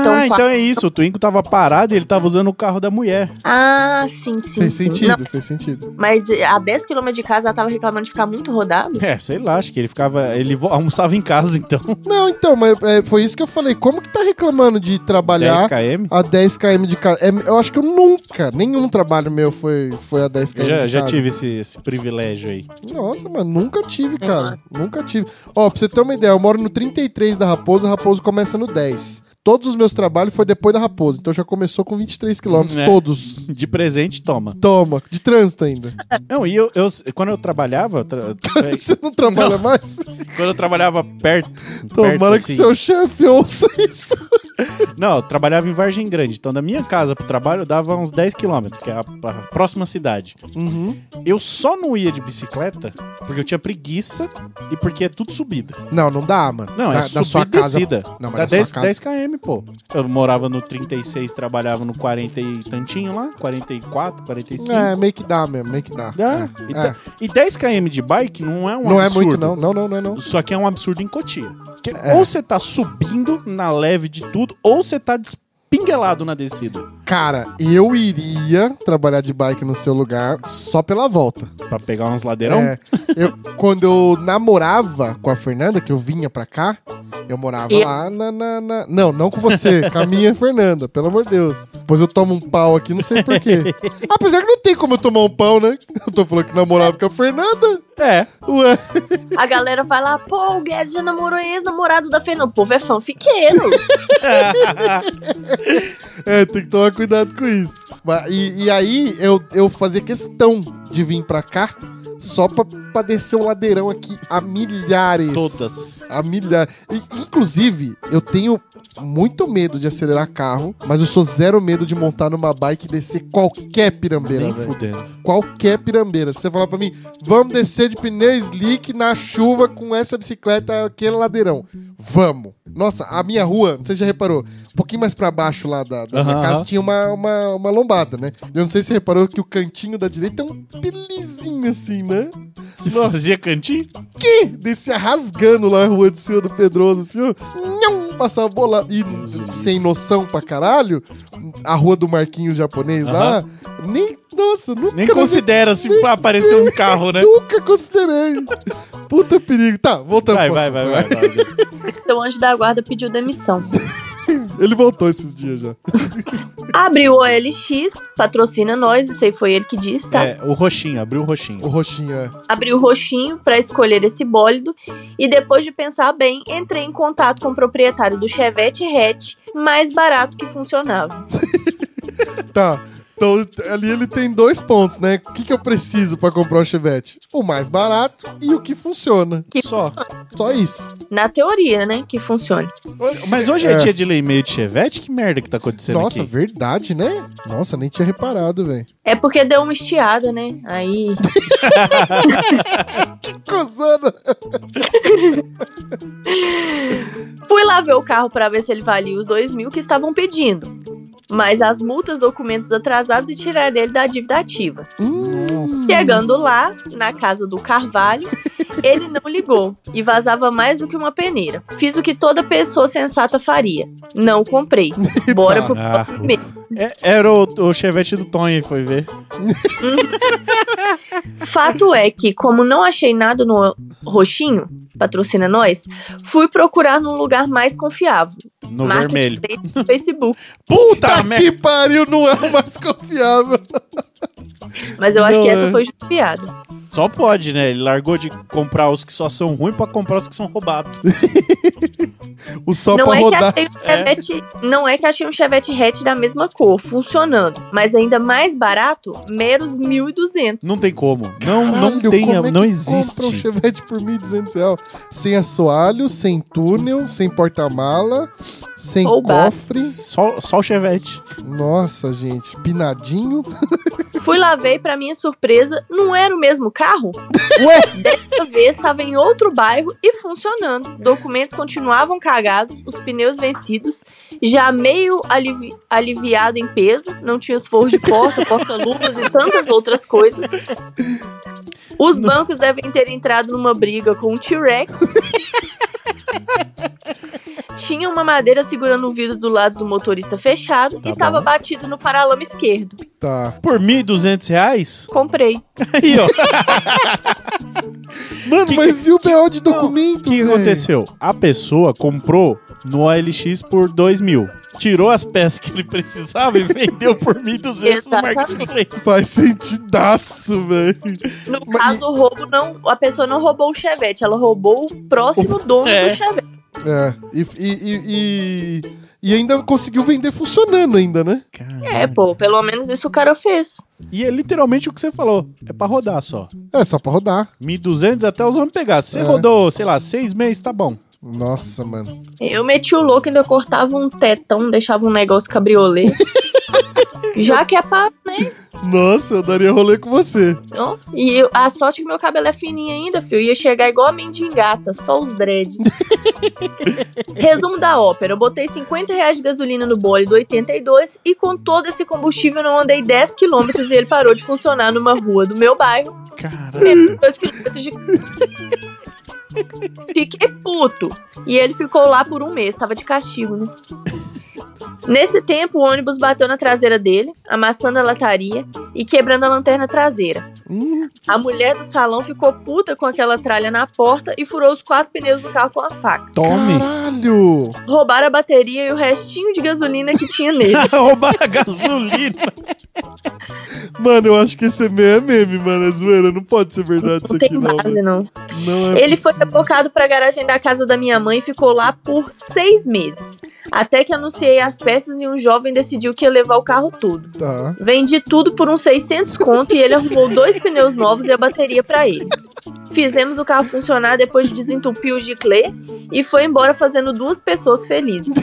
[SPEAKER 3] Então,
[SPEAKER 2] então, é isso. O Twingo tava parado e ele tava usando o carro da mulher.
[SPEAKER 3] Ah, sim, sim.
[SPEAKER 1] fez
[SPEAKER 3] sim.
[SPEAKER 1] sentido,
[SPEAKER 3] Não,
[SPEAKER 1] fez sentido.
[SPEAKER 3] mas a 10km de casa ela tava reclamando de ficar muito rodado?
[SPEAKER 2] É, sei lá, acho que ele ficava. Ele vo- almoçava em casa, então.
[SPEAKER 1] Não, então, mas é, foi isso que eu falei. Como que tá reclamando de trabalhar
[SPEAKER 2] 10 km.
[SPEAKER 1] a 10 km de casa? É, eu acho que eu nunca, nenhum trabalho meu foi, foi a 10 km
[SPEAKER 2] Eu já,
[SPEAKER 1] de
[SPEAKER 2] já
[SPEAKER 1] casa.
[SPEAKER 2] tive esse, esse privilégio aí.
[SPEAKER 1] Nossa, mano, nunca tive,
[SPEAKER 3] É,
[SPEAKER 1] cara. Nunca tive. Ó, pra você ter uma ideia, eu moro no 33 da Raposa, a Raposa começa no 10. Todos os meus trabalhos foi depois da Raposa, então já começou com 23 quilômetros,
[SPEAKER 2] Né?
[SPEAKER 1] todos.
[SPEAKER 2] De presente, toma.
[SPEAKER 1] Toma, de trânsito ainda.
[SPEAKER 2] Não, e eu, eu- quando eu trabalhava. eu tra-
[SPEAKER 1] Você não trabalha mais?
[SPEAKER 2] quando eu trabalhava perto.
[SPEAKER 1] Tomara
[SPEAKER 2] perto,
[SPEAKER 1] que
[SPEAKER 2] assim-
[SPEAKER 1] seu chefe ouça isso.
[SPEAKER 2] Não, eu trabalhava em Vargem Grande. Então, da minha casa pro trabalho dava uns 10 km, que é a, a próxima cidade.
[SPEAKER 1] Uhum.
[SPEAKER 2] Eu só não ia de bicicleta porque eu tinha preguiça e porque é tudo subida.
[SPEAKER 1] Não, não dá, mano.
[SPEAKER 2] Não,
[SPEAKER 1] da, da
[SPEAKER 2] é subida
[SPEAKER 1] sua casa.
[SPEAKER 2] e descida.
[SPEAKER 1] Não, mas
[SPEAKER 2] Dá
[SPEAKER 1] da
[SPEAKER 2] 10,
[SPEAKER 1] sua casa.
[SPEAKER 2] 10 km, pô. Eu morava no 36, trabalhava no 40 e tantinho lá, 44, 45.
[SPEAKER 1] É, meio que dá mesmo, meio que dá.
[SPEAKER 2] Dá.
[SPEAKER 1] É.
[SPEAKER 2] E,
[SPEAKER 1] É.
[SPEAKER 2] tá- e 10 km de bike não é um
[SPEAKER 1] Não é
[SPEAKER 2] absurdo.
[SPEAKER 1] muito, não. É. Não, não, não é não.
[SPEAKER 2] Só que é um absurdo em Cotia. Que Ou você tá subindo na leve de tudo, ou você tá despinguelado na descida.
[SPEAKER 1] Cara, eu iria trabalhar de bike no seu lugar só pela volta.
[SPEAKER 2] Pra pegar uns ladeirão.
[SPEAKER 1] É, eu, quando eu namorava com a Fernanda, que eu vinha pra cá, eu morava
[SPEAKER 3] E-
[SPEAKER 1] lá na, na- na- Não, não com você, com a minha Fernanda, pelo amor de Deus. Depois eu tomo um pau aqui, não sei porquê. Apesar que não tem como eu tomar um pau, né? Eu tô falando que namorava com a Fernanda.
[SPEAKER 2] É.
[SPEAKER 1] Ué,
[SPEAKER 3] A galera vai lá, pô, o Guedes já namorou ex-namorado da Fernanda. O povo é fanfiqueiro.
[SPEAKER 1] é, tem que tomar cuidado com isso. Mas- E, e aí eu, eu fazia questão de vir pra cá só pra pra descer o ladeirão aqui a milhares.
[SPEAKER 2] Todas.
[SPEAKER 1] A milhares. E, inclusive, eu tenho muito medo de acelerar carro, mas eu sou zero medo de montar numa bike e descer qualquer pirambeira,
[SPEAKER 2] Nem
[SPEAKER 1] velho.
[SPEAKER 2] fudendo.
[SPEAKER 1] Qualquer pirambeira. Se você falar pra mim, vamos descer de pneu slick na chuva com essa bicicleta, aquele ladeirão. Vamos. Nossa, a minha rua, você já reparou, um pouquinho mais pra baixo lá da, da minha
[SPEAKER 2] Aham,
[SPEAKER 1] casa
[SPEAKER 2] aham.
[SPEAKER 1] tinha uma, uma, uma lombada, né? Eu não sei se você reparou que o cantinho da direita é um pelizinho assim, né?
[SPEAKER 2] Se
[SPEAKER 1] Nossa.
[SPEAKER 2] fazia cantinho?
[SPEAKER 1] que descia rasgando lá a rua de cima do Pedroso, assim, ó. Nham, passava bola. E sem noção pra caralho, a rua do Marquinhos japonês lá, nem. Nossa, nunca.
[SPEAKER 2] Nem
[SPEAKER 1] na minha-
[SPEAKER 2] considera se aparecer um carro, né?
[SPEAKER 1] Nunca considerei. Puta perigo. Tá, voltando
[SPEAKER 2] Vai,
[SPEAKER 1] pro
[SPEAKER 2] vai, vai,
[SPEAKER 1] assunto,
[SPEAKER 2] vai.
[SPEAKER 1] né?
[SPEAKER 2] vai.
[SPEAKER 3] Então o anjo da guarda pediu demissão.
[SPEAKER 1] Ele voltou esses dias já.
[SPEAKER 3] Abriu o OLX, patrocina nós, isso aí foi ele que disse, tá?
[SPEAKER 2] É, o roxinho, abriu o roxinho.
[SPEAKER 1] O roxinho é.
[SPEAKER 3] Abri o roxinho pra escolher esse bólido e depois de pensar bem, entrei em contato com o proprietário do Chevette hatch mais barato que funcionava.
[SPEAKER 1] Tá. Então, ali ele tem dois pontos, né? O que, que eu preciso pra comprar um Chevette? O mais barato e o que funciona.
[SPEAKER 2] Só.
[SPEAKER 1] Só isso.
[SPEAKER 3] Na teoria, né, que funciona.
[SPEAKER 2] Mas hoje é,
[SPEAKER 1] É.
[SPEAKER 2] dia de lei meio de chevette? Que merda que tá acontecendo
[SPEAKER 1] Nossa,
[SPEAKER 2] aqui?
[SPEAKER 1] verdade, né? Nossa, nem tinha reparado, velho.
[SPEAKER 3] É porque deu uma estiada, né? Aí
[SPEAKER 1] Cozana!
[SPEAKER 3] Fui lá ver o carro pra ver se ele valia os dois mil que estavam pedindo. Mas as multas, documentos atrasados e tirar dele da dívida ativa.
[SPEAKER 2] Hum,
[SPEAKER 1] Hum,
[SPEAKER 3] Chegando
[SPEAKER 1] Uhum.
[SPEAKER 3] lá, na casa do Carvalho, ele não ligou e vazava mais do que uma peneira. Fiz o que toda pessoa sensata faria. Não comprei. Bora pro
[SPEAKER 2] Ah.
[SPEAKER 3] próximo mês.
[SPEAKER 2] É- era o, o chevette do Tonho, foi ver.
[SPEAKER 3] Fato é que, como não achei nada no Roxinho, patrocina nós, fui procurar num lugar mais confiável.
[SPEAKER 2] No vermelho.
[SPEAKER 3] Marketplace do Facebook.
[SPEAKER 2] Puta merda!
[SPEAKER 1] tá que pariu, não é o mais confiável.
[SPEAKER 3] Mas eu acho
[SPEAKER 1] Não,
[SPEAKER 3] que
[SPEAKER 1] é.
[SPEAKER 3] essa foi justa piada.
[SPEAKER 2] Só pode, né? Ele largou de comprar os que só são ruins pra comprar os que são roubados.
[SPEAKER 1] O sol
[SPEAKER 3] não
[SPEAKER 1] pra
[SPEAKER 3] é
[SPEAKER 1] rodar.
[SPEAKER 3] Que achei um Chevette, Não é que achei um Chevette hatch da mesma cor, funcionando, mas ainda mais barato, meros 1.200.
[SPEAKER 2] Não tem como. Não, não
[SPEAKER 1] Caralho,
[SPEAKER 2] tem,
[SPEAKER 1] como é
[SPEAKER 2] não
[SPEAKER 1] que
[SPEAKER 2] existe.
[SPEAKER 1] Compra um Chevette por 1.200 reais. Sem assoalho, sem túnel, sem porta-mala, sem
[SPEAKER 3] Roubado.
[SPEAKER 1] cofre.
[SPEAKER 2] Só, só o chevette.
[SPEAKER 1] Nossa, gente. Pinadinho.
[SPEAKER 3] Fui lá ver e pra minha surpresa, não era o mesmo carro. Dessa vez estava em outro bairro e funcionando. Documentos continuavam cagados, os pneus vencidos, já meio alivi- aliviado em peso, não tinha os forros de porta, porta-luvas e tantas outras coisas. Os bancos devem ter entrado numa briga com o T-Rex. Tinha uma madeira segurando o vidro do lado do motorista fechado
[SPEAKER 2] Tá
[SPEAKER 3] e estava
[SPEAKER 2] bom.
[SPEAKER 3] batido no paralama esquerdo.
[SPEAKER 1] Tá.
[SPEAKER 2] Por 1.200 reais?
[SPEAKER 3] Comprei.
[SPEAKER 2] Aí, ó.
[SPEAKER 1] Mano,
[SPEAKER 2] Que-
[SPEAKER 1] mas e o BO de
[SPEAKER 2] Não,
[SPEAKER 1] documento?
[SPEAKER 2] O
[SPEAKER 1] véi?
[SPEAKER 2] que aconteceu? A pessoa comprou no OLX por 2 mil. Tirou as peças que ele precisava e vendeu por 1.200 no
[SPEAKER 3] Exatamente.
[SPEAKER 2] marketplace.
[SPEAKER 1] Faz sentidaço, velho.
[SPEAKER 3] No
[SPEAKER 1] Mas-
[SPEAKER 3] caso, o roubo não. A pessoa não roubou o chevette, ela roubou o próximo dono
[SPEAKER 2] É.
[SPEAKER 3] do chevette.
[SPEAKER 1] É. E, e, e, e- e ainda conseguiu vender funcionando ainda, né?
[SPEAKER 3] É,
[SPEAKER 2] Caralho.
[SPEAKER 3] pô, pelo menos isso o cara fez.
[SPEAKER 2] E é literalmente o que você falou. É pra rodar só.
[SPEAKER 1] É, só pra rodar.
[SPEAKER 2] 1.200 até os homens pegar. Se você
[SPEAKER 1] É.
[SPEAKER 2] rodou, sei lá, seis meses, tá bom.
[SPEAKER 1] Nossa, mano.
[SPEAKER 3] Eu meti o louco, ainda cortava um tetão, deixava um negócio cabriolê. Já que é pra, né?
[SPEAKER 1] Nossa, eu daria rolê com você.
[SPEAKER 3] ó. E eu- a sorte é que meu cabelo é fininho ainda, filho. Ia chegar igual a mendigata, só os dread. Resumo da ópera: eu botei 50 reais de gasolina no bole do 82 e com todo esse combustível eu não andei 10 quilômetros e ele parou de funcionar numa rua do meu bairro.
[SPEAKER 2] Caralho.
[SPEAKER 3] menos de dois quilômetros de. Fiquei puto. E ele ficou lá por um mês, tava de castigo, né? Nesse tempo, o ônibus bateu na traseira dele, amassando a lataria e quebrando a lanterna traseira.
[SPEAKER 1] Hum,
[SPEAKER 3] A mulher do salão ficou puta com aquela tralha na porta e furou os quatro pneus do carro com a faca.
[SPEAKER 2] Tome.
[SPEAKER 1] Caralho!
[SPEAKER 3] Roubaram a bateria e o restinho de gasolina que tinha nele.
[SPEAKER 2] Roubar a gasolina.
[SPEAKER 1] Mano, eu acho que esse é meme, é meme, mano. É zoeira. Não pode ser verdade isso
[SPEAKER 3] Não
[SPEAKER 1] aqui,
[SPEAKER 3] tem
[SPEAKER 1] não. velho.
[SPEAKER 3] base, não.
[SPEAKER 1] Não é
[SPEAKER 3] Ele foi
[SPEAKER 1] possível.
[SPEAKER 3] rebocado pra garagem da casa da minha mãe e ficou lá por seis meses. Até que anunciei as peças e um jovem decidiu que ia levar o carro todo.
[SPEAKER 1] Tá.
[SPEAKER 3] Vendi tudo por uns 600 conto e ele arrumou dois pneus novos e a bateria pra ele. Fizemos o carro funcionar depois de desentupir o giclê e foi embora fazendo duas pessoas felizes.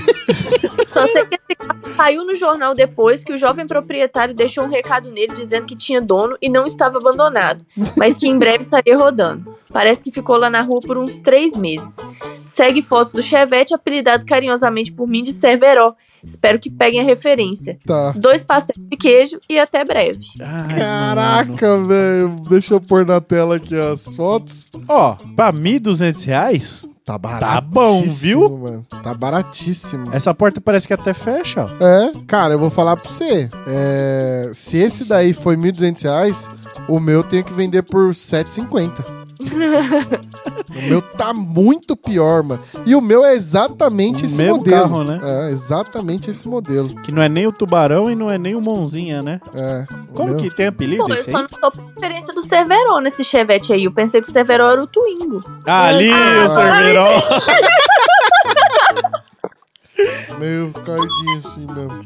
[SPEAKER 3] Só sei que esse carro saiu no jornal depois que o jovem proprietário deixou um recado nele dizendo que tinha dono e não estava abandonado, mas que em breve estaria rodando. Parece que ficou lá na rua por uns três meses. Segue fotos do Chevette, apelidado carinhosamente por mim de Cerveró. Espero que peguem a referência.
[SPEAKER 1] Tá.
[SPEAKER 3] Dois pastéis de queijo e até breve.
[SPEAKER 2] Ai, mano.
[SPEAKER 1] Caraca, velho. Deixa eu pôr na tela aqui as fotos.
[SPEAKER 2] Ó, pra mim, 200 reais?
[SPEAKER 1] Tá barato.
[SPEAKER 2] Tá bom, viu?
[SPEAKER 1] Mano. Tá baratíssimo.
[SPEAKER 2] Essa porta parece que até fecha, ó.
[SPEAKER 1] É, cara, eu vou falar pra você. É, se esse daí foi 1.200 reais, o meu tem que vender por 7,50. o meu tá muito pior, mano. E o meu é exatamente
[SPEAKER 2] O
[SPEAKER 1] esse
[SPEAKER 2] mesmo
[SPEAKER 1] modelo.
[SPEAKER 2] carro, né?
[SPEAKER 1] É, exatamente esse modelo.
[SPEAKER 2] Que não é nem o tubarão e não é nem o mãozinha, né?
[SPEAKER 1] É, o
[SPEAKER 2] Como
[SPEAKER 1] meu-
[SPEAKER 2] que tem apelido
[SPEAKER 3] Pô, eu
[SPEAKER 2] esse
[SPEAKER 3] só
[SPEAKER 2] aí?
[SPEAKER 3] não tô com preferência do Cerveró nesse Chevette aí. Eu pensei que o Cerveró era o Twingo.
[SPEAKER 2] Ah, ali,
[SPEAKER 1] Ah,
[SPEAKER 2] o
[SPEAKER 3] é
[SPEAKER 2] sorverol.
[SPEAKER 1] Meio cardinho assim mesmo.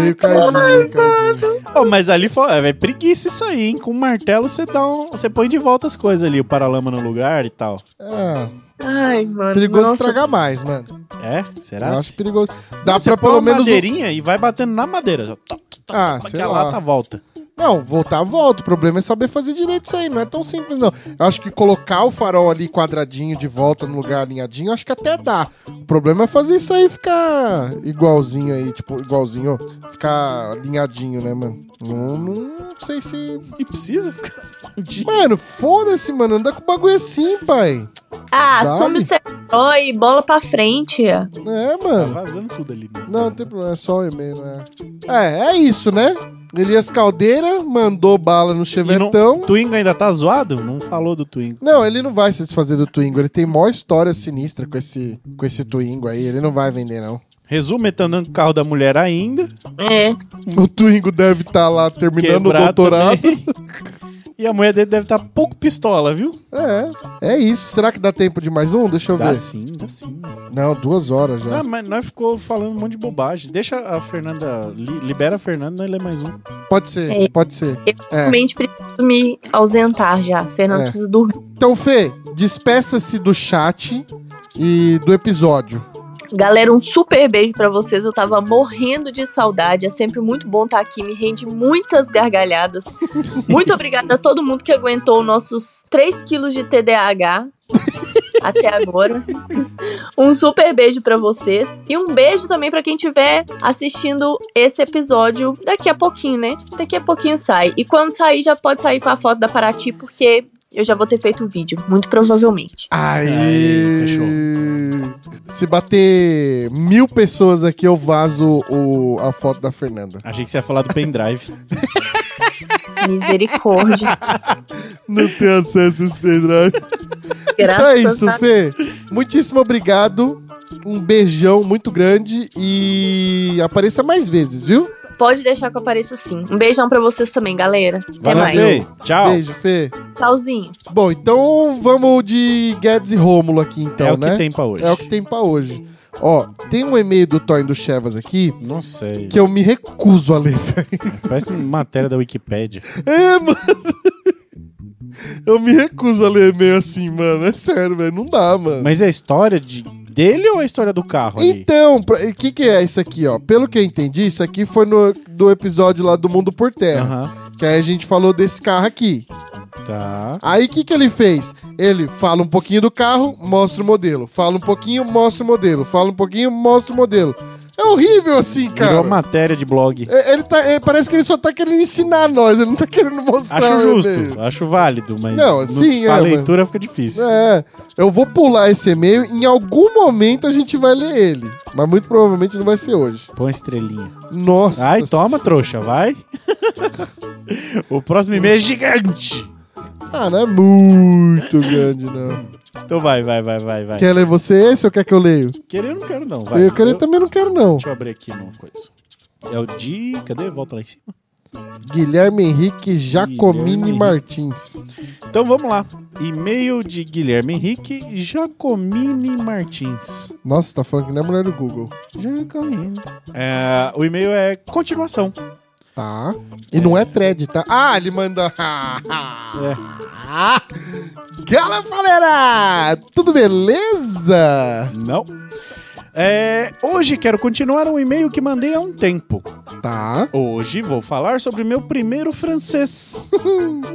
[SPEAKER 1] Meio cardinho, meio cardinho.
[SPEAKER 2] Ó, mas ali foi, é preguiça isso aí, hein? Com um martelo você dá um, você põe de volta as coisas ali, o paralama no lugar e tal.
[SPEAKER 1] É,
[SPEAKER 3] Ai, mano.
[SPEAKER 1] perigoso
[SPEAKER 3] nossa.
[SPEAKER 1] estragar mais, mano.
[SPEAKER 2] É?
[SPEAKER 1] Eu
[SPEAKER 2] Será?
[SPEAKER 1] acho perigoso. Dá
[SPEAKER 2] você
[SPEAKER 1] pra
[SPEAKER 2] põe
[SPEAKER 1] pelo
[SPEAKER 2] uma
[SPEAKER 1] menos. um-
[SPEAKER 2] madeirinha e vai batendo na madeira. só toc, toc, toc,
[SPEAKER 1] Ah,
[SPEAKER 2] toc,
[SPEAKER 1] sei
[SPEAKER 2] que a
[SPEAKER 1] lá.
[SPEAKER 2] lata volta.
[SPEAKER 1] Não, voltar, volta. O problema é saber fazer direito isso aí. Não é tão simples, não. Eu acho que colocar o farol ali quadradinho de volta no lugar alinhadinho, eu acho que até dá. O problema é fazer isso aí ficar igualzinho aí, tipo, igualzinho, ó, ficar alinhadinho, né, mano? Não, não sei se.
[SPEAKER 2] E precisa ficar um dia.
[SPEAKER 1] Mano, foda-se, mano. Anda com o bagulho assim, pai.
[SPEAKER 3] Ah,
[SPEAKER 1] Vale.
[SPEAKER 3] some o Cerveró e bola pra frente.
[SPEAKER 1] É,
[SPEAKER 2] Tá
[SPEAKER 1] mano.
[SPEAKER 2] vazando tudo ali. né?
[SPEAKER 1] Não, não tem problema, é só o e-mail, né? É, é isso, né? Elias Caldeira mandou bala no
[SPEAKER 2] O
[SPEAKER 1] chevetão.
[SPEAKER 2] Twingo ainda tá zoado? Não falou do Twingo.
[SPEAKER 1] Não, ele não vai se desfazer do Twingo. Ele tem maior história sinistra com esse, com esse Twingo aí. Ele não vai vender, não.
[SPEAKER 2] Resumo, ele tá andando com o carro da mulher ainda.
[SPEAKER 3] É.
[SPEAKER 1] O Twingo deve estar lá terminando o
[SPEAKER 2] quebrado
[SPEAKER 1] doutorado.
[SPEAKER 2] também. E a mulher dele deve estar pouco pistola, viu?
[SPEAKER 1] É, é isso. Será que dá tempo de mais um? Deixa eu
[SPEAKER 2] Dá
[SPEAKER 1] ver.
[SPEAKER 2] sim, dá sim.
[SPEAKER 1] Não, duas horas já.
[SPEAKER 2] Ah, mas nós ficou falando um monte de bobagem. Deixa a Fernanda. li- libera a Fernanda e lê mais um.
[SPEAKER 1] Pode ser,
[SPEAKER 3] É.
[SPEAKER 1] pode ser. É.
[SPEAKER 3] Realmente preciso me ausentar já. Fernando
[SPEAKER 1] É.
[SPEAKER 3] precisa dormir.
[SPEAKER 1] Então, Fê, despeça-se do chat e do episódio.
[SPEAKER 3] Galera, um super beijo pra vocês. Eu tava morrendo de saudade. É sempre muito bom estar aqui. Me rende muitas gargalhadas. muito obrigada a todo mundo que aguentou nossos 3 quilos de TDAH até agora. Um super beijo pra vocês. E um beijo também pra quem estiver assistindo esse episódio daqui a pouquinho, né? Daqui a pouquinho sai. E quando sair, já pode sair com a foto da Paraty, porque eu já vou ter feito o vídeo, muito provavelmente.
[SPEAKER 1] Aí, Se bater mil pessoas aqui, eu vazo o- a foto da Fernanda.
[SPEAKER 2] Achei que você ia falar do pendrive.
[SPEAKER 3] Misericórdia.
[SPEAKER 1] Não tem acesso a esse pendrive. Então é
[SPEAKER 3] Graças
[SPEAKER 1] isso,
[SPEAKER 3] a
[SPEAKER 1] Fê. Muitíssimo obrigado. Um beijão muito grande e apareça mais vezes, viu?
[SPEAKER 3] Pode deixar que eu apareço sim. Um beijão pra vocês também, galera. Até
[SPEAKER 2] Valeu,
[SPEAKER 3] mais.
[SPEAKER 2] Fê. Tchau.
[SPEAKER 1] Beijo, Fê.
[SPEAKER 3] Tchauzinho.
[SPEAKER 1] Bom, então vamos de Guedes e Rômulo aqui, então,
[SPEAKER 2] é o
[SPEAKER 1] né?
[SPEAKER 2] que tem pra hoje.
[SPEAKER 1] É o que tem pra hoje. Ó, tem um e-mail do Toyn do Chevas aqui
[SPEAKER 2] Não sei.
[SPEAKER 1] que eu me recuso a ler, velho.
[SPEAKER 2] é. Parece uma matéria da Wikipédia.
[SPEAKER 1] É, mano. Eu me recuso a ler e-mail assim, mano. É sério, velho. Não dá, mano.
[SPEAKER 2] Mas é a história de... dele ou a história do carro ali?
[SPEAKER 1] Então, o que, que é isso aqui, ó? Pelo que eu entendi, isso aqui foi no, do episódio lá do Mundo por Terra.
[SPEAKER 2] Aham.
[SPEAKER 1] Que aí a gente falou desse carro aqui.
[SPEAKER 2] Tá.
[SPEAKER 1] Aí o que, que ele fez? Ele fala um pouquinho do carro, mostra o modelo. Fala um pouquinho, mostra o modelo. Fala um pouquinho, mostra o modelo. É horrível assim, cara.
[SPEAKER 2] Virou matéria de blog.
[SPEAKER 1] É- Ele tá, é, parece que ele só tá querendo ensinar nós, ele não tá querendo mostrar.
[SPEAKER 2] Acho
[SPEAKER 1] o
[SPEAKER 2] justo,
[SPEAKER 1] e-mail.
[SPEAKER 2] acho válido, mas
[SPEAKER 1] Não, sim, é,
[SPEAKER 2] a
[SPEAKER 1] mas-
[SPEAKER 2] leitura fica difícil.
[SPEAKER 1] É, eu vou pular esse e-mail. Em algum momento a gente vai ler ele. Mas muito provavelmente não vai ser hoje.
[SPEAKER 2] Põe estrelinha.
[SPEAKER 1] Nossa.
[SPEAKER 2] Ai, toma, trouxa, vai. o próximo e-mail é gigante.
[SPEAKER 1] Ah, não é muito grande, não.
[SPEAKER 2] Então vai, vai, vai, vai, vai.
[SPEAKER 1] Quer ler você esse ou quer que eu leio?
[SPEAKER 2] Querer eu não quero, não. Vai.
[SPEAKER 1] eu querer também não quero, não.
[SPEAKER 2] Deixa eu abrir aqui uma coisa. É o de. Cadê? Volta lá em cima.
[SPEAKER 1] Guilherme Henrique Jacomini
[SPEAKER 2] Henrique.
[SPEAKER 1] Martins.
[SPEAKER 2] Então vamos lá. E-mail de Guilherme Henrique Jacomini Martins.
[SPEAKER 1] Nossa, tá falando que não é mulher do Google.
[SPEAKER 2] Jacomini. É, o e-mail é continuação.
[SPEAKER 1] Tá. E não é thread, tá? Ah, ele manda.
[SPEAKER 2] É.
[SPEAKER 1] Fala, galera! Tudo beleza?
[SPEAKER 2] Não. É, hoje quero continuar um e-mail que mandei há um tempo.
[SPEAKER 1] Tá,
[SPEAKER 2] Hoje vou falar sobre meu primeiro francês.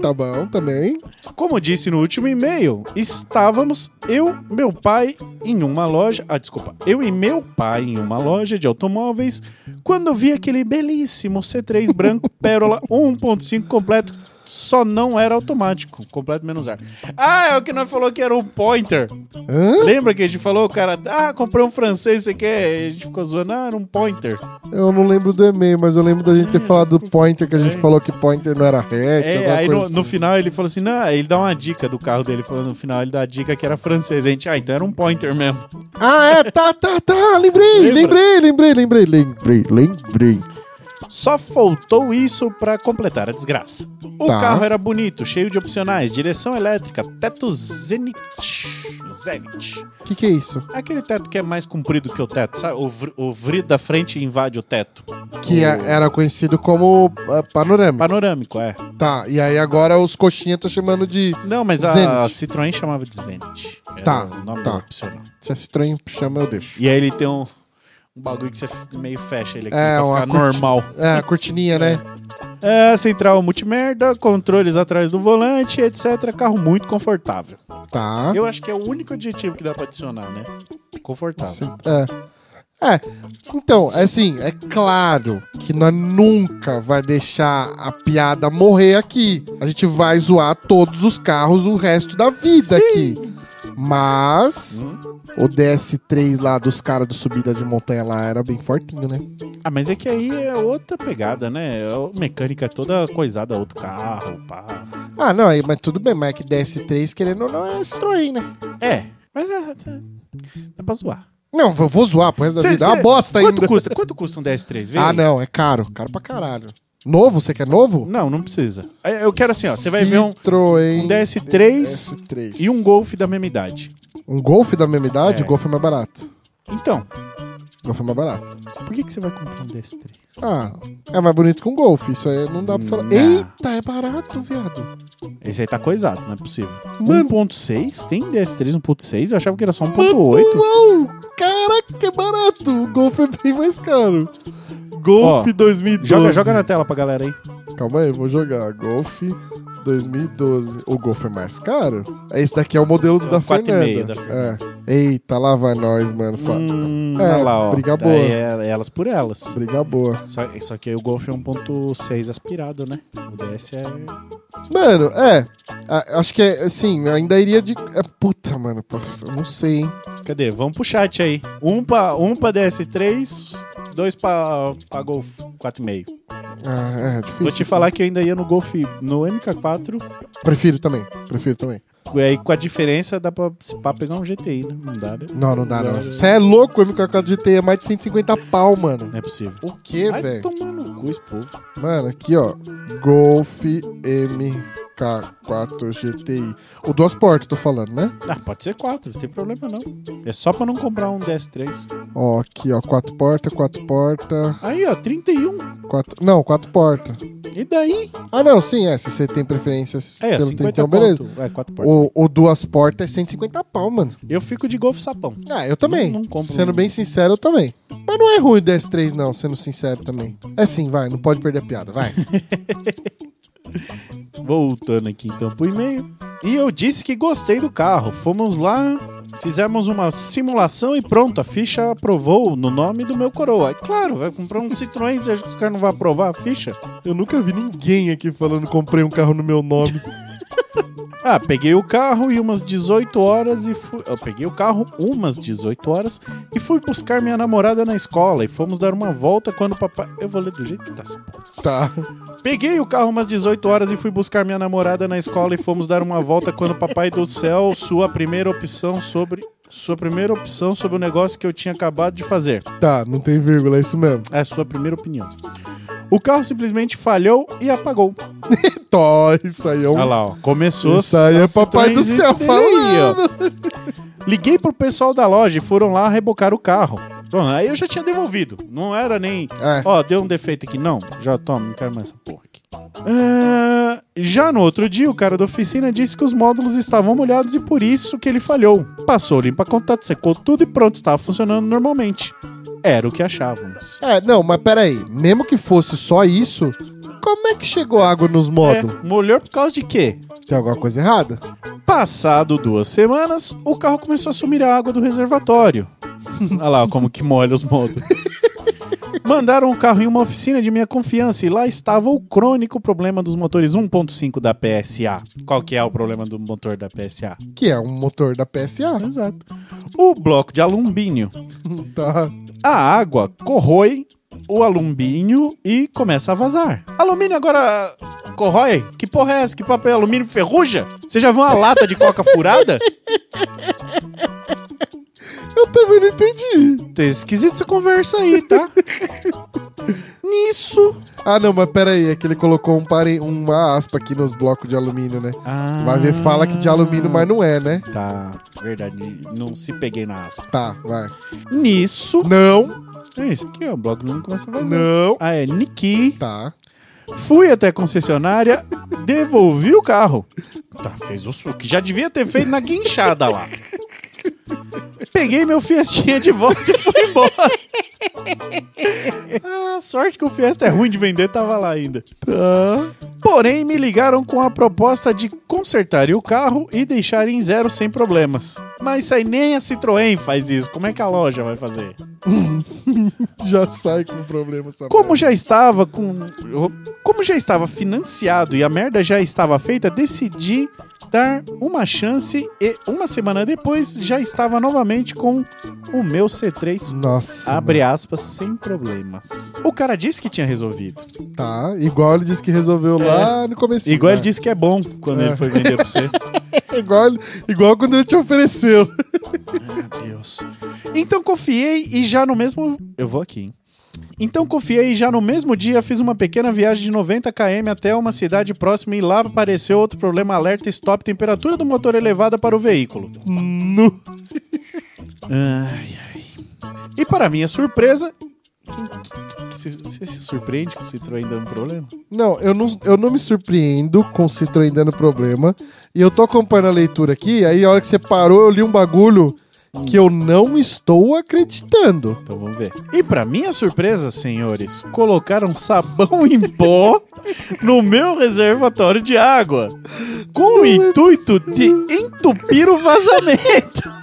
[SPEAKER 1] tá bom também.
[SPEAKER 2] Como disse no último e-mail, estávamos eu, meu pai, em uma loja. Ah, desculpa. Eu e meu pai em uma loja de automóveis quando vi aquele belíssimo C3 branco Pérola 1.5 completo. Só não era automático, completo menos ar. Ah, é o que nós falou que era um pointer.
[SPEAKER 1] Hã?
[SPEAKER 2] Lembra que a gente falou, o cara, ah, comprei um francês, você quer? E a gente ficou zoando, ah, era um pointer.
[SPEAKER 1] Eu não lembro do e-mail, mas eu lembro da gente ter falado do pointer, que a gente falou que pointer não era hatch,
[SPEAKER 2] É,
[SPEAKER 1] alguma
[SPEAKER 2] aí
[SPEAKER 1] coisa
[SPEAKER 2] no,
[SPEAKER 1] assim.
[SPEAKER 2] no final ele falou assim: não, ele dá uma dica do carro dele. Falando no final, ele dá a dica que era francês. A gente, ah, então era um pointer mesmo.
[SPEAKER 1] Ah, é, tá, tá, tá, lembrei,
[SPEAKER 2] Lembra?
[SPEAKER 1] lembrei, lembrei, lembrei, lembrei, lembrei.
[SPEAKER 2] Só faltou isso pra completar a desgraça. O
[SPEAKER 1] Tá.
[SPEAKER 2] carro era bonito, cheio de opcionais, direção elétrica, teto Zenit. Zenit.
[SPEAKER 1] O que que é isso?
[SPEAKER 2] Aquele teto que é mais comprido que o teto, sabe? O, vr- o vrido da frente invade o teto.
[SPEAKER 1] Que a- era conhecido como ah, panorama.
[SPEAKER 2] Panorâmico, é.
[SPEAKER 1] Tá, e aí agora os coxinhas estão chamando de...
[SPEAKER 2] Não, mas a,
[SPEAKER 1] Zenit.
[SPEAKER 2] Citroën chamava de Zenit. Era
[SPEAKER 1] Tá,
[SPEAKER 2] O nome
[SPEAKER 1] tá.
[SPEAKER 2] opcional.
[SPEAKER 1] Se é estranho, chama, eu deixo.
[SPEAKER 2] E aí ele tem um, um bagulho que você f- meio fecha ele aqui
[SPEAKER 1] É,
[SPEAKER 2] pra
[SPEAKER 1] uma
[SPEAKER 2] ficar
[SPEAKER 1] corti-
[SPEAKER 2] normal.
[SPEAKER 1] É, a cortininha, né?
[SPEAKER 2] É, central multimerda, controles atrás do volante, etc. Carro muito confortável.
[SPEAKER 1] Tá.
[SPEAKER 2] Eu acho que é o único adjetivo que dá pra adicionar, né? Confortável.
[SPEAKER 1] Sim, é. É, então, assim, é claro que nós nunca vai deixar a piada morrer aqui. A gente vai zoar todos os carros o resto da vida aqui. Mas
[SPEAKER 2] Hum.
[SPEAKER 1] o DS3 lá dos caras do subida de montanha lá era bem fortinho, né?
[SPEAKER 2] Ah, mas é que aí é outra pegada, né? É o- Mecânica toda coisada, outro carro, pá.
[SPEAKER 1] Ah, não, aí, mas tudo bem, mas é que DS3 querendo ou não é Citroën, né?
[SPEAKER 2] É, mas é, dá, dá pra zoar.
[SPEAKER 1] Não, vou, vou zoar pro resto da
[SPEAKER 2] Cê-
[SPEAKER 1] vida. É uma
[SPEAKER 2] cê-
[SPEAKER 1] bosta
[SPEAKER 2] quanto
[SPEAKER 1] ainda.
[SPEAKER 2] Custa, quanto custa um DS3? Vê
[SPEAKER 1] Ah,
[SPEAKER 2] aí.
[SPEAKER 1] não, é caro. Caro pra caralho. Novo? Você quer novo?
[SPEAKER 2] Não, não precisa. É, Eu quero assim, ó. Você vai ver um,
[SPEAKER 1] Citroën
[SPEAKER 2] um DS3
[SPEAKER 1] S3.
[SPEAKER 2] e um Golf da mesma idade.
[SPEAKER 1] Um Golf da mesma idade?
[SPEAKER 2] É.
[SPEAKER 1] O Golf é mais barato.
[SPEAKER 2] Então,
[SPEAKER 1] O Golf é mais barato.
[SPEAKER 2] por que, que você vai comprar um DS3?
[SPEAKER 1] Ah, é mais bonito que um Golf. Isso aí não dá pra falar.
[SPEAKER 2] Não.
[SPEAKER 1] Eita, é barato, viado.
[SPEAKER 2] Esse aí tá coisado, não é possível.
[SPEAKER 1] Mano.
[SPEAKER 2] 1.6? Tem DS3 1.6? Eu achava que era só 1.8.
[SPEAKER 1] Uau! Caraca, é barato. O Golf é bem mais caro. Golf
[SPEAKER 2] Ó,
[SPEAKER 1] 2012.
[SPEAKER 2] Joga, joga na tela pra galera aí.
[SPEAKER 1] Calma aí, eu vou jogar. Golf 2012. O Golf é mais caro? Esse daqui é o modelo
[SPEAKER 2] Esse é o
[SPEAKER 1] da,
[SPEAKER 2] 4,5
[SPEAKER 1] Fernanda.
[SPEAKER 2] da Fernanda.
[SPEAKER 1] É. Eita, lá vai nós, mano. Fa-
[SPEAKER 2] Hum,
[SPEAKER 1] É,
[SPEAKER 2] olha lá, ó.
[SPEAKER 1] briga
[SPEAKER 2] Daí
[SPEAKER 1] boa.
[SPEAKER 2] é elas por elas.
[SPEAKER 1] Briga boa.
[SPEAKER 2] Só, só que aí o Golf é 1.6 aspirado, né? O DS é.
[SPEAKER 1] Mano, é. A- acho que é assim, ainda iria de. É, puta, mano. pô, Eu não sei, hein.
[SPEAKER 2] Cadê? Vamos pro chat aí. Um pra, um pra DS3, dois pra, pra Golf 4,5.
[SPEAKER 1] Ah, é difícil.
[SPEAKER 2] Vou te falar que eu ainda ia no Golf no MK4.
[SPEAKER 1] Prefiro também, prefiro também.
[SPEAKER 2] E aí com a diferença dá pra, se pá, pegar um GTI, né? Não dá, né?
[SPEAKER 1] Não, não dá, não. Você é louco, o MK4 GT é mais de 150 pau, mano.
[SPEAKER 2] Não é possível.
[SPEAKER 1] O que,
[SPEAKER 2] Vai
[SPEAKER 1] velho?
[SPEAKER 2] tomar no cu esse povo.
[SPEAKER 1] Mano, aqui, ó. Golf MK4 GTI. O duas portas, tô falando, né?
[SPEAKER 2] Ah, pode ser quatro, não tem problema não. É só pra não comprar um DS3.
[SPEAKER 1] Ó, aqui, ó. Quatro portas, quatro portas,
[SPEAKER 2] Aí, ó, 31.
[SPEAKER 1] quatro... Não, quatro portas.
[SPEAKER 2] E daí?
[SPEAKER 1] Ah, não, sim, é. Se você tem preferências
[SPEAKER 2] É,
[SPEAKER 1] pelo
[SPEAKER 2] 50
[SPEAKER 1] então, beleza.
[SPEAKER 2] conto. É, quatro portas.
[SPEAKER 1] O, o duas portas é 150 pau, mano.
[SPEAKER 2] Eu fico de Golf Sapão.
[SPEAKER 1] Ah, eu também.
[SPEAKER 2] Não- não compro,
[SPEAKER 1] Sendo
[SPEAKER 2] não.
[SPEAKER 1] bem sincero, eu também. Mas não é ruim o DS3, não, sendo sincero também. É sim, vai, não pode perder a piada, vai.
[SPEAKER 2] Voltando aqui então pro e-mail. E eu disse que gostei do carro. Fomos lá, fizemos uma simulação e pronto, a ficha aprovou no nome do meu coroa. É claro, vai comprar um Citroën, você acha que os caras não vão aprovar a ficha?
[SPEAKER 1] Eu nunca vi ninguém aqui falando comprei um carro no meu nome.
[SPEAKER 2] Ah, peguei o carro e umas 18 horas e fui. Eu peguei o carro umas 18 horas e fui buscar minha namorada na escola e fomos dar uma volta quando o papai. Eu vou ler do jeito que tá essa porra.
[SPEAKER 1] tá.
[SPEAKER 2] Peguei o carro umas 18 horas e fui buscar minha namorada na escola e fomos dar uma volta quando o papai do céu, sua primeira opção sobre. Sua primeira opção sobre o negócio que eu tinha acabado de fazer.
[SPEAKER 1] Tá, não tem vírgula, é isso mesmo.
[SPEAKER 2] É a sua primeira opinião. O carro simplesmente falhou e apagou.
[SPEAKER 1] Tó, isso aí é
[SPEAKER 2] Olha
[SPEAKER 1] um.
[SPEAKER 2] lá, ó. Começou.
[SPEAKER 1] Isso aí é
[SPEAKER 2] as
[SPEAKER 1] papai do
[SPEAKER 2] Citroën
[SPEAKER 1] céu
[SPEAKER 2] existirem aí, ó.
[SPEAKER 1] falando.
[SPEAKER 2] Liguei pro pessoal da loja e foram lá rebocar o carro. Bom, aí eu já tinha devolvido. Não era nem.
[SPEAKER 1] É.
[SPEAKER 2] Ó, deu um defeito aqui. Não, já toma, não quero mais essa porra aqui. Ah, Já no outro dia, o cara da oficina disse que os módulos estavam molhados e por isso que ele falhou. Passou limpa contato, secou tudo e pronto, estava funcionando normalmente. Era o que achávamos.
[SPEAKER 1] É, não, mas peraí. Mesmo que fosse só isso, como é que chegou água nos módulos?
[SPEAKER 2] É, molhou por causa de quê?
[SPEAKER 1] Tem alguma coisa errada?
[SPEAKER 2] Passado duas semanas, o carro começou a sumir a água do reservatório. Olha lá como que molha os módulos. Mandaram o carro em uma oficina de minha confiança e lá estava o crônico problema dos motores 1.5 da PSA. Qual que é o problema do motor da PSA?
[SPEAKER 1] Que é um motor da PSA.
[SPEAKER 2] Exato. O bloco de alumínio.
[SPEAKER 1] Tá.
[SPEAKER 2] A água corrói o alumínio e começa a vazar. Alumínio agora corrói? Que porra é essa? Que papel alumínio ferruja? Você já viu uma lata de coca furada?
[SPEAKER 1] Eu também não entendi.
[SPEAKER 2] Tá esquisito essa conversa aí, tá? Nisso.
[SPEAKER 1] Ah, não, mas peraí. É que ele colocou um pare... uma aspa aqui nos blocos de alumínio, né? Vai ver, fala que de alumínio, mas não é, né?
[SPEAKER 2] Ah. Tá, verdade. Não se peguei na aspa.
[SPEAKER 1] Tá, vai.
[SPEAKER 2] Nisso.
[SPEAKER 1] Não,
[SPEAKER 2] É isso aqui, ó. O bloco não começa a vazar.
[SPEAKER 1] não.
[SPEAKER 2] Ah, é Niki.
[SPEAKER 1] Tá.
[SPEAKER 2] Fui até a concessionária, devolvi o carro. Tá, fez o suco. Já devia ter feito na guinchada lá. Peguei meu Fiestinha de volta e fui embora. Ah, sorte que o Fiesta é ruim de vender, tava lá ainda.
[SPEAKER 1] Tá.
[SPEAKER 2] Porém, me ligaram com a proposta de consertarem o carro e deixarem em zero sem problemas. Mas isso aí nem a Citroën faz isso. Como é que a loja vai fazer?
[SPEAKER 1] Já sai com problema essa
[SPEAKER 2] Como já estava com. Como já estava financiado e a merda já estava feita, decidi dar uma chance e uma semana depois já estava novamente com o meu C3.
[SPEAKER 1] Nossa.
[SPEAKER 2] Abre aspas, sem problemas. O cara disse que tinha resolvido.
[SPEAKER 1] mano. Tá. Igual ele disse que resolveu
[SPEAKER 2] É.
[SPEAKER 1] lá no começo.
[SPEAKER 2] Igual ele disse que é bom quando
[SPEAKER 1] É.
[SPEAKER 2] ele foi vender pra você.
[SPEAKER 1] igual, ele- igual quando ele te ofereceu.
[SPEAKER 2] Ah, Deus. Então confiei e já no mesmo. Eu vou aqui, hein? Então confiei e já no mesmo dia fiz uma pequena viagem de 90 km até uma cidade próxima e lá apareceu outro problema alerta stop temperatura do motor elevada para o veículo.
[SPEAKER 1] No.
[SPEAKER 2] Ai, ai. E para minha surpresa. quem- quem- Você você se surpreende com o Citroën dando problema?
[SPEAKER 1] Não, eu não, eu não me surpreendo com o Citroën dando problema. E eu tô acompanhando a leitura aqui, aí a hora que você parou, eu li um bagulho que eu não estou acreditando.
[SPEAKER 2] Então vamos ver. E para minha surpresa, senhores, colocaram sabão em pó no meu reservatório de água. Com o intuito de entupir o vazamento.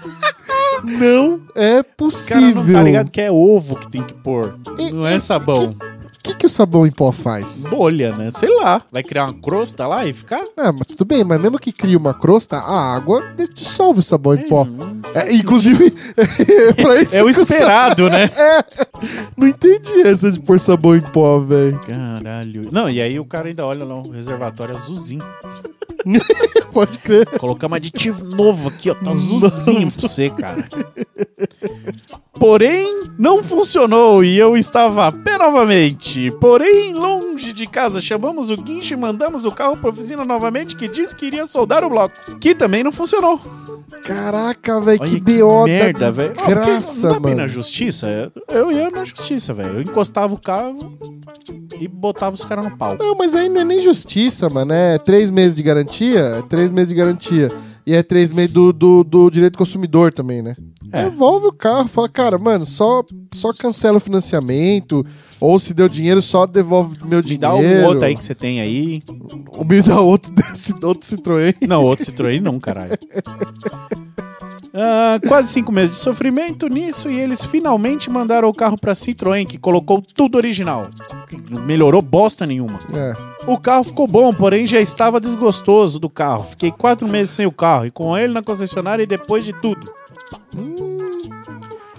[SPEAKER 1] Não é
[SPEAKER 2] O cara
[SPEAKER 1] possível.
[SPEAKER 2] não tá ligado que é ovo que tem que pôr.
[SPEAKER 1] E-
[SPEAKER 2] Não é
[SPEAKER 1] e-
[SPEAKER 2] sabão.
[SPEAKER 1] O que, que o sabão em pó faz?
[SPEAKER 2] Bolha, né? Sei lá. Vai criar uma crosta lá e ficar?
[SPEAKER 1] Ah, mas tudo bem, mas mesmo que crie uma crosta, a água dissolve o sabão em pó.
[SPEAKER 2] Hum.
[SPEAKER 1] É, inclusive, é pra isso
[SPEAKER 2] É o
[SPEAKER 1] que sa-
[SPEAKER 2] esperado, né?
[SPEAKER 1] Não entendi essa de pôr sabão em pó, velho.
[SPEAKER 2] Caralho. Não, e aí o cara ainda olha lá um reservatório azulzinho.
[SPEAKER 1] Pode crer.
[SPEAKER 2] Colocamos aditivo novo aqui, ó. Tá azulzinho pra você, cara. Porém, não funcionou e eu estava a pé novamente. Porém, longe de casa, chamamos o guincho e mandamos o carro pra oficina novamente que disse que iria soldar o bloco. Que também não funcionou.
[SPEAKER 1] Caraca, velho,
[SPEAKER 2] Olha
[SPEAKER 1] que BO
[SPEAKER 2] merda,
[SPEAKER 1] da
[SPEAKER 2] velho. Ah, porque
[SPEAKER 1] desgraça,
[SPEAKER 2] Não dá pra ir na
[SPEAKER 1] mano.
[SPEAKER 2] justiça? Eu ia na justiça, velho. Eu encostava o carro e botava os caras no pau.
[SPEAKER 1] Não, mas aí não é nem justiça, mano. É três meses de garantia, é três meses de garantia. E é três meses do, do, do direito do consumidor também, né?
[SPEAKER 2] É.
[SPEAKER 1] Devolve o carro, fala, cara, mano, só, só cancela o financiamento, ou se deu dinheiro, só devolve meu
[SPEAKER 2] Me dá
[SPEAKER 1] dinheiro.
[SPEAKER 2] um outro aí que você tem aí.
[SPEAKER 1] O me dá outro, desse, outro Citroën.
[SPEAKER 2] Não, outro Citroën não, caralho. Ah, quase cinco meses de sofrimento nisso e eles finalmente mandaram o carro pra Citroën, que colocou tudo original. Que não melhorou bosta nenhuma.
[SPEAKER 1] É.
[SPEAKER 2] O carro ficou bom, porém já estava desgostoso do carro. Fiquei quatro meses sem o carro e com ele na concessionária e depois de tudo. Hum.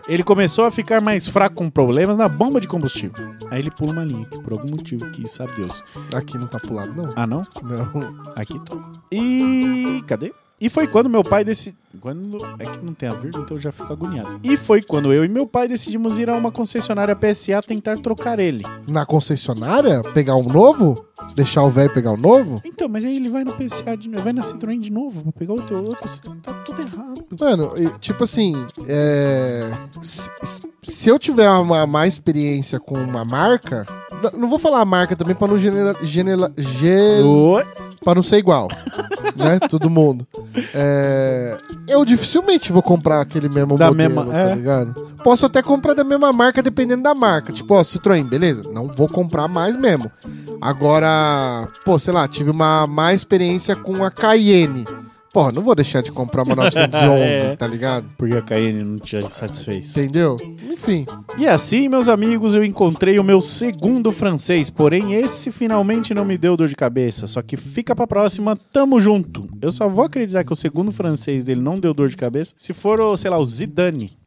[SPEAKER 2] Ele começou a ficar mais fraco com problemas na bomba de combustível. Aí ele pula uma linha, que por algum motivo que sabe Deus.
[SPEAKER 1] Aqui não tá pulado, não.
[SPEAKER 2] Ah, não?
[SPEAKER 1] Não.
[SPEAKER 2] Aqui tá. E. Cadê? E foi quando meu pai decidiu. Quando... É que não tem a vírgula, então eu já fico agoniado. E foi quando eu e meu pai decidimos ir a uma concessionária PSA tentar trocar ele.
[SPEAKER 1] Na concessionária, pegar um novo? Deixar o velho pegar o novo?
[SPEAKER 2] Então, mas aí ele vai no PSA de novo, vai na Citroën de novo, vou pegar outro, outro. Tá tudo errado.
[SPEAKER 1] Mano, e, tipo assim, é, se, se eu tiver uma má experiência com uma marca, n- não vou falar a marca também pra não genera, genera, gen-
[SPEAKER 2] Oi.
[SPEAKER 1] Pra não ser igual. né? Todo mundo. É, Eu dificilmente vou comprar aquele mesmo
[SPEAKER 2] Da
[SPEAKER 1] modelo,
[SPEAKER 2] mesma-
[SPEAKER 1] tá
[SPEAKER 2] é.
[SPEAKER 1] ligado? Posso até comprar da mesma marca, dependendo da marca. Tipo, ó, Citroën, beleza? Não vou comprar mais mesmo. Agora, pô, sei lá, tive uma má experiência com a Cayenne. Porra, não vou deixar de comprar uma 911,
[SPEAKER 2] É.
[SPEAKER 1] tá ligado?
[SPEAKER 2] Porque a Cayenne não te satisfez.
[SPEAKER 1] Entendeu? Enfim.
[SPEAKER 2] E assim, meus amigos, eu encontrei o meu segundo francês, porém esse finalmente não me deu dor de cabeça. Só que fica pra próxima, tamo junto. Eu só vou acreditar que o segundo francês dele não deu dor de cabeça se for, o, sei lá, o Zidane.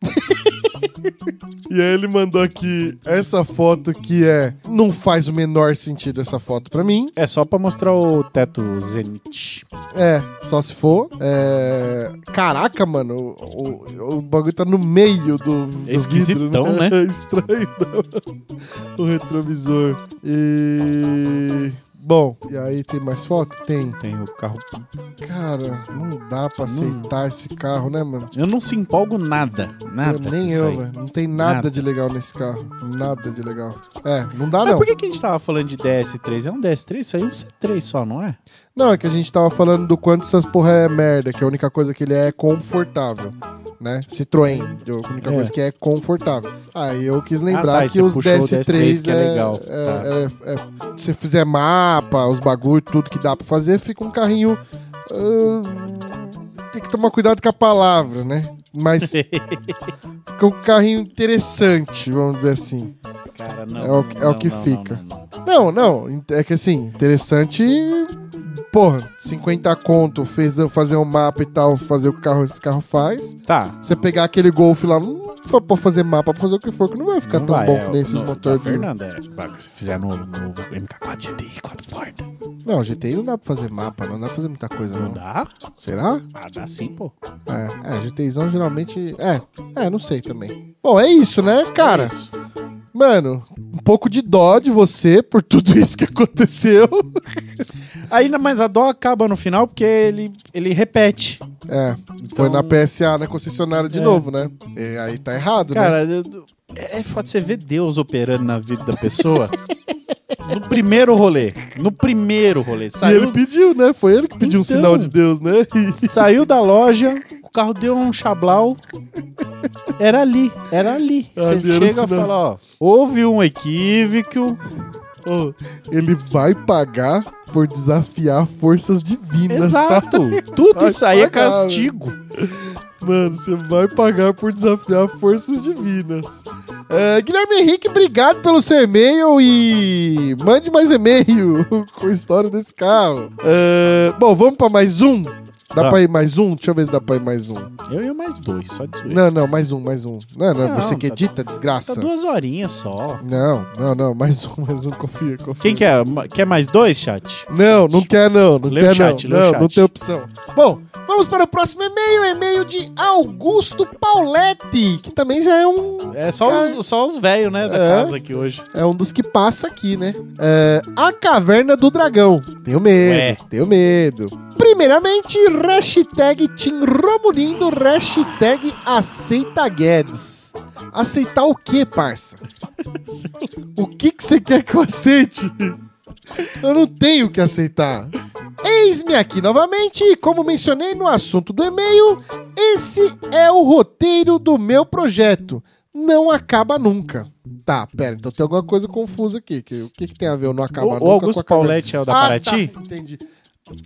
[SPEAKER 1] E aí ele mandou aqui essa foto que é. Não faz o menor sentido essa foto pra mim.
[SPEAKER 2] É só pra mostrar o teto Zenit.
[SPEAKER 1] É, só se for. É... Caraca, mano, o, o- o bagulho tá no meio do. do
[SPEAKER 2] Esquisitão,
[SPEAKER 1] vidro,
[SPEAKER 2] né?
[SPEAKER 1] É estranho, não. O retrovisor. E. Bom, e aí tem mais foto? Tem.
[SPEAKER 2] Tem o carro.
[SPEAKER 1] Cara, não dá
[SPEAKER 2] Hum.
[SPEAKER 1] pra aceitar esse carro, né, mano?
[SPEAKER 2] Eu não se empolgo nada, nada.
[SPEAKER 1] Eu-
[SPEAKER 2] com
[SPEAKER 1] nem
[SPEAKER 2] isso
[SPEAKER 1] eu,
[SPEAKER 2] aí.
[SPEAKER 1] velho. Não tem nada,
[SPEAKER 2] Nada.
[SPEAKER 1] de legal nesse carro. Nada de legal. É, não dá,
[SPEAKER 2] Mas
[SPEAKER 1] não.
[SPEAKER 2] por que, que a gente tava falando de DS3? É um DS3? Isso aí é um C3 só, não é?
[SPEAKER 1] Não, é que a gente tava falando do quanto essas porra é merda, que a única coisa que ele é é confortável, né? Citroën, a única
[SPEAKER 2] É.
[SPEAKER 1] coisa que é confortável. Aí eu quis
[SPEAKER 2] Ah,
[SPEAKER 1] lembrar
[SPEAKER 2] tá, e
[SPEAKER 1] que
[SPEAKER 2] você
[SPEAKER 1] os
[SPEAKER 2] puxou o
[SPEAKER 1] DS3,
[SPEAKER 2] que é legal,
[SPEAKER 1] é- é- é- se fizer mapa, os bagulho, tudo que dá pra fazer, fica um carrinho... ah, tem que tomar cuidado com a palavra, né? Mas fica um carrinho interessante, vamos dizer assim.
[SPEAKER 2] Cara, não.
[SPEAKER 1] É o que- é o
[SPEAKER 2] não,
[SPEAKER 1] que
[SPEAKER 2] não,
[SPEAKER 1] fica.
[SPEAKER 2] não, não.
[SPEAKER 1] Não, não. É que assim, interessante. Porra, 50 conto, fez eu fazer um mapa e tal, fazer o que o carro, esse carro faz.
[SPEAKER 2] Tá.
[SPEAKER 1] Você pegar aquele Golf lá, não for pra fazer mapa, pra fazer o que for, que não vai ficar
[SPEAKER 2] Não
[SPEAKER 1] tão
[SPEAKER 2] vai,
[SPEAKER 1] bom
[SPEAKER 2] é,
[SPEAKER 1] que nem esses
[SPEAKER 2] no-
[SPEAKER 1] motores.
[SPEAKER 2] da
[SPEAKER 1] de-
[SPEAKER 2] Fernanda, é, tipo, se fizer no, no MK4 GTI, 4 portas.
[SPEAKER 1] Não, GTI não dá pra fazer mapa, não dá pra fazer muita coisa, não.
[SPEAKER 2] Não dá?
[SPEAKER 1] Será?
[SPEAKER 2] Ah, dá sim, pô.
[SPEAKER 1] É, é, GTIzão geralmente. É, é, não sei também. Bom, é isso, né, cara?
[SPEAKER 2] Isso.
[SPEAKER 1] Mano, um pouco de dó de você por tudo isso que aconteceu.
[SPEAKER 2] Aí, não, mas a dó acaba no final porque ele, ele repete.
[SPEAKER 1] É, foi na PSA, na concessionária de
[SPEAKER 2] Então, É.
[SPEAKER 1] novo, né? E aí tá errado, né?
[SPEAKER 2] Cara, é, é foda você ver Deus operando na vida da pessoa. no primeiro rolê. No primeiro rolê.
[SPEAKER 1] E
[SPEAKER 2] Saiu,
[SPEAKER 1] ele pediu, né? Foi ele que pediu um
[SPEAKER 2] Então.
[SPEAKER 1] sinal de Deus, né?
[SPEAKER 2] saiu da loja, o carro deu um chablau. Era ali, era ali. Você
[SPEAKER 1] Ali era o
[SPEAKER 2] chega e
[SPEAKER 1] sinal.
[SPEAKER 2] fala, ó, houve um equívoco.
[SPEAKER 1] Ô, ele vai pagar por desafiar forças divinas, tá?
[SPEAKER 2] Exato. Tudo
[SPEAKER 1] Vai
[SPEAKER 2] isso aí é
[SPEAKER 1] pagar, velho.
[SPEAKER 2] castigo.
[SPEAKER 1] Mano, você vai pagar por desafiar forças divinas. É, Guilherme Henrique, obrigado pelo seu e-mail e mande mais e-mail com a história desse carro. É, bom, vamos pra mais um? Dá
[SPEAKER 2] Tá.
[SPEAKER 1] pra ir mais um? Deixa eu ver se dá pra ir mais um.
[SPEAKER 2] Eu e mais dois, só de zoeira.
[SPEAKER 1] Não, não, mais um, mais um. Não, não,
[SPEAKER 2] Não,
[SPEAKER 1] você que
[SPEAKER 2] tá-
[SPEAKER 1] edita,
[SPEAKER 2] Tá
[SPEAKER 1] desgraça.
[SPEAKER 2] duas horinhas só.
[SPEAKER 1] Não, não, não, mais um, mais um, confia, confia.
[SPEAKER 2] Quem quer? Ma- Quer mais dois, chat?
[SPEAKER 1] Não, não quer não, não
[SPEAKER 2] Lê
[SPEAKER 1] quer
[SPEAKER 2] o chat,
[SPEAKER 1] não.
[SPEAKER 2] lê o
[SPEAKER 1] não,
[SPEAKER 2] chat.
[SPEAKER 1] não tem opção. Bom, vamos para o próximo e-mail, e-mail de Augusto Pauletti, que também já é um,
[SPEAKER 2] É só os, só os velhos, né, da
[SPEAKER 1] É.
[SPEAKER 2] casa aqui hoje.
[SPEAKER 1] é um dos que passa aqui, né? É, a Caverna do Dragão. Tenho medo,
[SPEAKER 2] Ué.
[SPEAKER 1] tenho medo. Primeiramente, hashtag Tim Romulindo, hashtag aceita Guedes. Aceitar o quê, parça? o que que você quer que eu aceite? Eu não tenho o que aceitar. Eis-me aqui novamente, e como mencionei no assunto do e-mail, esse é o roteiro do meu projeto. Não acaba nunca. Tá, pera, então tem alguma coisa confusa aqui. que- o que, que tem a ver o não acaba
[SPEAKER 2] O,
[SPEAKER 1] nunca
[SPEAKER 2] o Augusto
[SPEAKER 1] com a caverna?
[SPEAKER 2] Pauletti é o da
[SPEAKER 1] Ah,
[SPEAKER 2] Paraty?
[SPEAKER 1] tá, entendi.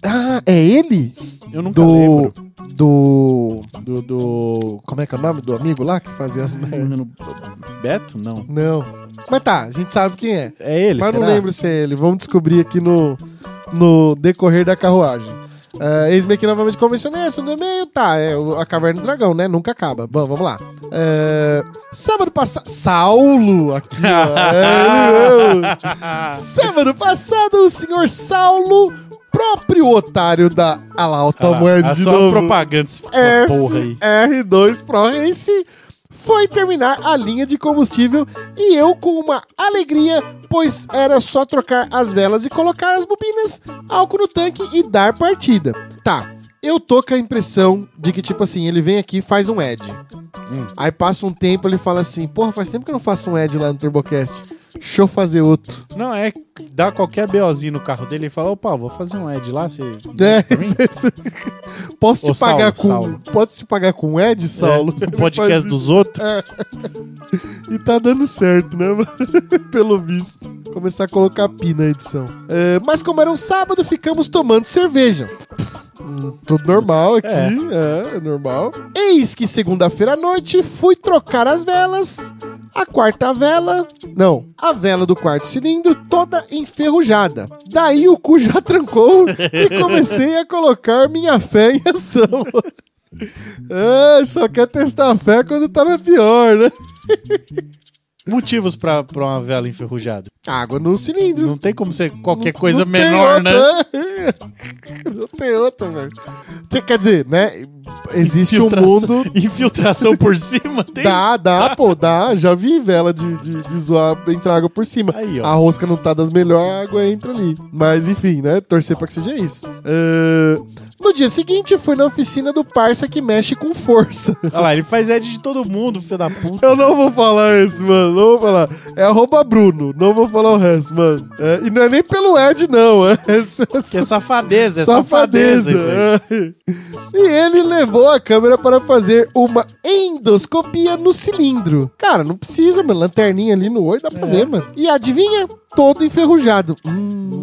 [SPEAKER 1] Ah, é ele?
[SPEAKER 2] Eu nunca
[SPEAKER 1] Do.
[SPEAKER 2] lembro.
[SPEAKER 1] Do.
[SPEAKER 2] Do, do...
[SPEAKER 1] Como é que é o nome do amigo lá que fazia as merdas?
[SPEAKER 2] Beto? Não.
[SPEAKER 1] Não. Mas tá, a gente sabe quem é.
[SPEAKER 2] É ele,
[SPEAKER 1] Mas
[SPEAKER 2] será?
[SPEAKER 1] não lembro se é ele. Vamos descobrir aqui no, no decorrer da carruagem. Uh, Eis-me aqui novamente como mencionei, essa no e-mail, tá, é o- a Caverna do Dragão, né? Nunca acaba. Bom, vamos lá. É, sábado passado... Saulo! Aqui, ó. É, ele mesmo.
[SPEAKER 2] Tá
[SPEAKER 1] Sábado passado, o senhor Saulo, próprio otário da... Ah lá, o
[SPEAKER 2] Ah lá,
[SPEAKER 1] Tamoed
[SPEAKER 2] a
[SPEAKER 1] de
[SPEAKER 2] sua
[SPEAKER 1] novo. É,
[SPEAKER 2] propaganda, essa porra aí.
[SPEAKER 1] SR2 Pro Race foi terminar a linha de combustível e eu com uma alegria, pois era só trocar as velas e colocar as bobinas, álcool no tanque e dar partida. Tá, eu tô com a impressão de que, tipo assim, ele vem aqui e faz
[SPEAKER 2] Hum.
[SPEAKER 1] um ad. Aí passa um tempo, ele fala assim, porra, faz tempo que eu não faço um ad lá no TurboCast. Deixa eu fazer outro.
[SPEAKER 2] Não, é dar qualquer BOzinho no carro dele e falar, opa, vou fazer um Ed lá, você.
[SPEAKER 1] É,
[SPEAKER 2] pra mim?"
[SPEAKER 1] posso te
[SPEAKER 2] Ô, Saulo,
[SPEAKER 1] pagar com.
[SPEAKER 2] Saulo.
[SPEAKER 1] Posso te pagar com um Ed, Saulo?
[SPEAKER 2] É, no podcast dos outros.
[SPEAKER 1] É. E tá dando certo, né, mano? Pelo visto. Começar a colocar pi na edição. É, mas como era um sábado, ficamos tomando cerveja. Hum, Tudo normal aqui, é, é normal. Eis que segunda-feira à noite fui trocar as velas. A quarta vela. Não, a vela do quarto cilindro toda enferrujada. Daí o cu já trancou e comecei a colocar minha fé em ação. Ah, só quer testar a fé quando tá na pior, né?
[SPEAKER 2] Motivos pra, pra uma vela enferrujada.
[SPEAKER 1] Água no cilindro.
[SPEAKER 2] Não tem como ser qualquer
[SPEAKER 1] Não-
[SPEAKER 2] coisa
[SPEAKER 1] não tem
[SPEAKER 2] menor, né?
[SPEAKER 1] outra. Não tem outra, velho. Você Quer dizer, né? Existe
[SPEAKER 2] Infiltração-
[SPEAKER 1] um mundo.
[SPEAKER 2] Infiltração por cima tem.
[SPEAKER 1] Dá, dá, pô, dá. Já vi vela de, de, de zoar, entra água por cima.
[SPEAKER 2] Aí, ó.
[SPEAKER 1] A rosca não tá das melhores, a água entra ali. Mas enfim, né? Torcer pra que seja isso. Ahn, no dia seguinte, fui na oficina do parça que mexe com força.
[SPEAKER 2] Olha lá, ele faz Ed de todo mundo, filho da puta.
[SPEAKER 1] Eu não vou falar isso, mano. Não vou falar. É arroba Bruno. Não vou falar o resto, mano. É, e não é nem pelo Ed, não. É,
[SPEAKER 2] Que é safadeza, é
[SPEAKER 1] safadeza.
[SPEAKER 2] safadeza, isso aí.
[SPEAKER 1] e ele levou a câmera para fazer uma endoscopia no cilindro. Cara, não precisa, mano. Lanterninha ali no olho dá pra ver, mano. E adivinha? Todo enferrujado. Hum.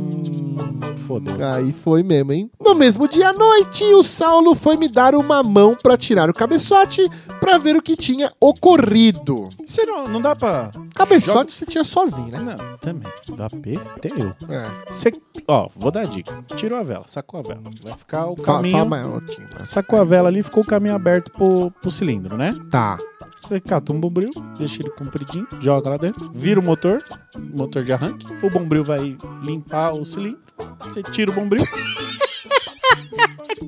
[SPEAKER 2] Foda-se.
[SPEAKER 1] Aí foi mesmo, hein? No mesmo dia à noite, o Saulo foi me dar uma mão pra tirar o cabeçote pra ver o que tinha ocorrido.
[SPEAKER 2] Você não, não dá pra.
[SPEAKER 1] Cabeçote você tira sozinho, né?
[SPEAKER 2] Não, também. Dá P, até eu.
[SPEAKER 1] É.
[SPEAKER 2] Você. Ó, vou dar a dica. Tirou a vela, sacou a vela. Vai ficar o
[SPEAKER 1] Fala, fala
[SPEAKER 2] caminho.
[SPEAKER 1] mais altinho. né?
[SPEAKER 2] Sacou a vela ali, ficou o caminho aberto pro, pro cilindro, né?
[SPEAKER 1] Tá.
[SPEAKER 2] Você cata um bombril, deixa ele compridinho, joga lá dentro, vira o motor, motor de arranque. O bombril vai limpar o cilindro. Você tira o bombril,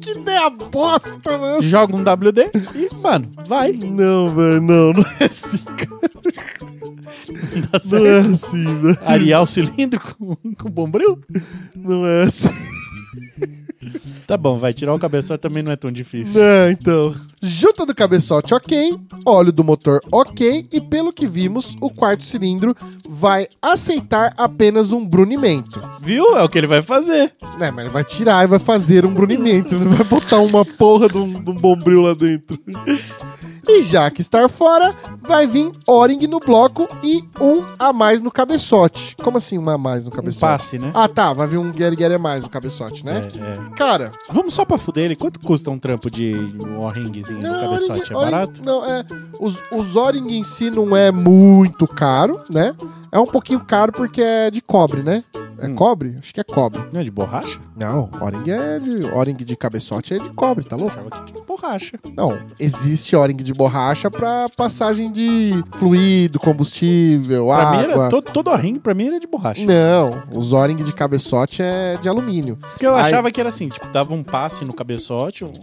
[SPEAKER 1] Que ideia bosta, mano.
[SPEAKER 2] joga um WD e, mano, vai.
[SPEAKER 1] Não, velho, não. Não é assim, cara.
[SPEAKER 2] Dá
[SPEAKER 1] Não é
[SPEAKER 2] certo.
[SPEAKER 1] assim, velho.
[SPEAKER 2] Arear o cilindro com, com o bombril?
[SPEAKER 1] Não é assim.
[SPEAKER 2] Tá bom, vai tirar o cabeçote também não é tão difícil.
[SPEAKER 1] Não, então. Junta do cabeçote, ok. Óleo do motor, ok. E pelo que vimos, o quarto cilindro vai aceitar apenas um brunimento.
[SPEAKER 2] Viu? É o que ele vai fazer. Um
[SPEAKER 1] É, mas ele vai tirar e vai fazer um brunimento. Ele não vai botar uma porra de um, de um bombril lá dentro. E já que estar fora, vai vir O-ring no bloco e um a mais no cabeçote. Como assim um a mais no
[SPEAKER 2] Um
[SPEAKER 1] cabeçote?
[SPEAKER 2] passe, né?
[SPEAKER 1] ah, tá. Vai vir um Gary Gary a mais no cabeçote, né?
[SPEAKER 2] É, é.
[SPEAKER 1] Cara,
[SPEAKER 2] Vamos só pra fuder ele. Quanto custa um trampo de um O-ringzinho no cabeçote? É
[SPEAKER 1] O-ring-
[SPEAKER 2] barato?
[SPEAKER 1] Não, é. Os, os O-ring em si não é muito caro, né? É um pouquinho caro porque é de cobre, né? É
[SPEAKER 2] Hum.
[SPEAKER 1] cobre? Acho que é cobre.
[SPEAKER 2] Não é de borracha?
[SPEAKER 1] Não, O-ring é de. O-ring de cabeçote é de cobre, tá louco?
[SPEAKER 2] Achava que de borracha.
[SPEAKER 1] Não, existe O-ring de borracha pra passagem de fluido, combustível,
[SPEAKER 2] Pra mim
[SPEAKER 1] água.
[SPEAKER 2] era todo, todo O-ring, pra mim era de borracha.
[SPEAKER 1] Não, os O-ring de cabeçote é de alumínio.
[SPEAKER 2] Porque eu
[SPEAKER 1] Aí-
[SPEAKER 2] achava que era assim, tipo, dava um passe no cabeçote, um-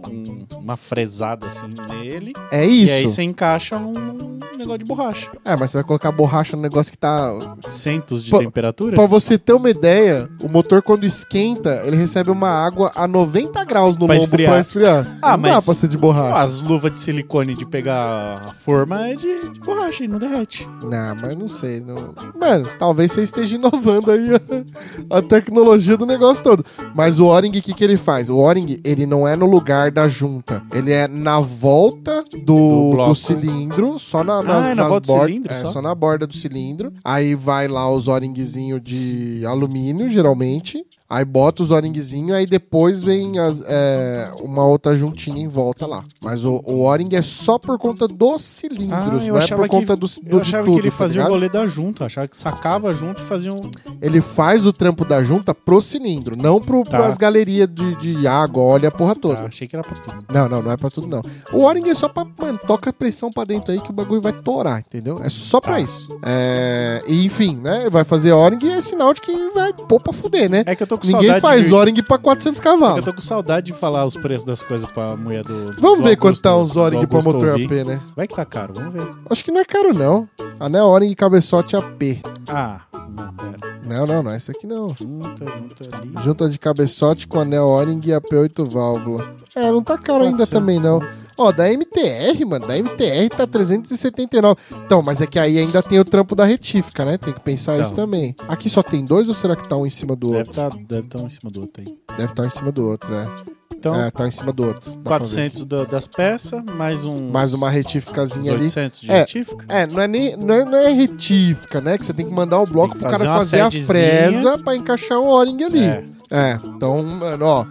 [SPEAKER 2] uma fresada assim nele,
[SPEAKER 1] É
[SPEAKER 2] e aí
[SPEAKER 1] isso.
[SPEAKER 2] você encaixa um negócio de borracha.
[SPEAKER 1] É, mas você vai colocar borracha no negócio que tá
[SPEAKER 2] Centos de
[SPEAKER 1] Pô,
[SPEAKER 2] temperatura?
[SPEAKER 1] Pra você ter uma ideia, o motor quando esquenta, ele recebe uma água a 90 graus no
[SPEAKER 2] Pra
[SPEAKER 1] lombo
[SPEAKER 2] esfriar.
[SPEAKER 1] pra esfriar. não dá
[SPEAKER 2] Ah, mas- Ah,
[SPEAKER 1] pra ser de
[SPEAKER 2] Pô,
[SPEAKER 1] borracha.
[SPEAKER 2] As luvas de silicone de pegar a forma é de, de borracha e não derrete.
[SPEAKER 1] Não, mas não sei. não- Mano, talvez você esteja inovando aí a, a tecnologia do negócio todo. Mas o O-ring, o que, que ele faz? O O-ring, ele não é no lugar da junta. Ele é na volta do,
[SPEAKER 2] Do bloco.
[SPEAKER 1] do cilindro, só na, nas-
[SPEAKER 2] Ah, é na
[SPEAKER 1] nas
[SPEAKER 2] volta do
[SPEAKER 1] bor-
[SPEAKER 2] cilindro,
[SPEAKER 1] É,
[SPEAKER 2] só?
[SPEAKER 1] só? na borda do cilindro. Aí vai lá os O-ringzinho de alumínio, geralmente. Aí bota os O-ringzinho, aí depois vem as, é, uma outra juntinha em volta lá. Mas o, o O-ring é só por conta dos cilindros,
[SPEAKER 2] Ah, eu
[SPEAKER 1] não é
[SPEAKER 2] achava
[SPEAKER 1] por
[SPEAKER 2] que-
[SPEAKER 1] conta do, do
[SPEAKER 2] Eu
[SPEAKER 1] de
[SPEAKER 2] achava
[SPEAKER 1] tudo,
[SPEAKER 2] que ele
[SPEAKER 1] tá
[SPEAKER 2] fazia o
[SPEAKER 1] ligado?
[SPEAKER 2] rolê da junta, eu achava que sacava junto e fazia um.
[SPEAKER 1] Ele faz o trampo da junta pro cilindro, não pro,
[SPEAKER 2] Tá.
[SPEAKER 1] pras galerias de, de água, óleo, a porra toda.
[SPEAKER 2] Ah, achei que era pra tudo.
[SPEAKER 1] Não, não, não é pra tudo não. O O-ring é só pra, mano, toca a pressão pra dentro aí que o bagulho vai torar, entendeu? É só pra
[SPEAKER 2] Tá.
[SPEAKER 1] isso. É, e enfim, né, vai fazer O-ring e é sinal de que vai pôr pra fuder, né?
[SPEAKER 2] É que eu tô com
[SPEAKER 1] Ninguém
[SPEAKER 2] saudade.
[SPEAKER 1] faz
[SPEAKER 2] de...
[SPEAKER 1] O-ring pra 400
[SPEAKER 2] é que Eu
[SPEAKER 1] cavalos.
[SPEAKER 2] tô com saudade de falar os preços das coisas pra mulher do.
[SPEAKER 1] Vamos
[SPEAKER 2] do
[SPEAKER 1] ver
[SPEAKER 2] Augusto-
[SPEAKER 1] quanto tá os
[SPEAKER 2] do
[SPEAKER 1] O-ring pra
[SPEAKER 2] Augusto
[SPEAKER 1] motor
[SPEAKER 2] ouvir.
[SPEAKER 1] AP, né?
[SPEAKER 2] Vai que tá caro, vamos ver.
[SPEAKER 1] Acho que não é caro não. Anel O-ring e cabeçote AP.
[SPEAKER 2] Ah, não, pera.
[SPEAKER 1] Não, não, não é isso aqui não.
[SPEAKER 2] Junta, junta ali.
[SPEAKER 1] Junta de cabeçote com anel O-ring e AP8 válvula. É, não tá caro ainda
[SPEAKER 2] 400.
[SPEAKER 1] também não. Ó, da MTR, mano, da MTR tá 379. Então, mas é que aí ainda tem o trampo da retífica, né? Tem que pensar
[SPEAKER 2] Então.
[SPEAKER 1] isso também. Aqui só tem dois ou será que tá um em cima do
[SPEAKER 2] Deve
[SPEAKER 1] outro?
[SPEAKER 2] estar deve tá um em cima do outro aí.
[SPEAKER 1] Deve estar um em cima do outro, é.
[SPEAKER 2] Então,
[SPEAKER 1] é, tá um em cima do outro. Dá pra ver aqui.
[SPEAKER 2] 400 da- das peças, mais um.
[SPEAKER 1] Mais uma retíficazinha ali.
[SPEAKER 2] 800 de
[SPEAKER 1] É,
[SPEAKER 2] retífica.
[SPEAKER 1] É, não é, nem, não, é, não é retífica, né? Que você tem que mandar o bloco
[SPEAKER 2] Tem que
[SPEAKER 1] pro cara fazer
[SPEAKER 2] fazer uma
[SPEAKER 1] a
[SPEAKER 2] setzinha.
[SPEAKER 1] fresa pra encaixar o O-ring ali. É. então, mano, ó,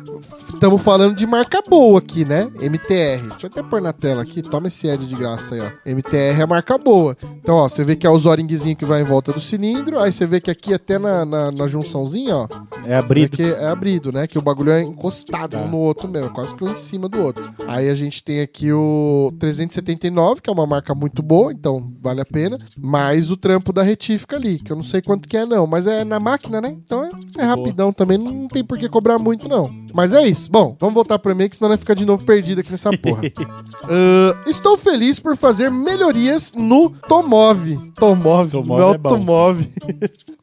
[SPEAKER 1] estamos falando de marca boa aqui, né? MTR. Deixa eu até pôr na tela aqui, toma esse ad de graça aí, ó. MTR é a marca boa. Então, ó, você vê que é os O-ringzinho que vai em volta do cilindro, aí você vê que aqui até na, na, na junçãozinha, ó,
[SPEAKER 2] É,
[SPEAKER 1] você vê
[SPEAKER 2] é abrido.
[SPEAKER 1] que é abrido, né? Que o bagulho é encostado
[SPEAKER 2] Tá.
[SPEAKER 1] um no outro mesmo, é quase que um em cima do outro. Aí a gente tem aqui o 379, que é uma marca muito boa, então vale a pena. Mais o trampo da retífica ali, que eu não sei quanto que é não, mas é na máquina, né? Então é, é rapidão também, não tem
[SPEAKER 2] um
[SPEAKER 1] por que cobrar muito não. Mas é isso. Bom, vamos voltar pro e-mail, que senão vai ficar de novo perdido aqui nessa porra. Ah, estou feliz por fazer melhorias no Tomov. Tomov,
[SPEAKER 2] Tomov
[SPEAKER 1] não
[SPEAKER 2] é bom.
[SPEAKER 1] Tomov.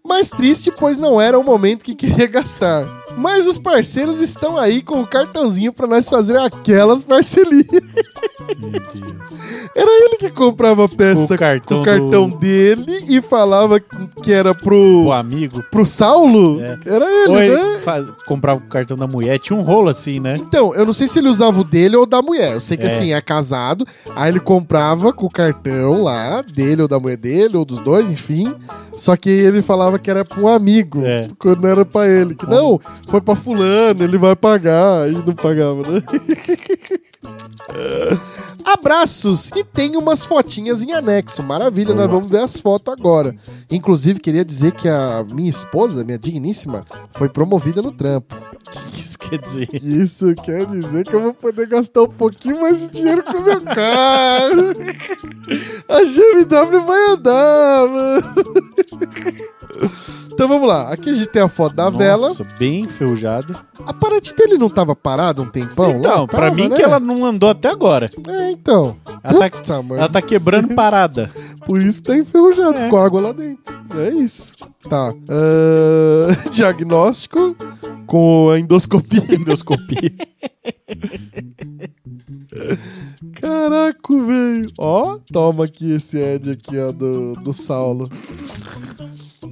[SPEAKER 1] Mas triste, pois não era o momento que queria gastar. Mas os parceiros estão aí com o cartãozinho pra nós fazer aquelas parcelias.
[SPEAKER 2] Meu Deus.
[SPEAKER 1] Era ele que comprava a peça
[SPEAKER 2] O cartão
[SPEAKER 1] com o cartão
[SPEAKER 2] do-
[SPEAKER 1] dele e falava que era pro,
[SPEAKER 2] O amigo.
[SPEAKER 1] pro Saulo.
[SPEAKER 2] É.
[SPEAKER 1] Era ele,
[SPEAKER 2] Ou
[SPEAKER 1] né?
[SPEAKER 2] ele faz- comprava o cartão da mulher, tinha um rolo assim, né?
[SPEAKER 1] Então, eu não sei se ele usava o dele ou da mulher. Eu sei que
[SPEAKER 2] É.
[SPEAKER 1] assim, é casado. Aí ele comprava com o cartão lá, dele ou da mulher dele, ou dos dois, enfim. Só que ele falava que era pra um amigo,
[SPEAKER 2] É.
[SPEAKER 1] quando era pra ele. Que não, foi pra fulano, ele vai pagar. E não pagava, né? Abraços! E tem umas fotinhas em anexo. Maravilha, nós vamos ver as fotos agora. Inclusive, queria dizer que a minha esposa, minha digníssima, foi promovida no trampo.
[SPEAKER 2] O que que isso quer dizer?
[SPEAKER 1] Isso quer dizer que eu vou poder gastar um pouquinho mais de dinheiro com o meu carro. A GMW vai andar, mano. Então vamos lá. Aqui a gente tem a foto da vela.
[SPEAKER 2] Nossa, bem enferrujada.
[SPEAKER 1] A paradinha dele não tava parada um tempão?
[SPEAKER 2] então,
[SPEAKER 1] lá?
[SPEAKER 2] pra
[SPEAKER 1] Tava,
[SPEAKER 2] mim
[SPEAKER 1] né?
[SPEAKER 2] que ela não andou até agora.
[SPEAKER 1] É, então.
[SPEAKER 2] Ela tá,
[SPEAKER 1] Puta, mano.
[SPEAKER 2] ela tá quebrando parada.
[SPEAKER 1] Por isso que tá enferrujado,
[SPEAKER 2] É.
[SPEAKER 1] ficou água lá dentro. É isso. Tá. ahn, diagnóstico com a endoscopia.
[SPEAKER 2] Endoscopia.
[SPEAKER 1] Caraca, velho. Ó, toma aqui esse Ed aqui, ó, do, do Saulo.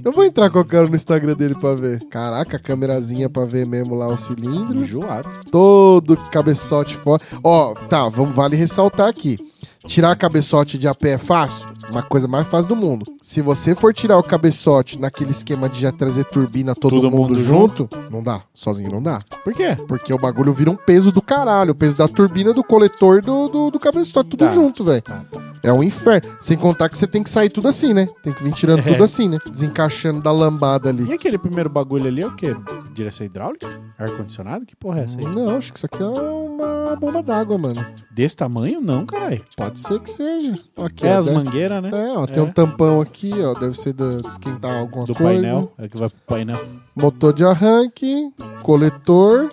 [SPEAKER 1] Eu vou entrar com a cara no Instagram dele pra ver. Caraca, a câmerazinha pra ver mesmo lá o cilindro.
[SPEAKER 2] Enjoado.
[SPEAKER 1] Todo cabeçote fora. Ó, tá, vamos, vale ressaltar aqui. Tirar cabeçote de a pé é fácil? Uma coisa mais fácil do mundo. Se você for tirar o cabeçote naquele esquema de já trazer turbina todo,
[SPEAKER 2] Todo
[SPEAKER 1] mundo,
[SPEAKER 2] mundo
[SPEAKER 1] junto, não dá. Sozinho não dá.
[SPEAKER 2] Por quê?
[SPEAKER 1] Porque o bagulho vira um peso do caralho. O peso da turbina, do coletor, do, do, do cabeçote, tudo
[SPEAKER 2] Tá.
[SPEAKER 1] junto, velho.
[SPEAKER 2] Tá,
[SPEAKER 1] É um inferno. Sem contar que você tem que sair tudo assim, né? Tem que vir tirando
[SPEAKER 2] É.
[SPEAKER 1] tudo assim, né? Desencaixando da lambada ali.
[SPEAKER 2] E aquele primeiro bagulho ali é o quê? Direção hidráulica? Ar-condicionado? Que porra é essa aí?
[SPEAKER 1] Não, acho que isso aqui é uma bomba d'água, mano.
[SPEAKER 2] Desse tamanho? Não, caralho. Pode
[SPEAKER 1] Pode ser que seja. Aqui,
[SPEAKER 2] é
[SPEAKER 1] ó,
[SPEAKER 2] as
[SPEAKER 1] deve-
[SPEAKER 2] mangueiras, né?
[SPEAKER 1] É, ó, tem
[SPEAKER 2] É.
[SPEAKER 1] um tampão aqui, ó. Deve ser da- de esquentar alguma
[SPEAKER 2] Do
[SPEAKER 1] coisa.
[SPEAKER 2] painel. É que vai pro painel.
[SPEAKER 1] Motor de arranque, coletor,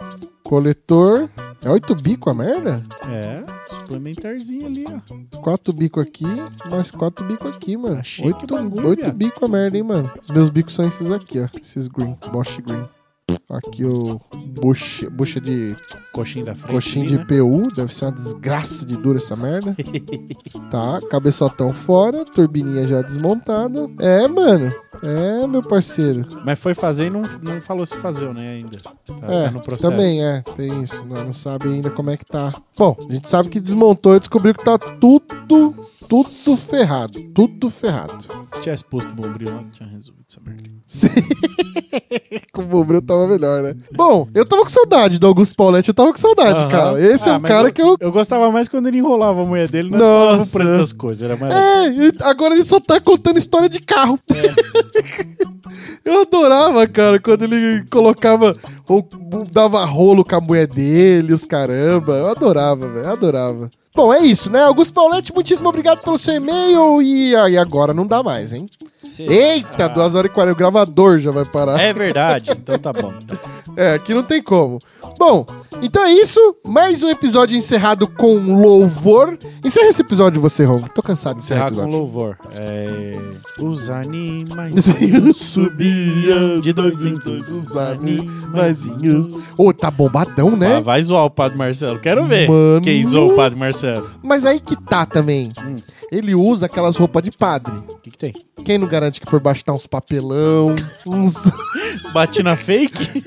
[SPEAKER 1] coletor. É oito bico a merda?
[SPEAKER 2] É, suplementarzinho ali, ó.
[SPEAKER 1] Quatro bico aqui, mais quatro bico aqui, mano.
[SPEAKER 2] Tá chique
[SPEAKER 1] oito
[SPEAKER 2] o bagulho,
[SPEAKER 1] oito
[SPEAKER 2] viado.
[SPEAKER 1] bico a merda, hein, mano. Os meus bicos são esses aqui, ó. Esses green, Bosch green. Aqui o bucha, bucha de
[SPEAKER 2] Coxinho da frente.
[SPEAKER 1] coxinho
[SPEAKER 2] ali,
[SPEAKER 1] de
[SPEAKER 2] né?
[SPEAKER 1] PU, deve ser uma desgraça de dura essa merda. tá, cabeçotão fora, turbininha já desmontada. É, mano. É, meu parceiro.
[SPEAKER 2] né? Mas foi fazer e não, não falou se fazeu, né, ainda. Tá,
[SPEAKER 1] é,
[SPEAKER 2] tá no processo.
[SPEAKER 1] também é, tem isso. Não, não sabe ainda como é que tá. Bom, a gente sabe que desmontou e descobriu que tá tudo, tudo ferrado. Tudo ferrado.
[SPEAKER 2] Tinha exposto o bombril lá, tinha resolvido essa merda.
[SPEAKER 1] Sim. Com o Bobril tava melhor, né? Bom, eu tava com saudade do Augusto Pauletti, eu tava com saudade,
[SPEAKER 2] Aham.
[SPEAKER 1] cara. Esse é
[SPEAKER 2] Ah,
[SPEAKER 1] um
[SPEAKER 2] mas
[SPEAKER 1] cara que eu.
[SPEAKER 2] Eu gostava mais quando ele enrolava a mulher dele, não falava o
[SPEAKER 1] Nossa.
[SPEAKER 2] preço das coisas. Era mais.
[SPEAKER 1] É, ele- agora ele só tá contando história de carro. eu adorava, cara, quando ele colocava. Ou, dava rolo com a mulher dele, os caramba. Eu adorava, velho, eu adorava. Bom, é isso, né? Augusto Pauletti, muitíssimo obrigado pelo seu e-mail. E aí, agora não dá mais, hein?
[SPEAKER 2] Ah.
[SPEAKER 1] Eita, 2 horas e 40. O gravador já vai parar.
[SPEAKER 2] É verdade, então tá bom. Tá.
[SPEAKER 1] É, aqui não tem como. Bom, então é isso. Mais um episódio encerrado com louvor. Encerra esse episódio você, Ron. Tô cansado de encerrar
[SPEAKER 2] Encerrar com
[SPEAKER 1] episódio.
[SPEAKER 2] louvor. É... Os animais
[SPEAKER 1] Subiam
[SPEAKER 2] de dois em dois, os animaizinhos.
[SPEAKER 1] animaizinhos. Ô, tá bombadão, né?
[SPEAKER 2] Ah, vai zoar o Padre Marcelo, quero ver.
[SPEAKER 1] Mano.
[SPEAKER 2] Quem zoou o Padre Marcelo?
[SPEAKER 1] Mas aí que tá também.
[SPEAKER 2] Hum.
[SPEAKER 1] Ele usa aquelas roupas de padre.
[SPEAKER 2] O que, que tem?
[SPEAKER 1] Quem não garante que por baixo tá uns papelão, uns
[SPEAKER 2] Bati na fake?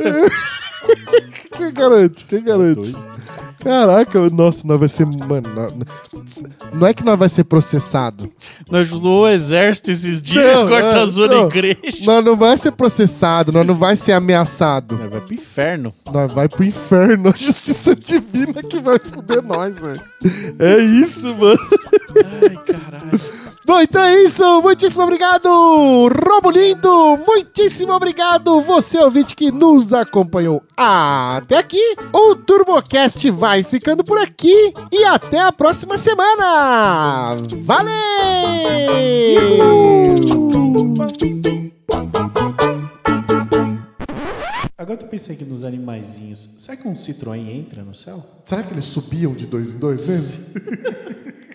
[SPEAKER 1] Quem garante? Quem garante? Caraca, nossa, nós vai ser. Mano, nós- não é que nós vai ser processado.
[SPEAKER 2] Nós ajudou o exército esses dias,
[SPEAKER 1] Não,
[SPEAKER 2] corta
[SPEAKER 1] não,
[SPEAKER 2] a zona da
[SPEAKER 1] não.
[SPEAKER 2] igreja.
[SPEAKER 1] Nós não vai ser processado, nós não vai ser ameaçado.
[SPEAKER 2] Vai pro inferno.
[SPEAKER 1] Nós vai pro inferno, a justiça divina que vai fuder nós, velho. É isso, mano.
[SPEAKER 2] Ai, caralho.
[SPEAKER 1] Bom, então é isso. Muitíssimo obrigado, Robo Lindo. Muitíssimo obrigado, você ouvinte que nos acompanhou até aqui. O TurboCast vai ficando por aqui e até a próxima semana. Valeu!
[SPEAKER 2] Agora eu pensei aqui nos animaizinhos. Será que um Citroën entra no céu?
[SPEAKER 1] Será que eles subiam de dois em dois vezes?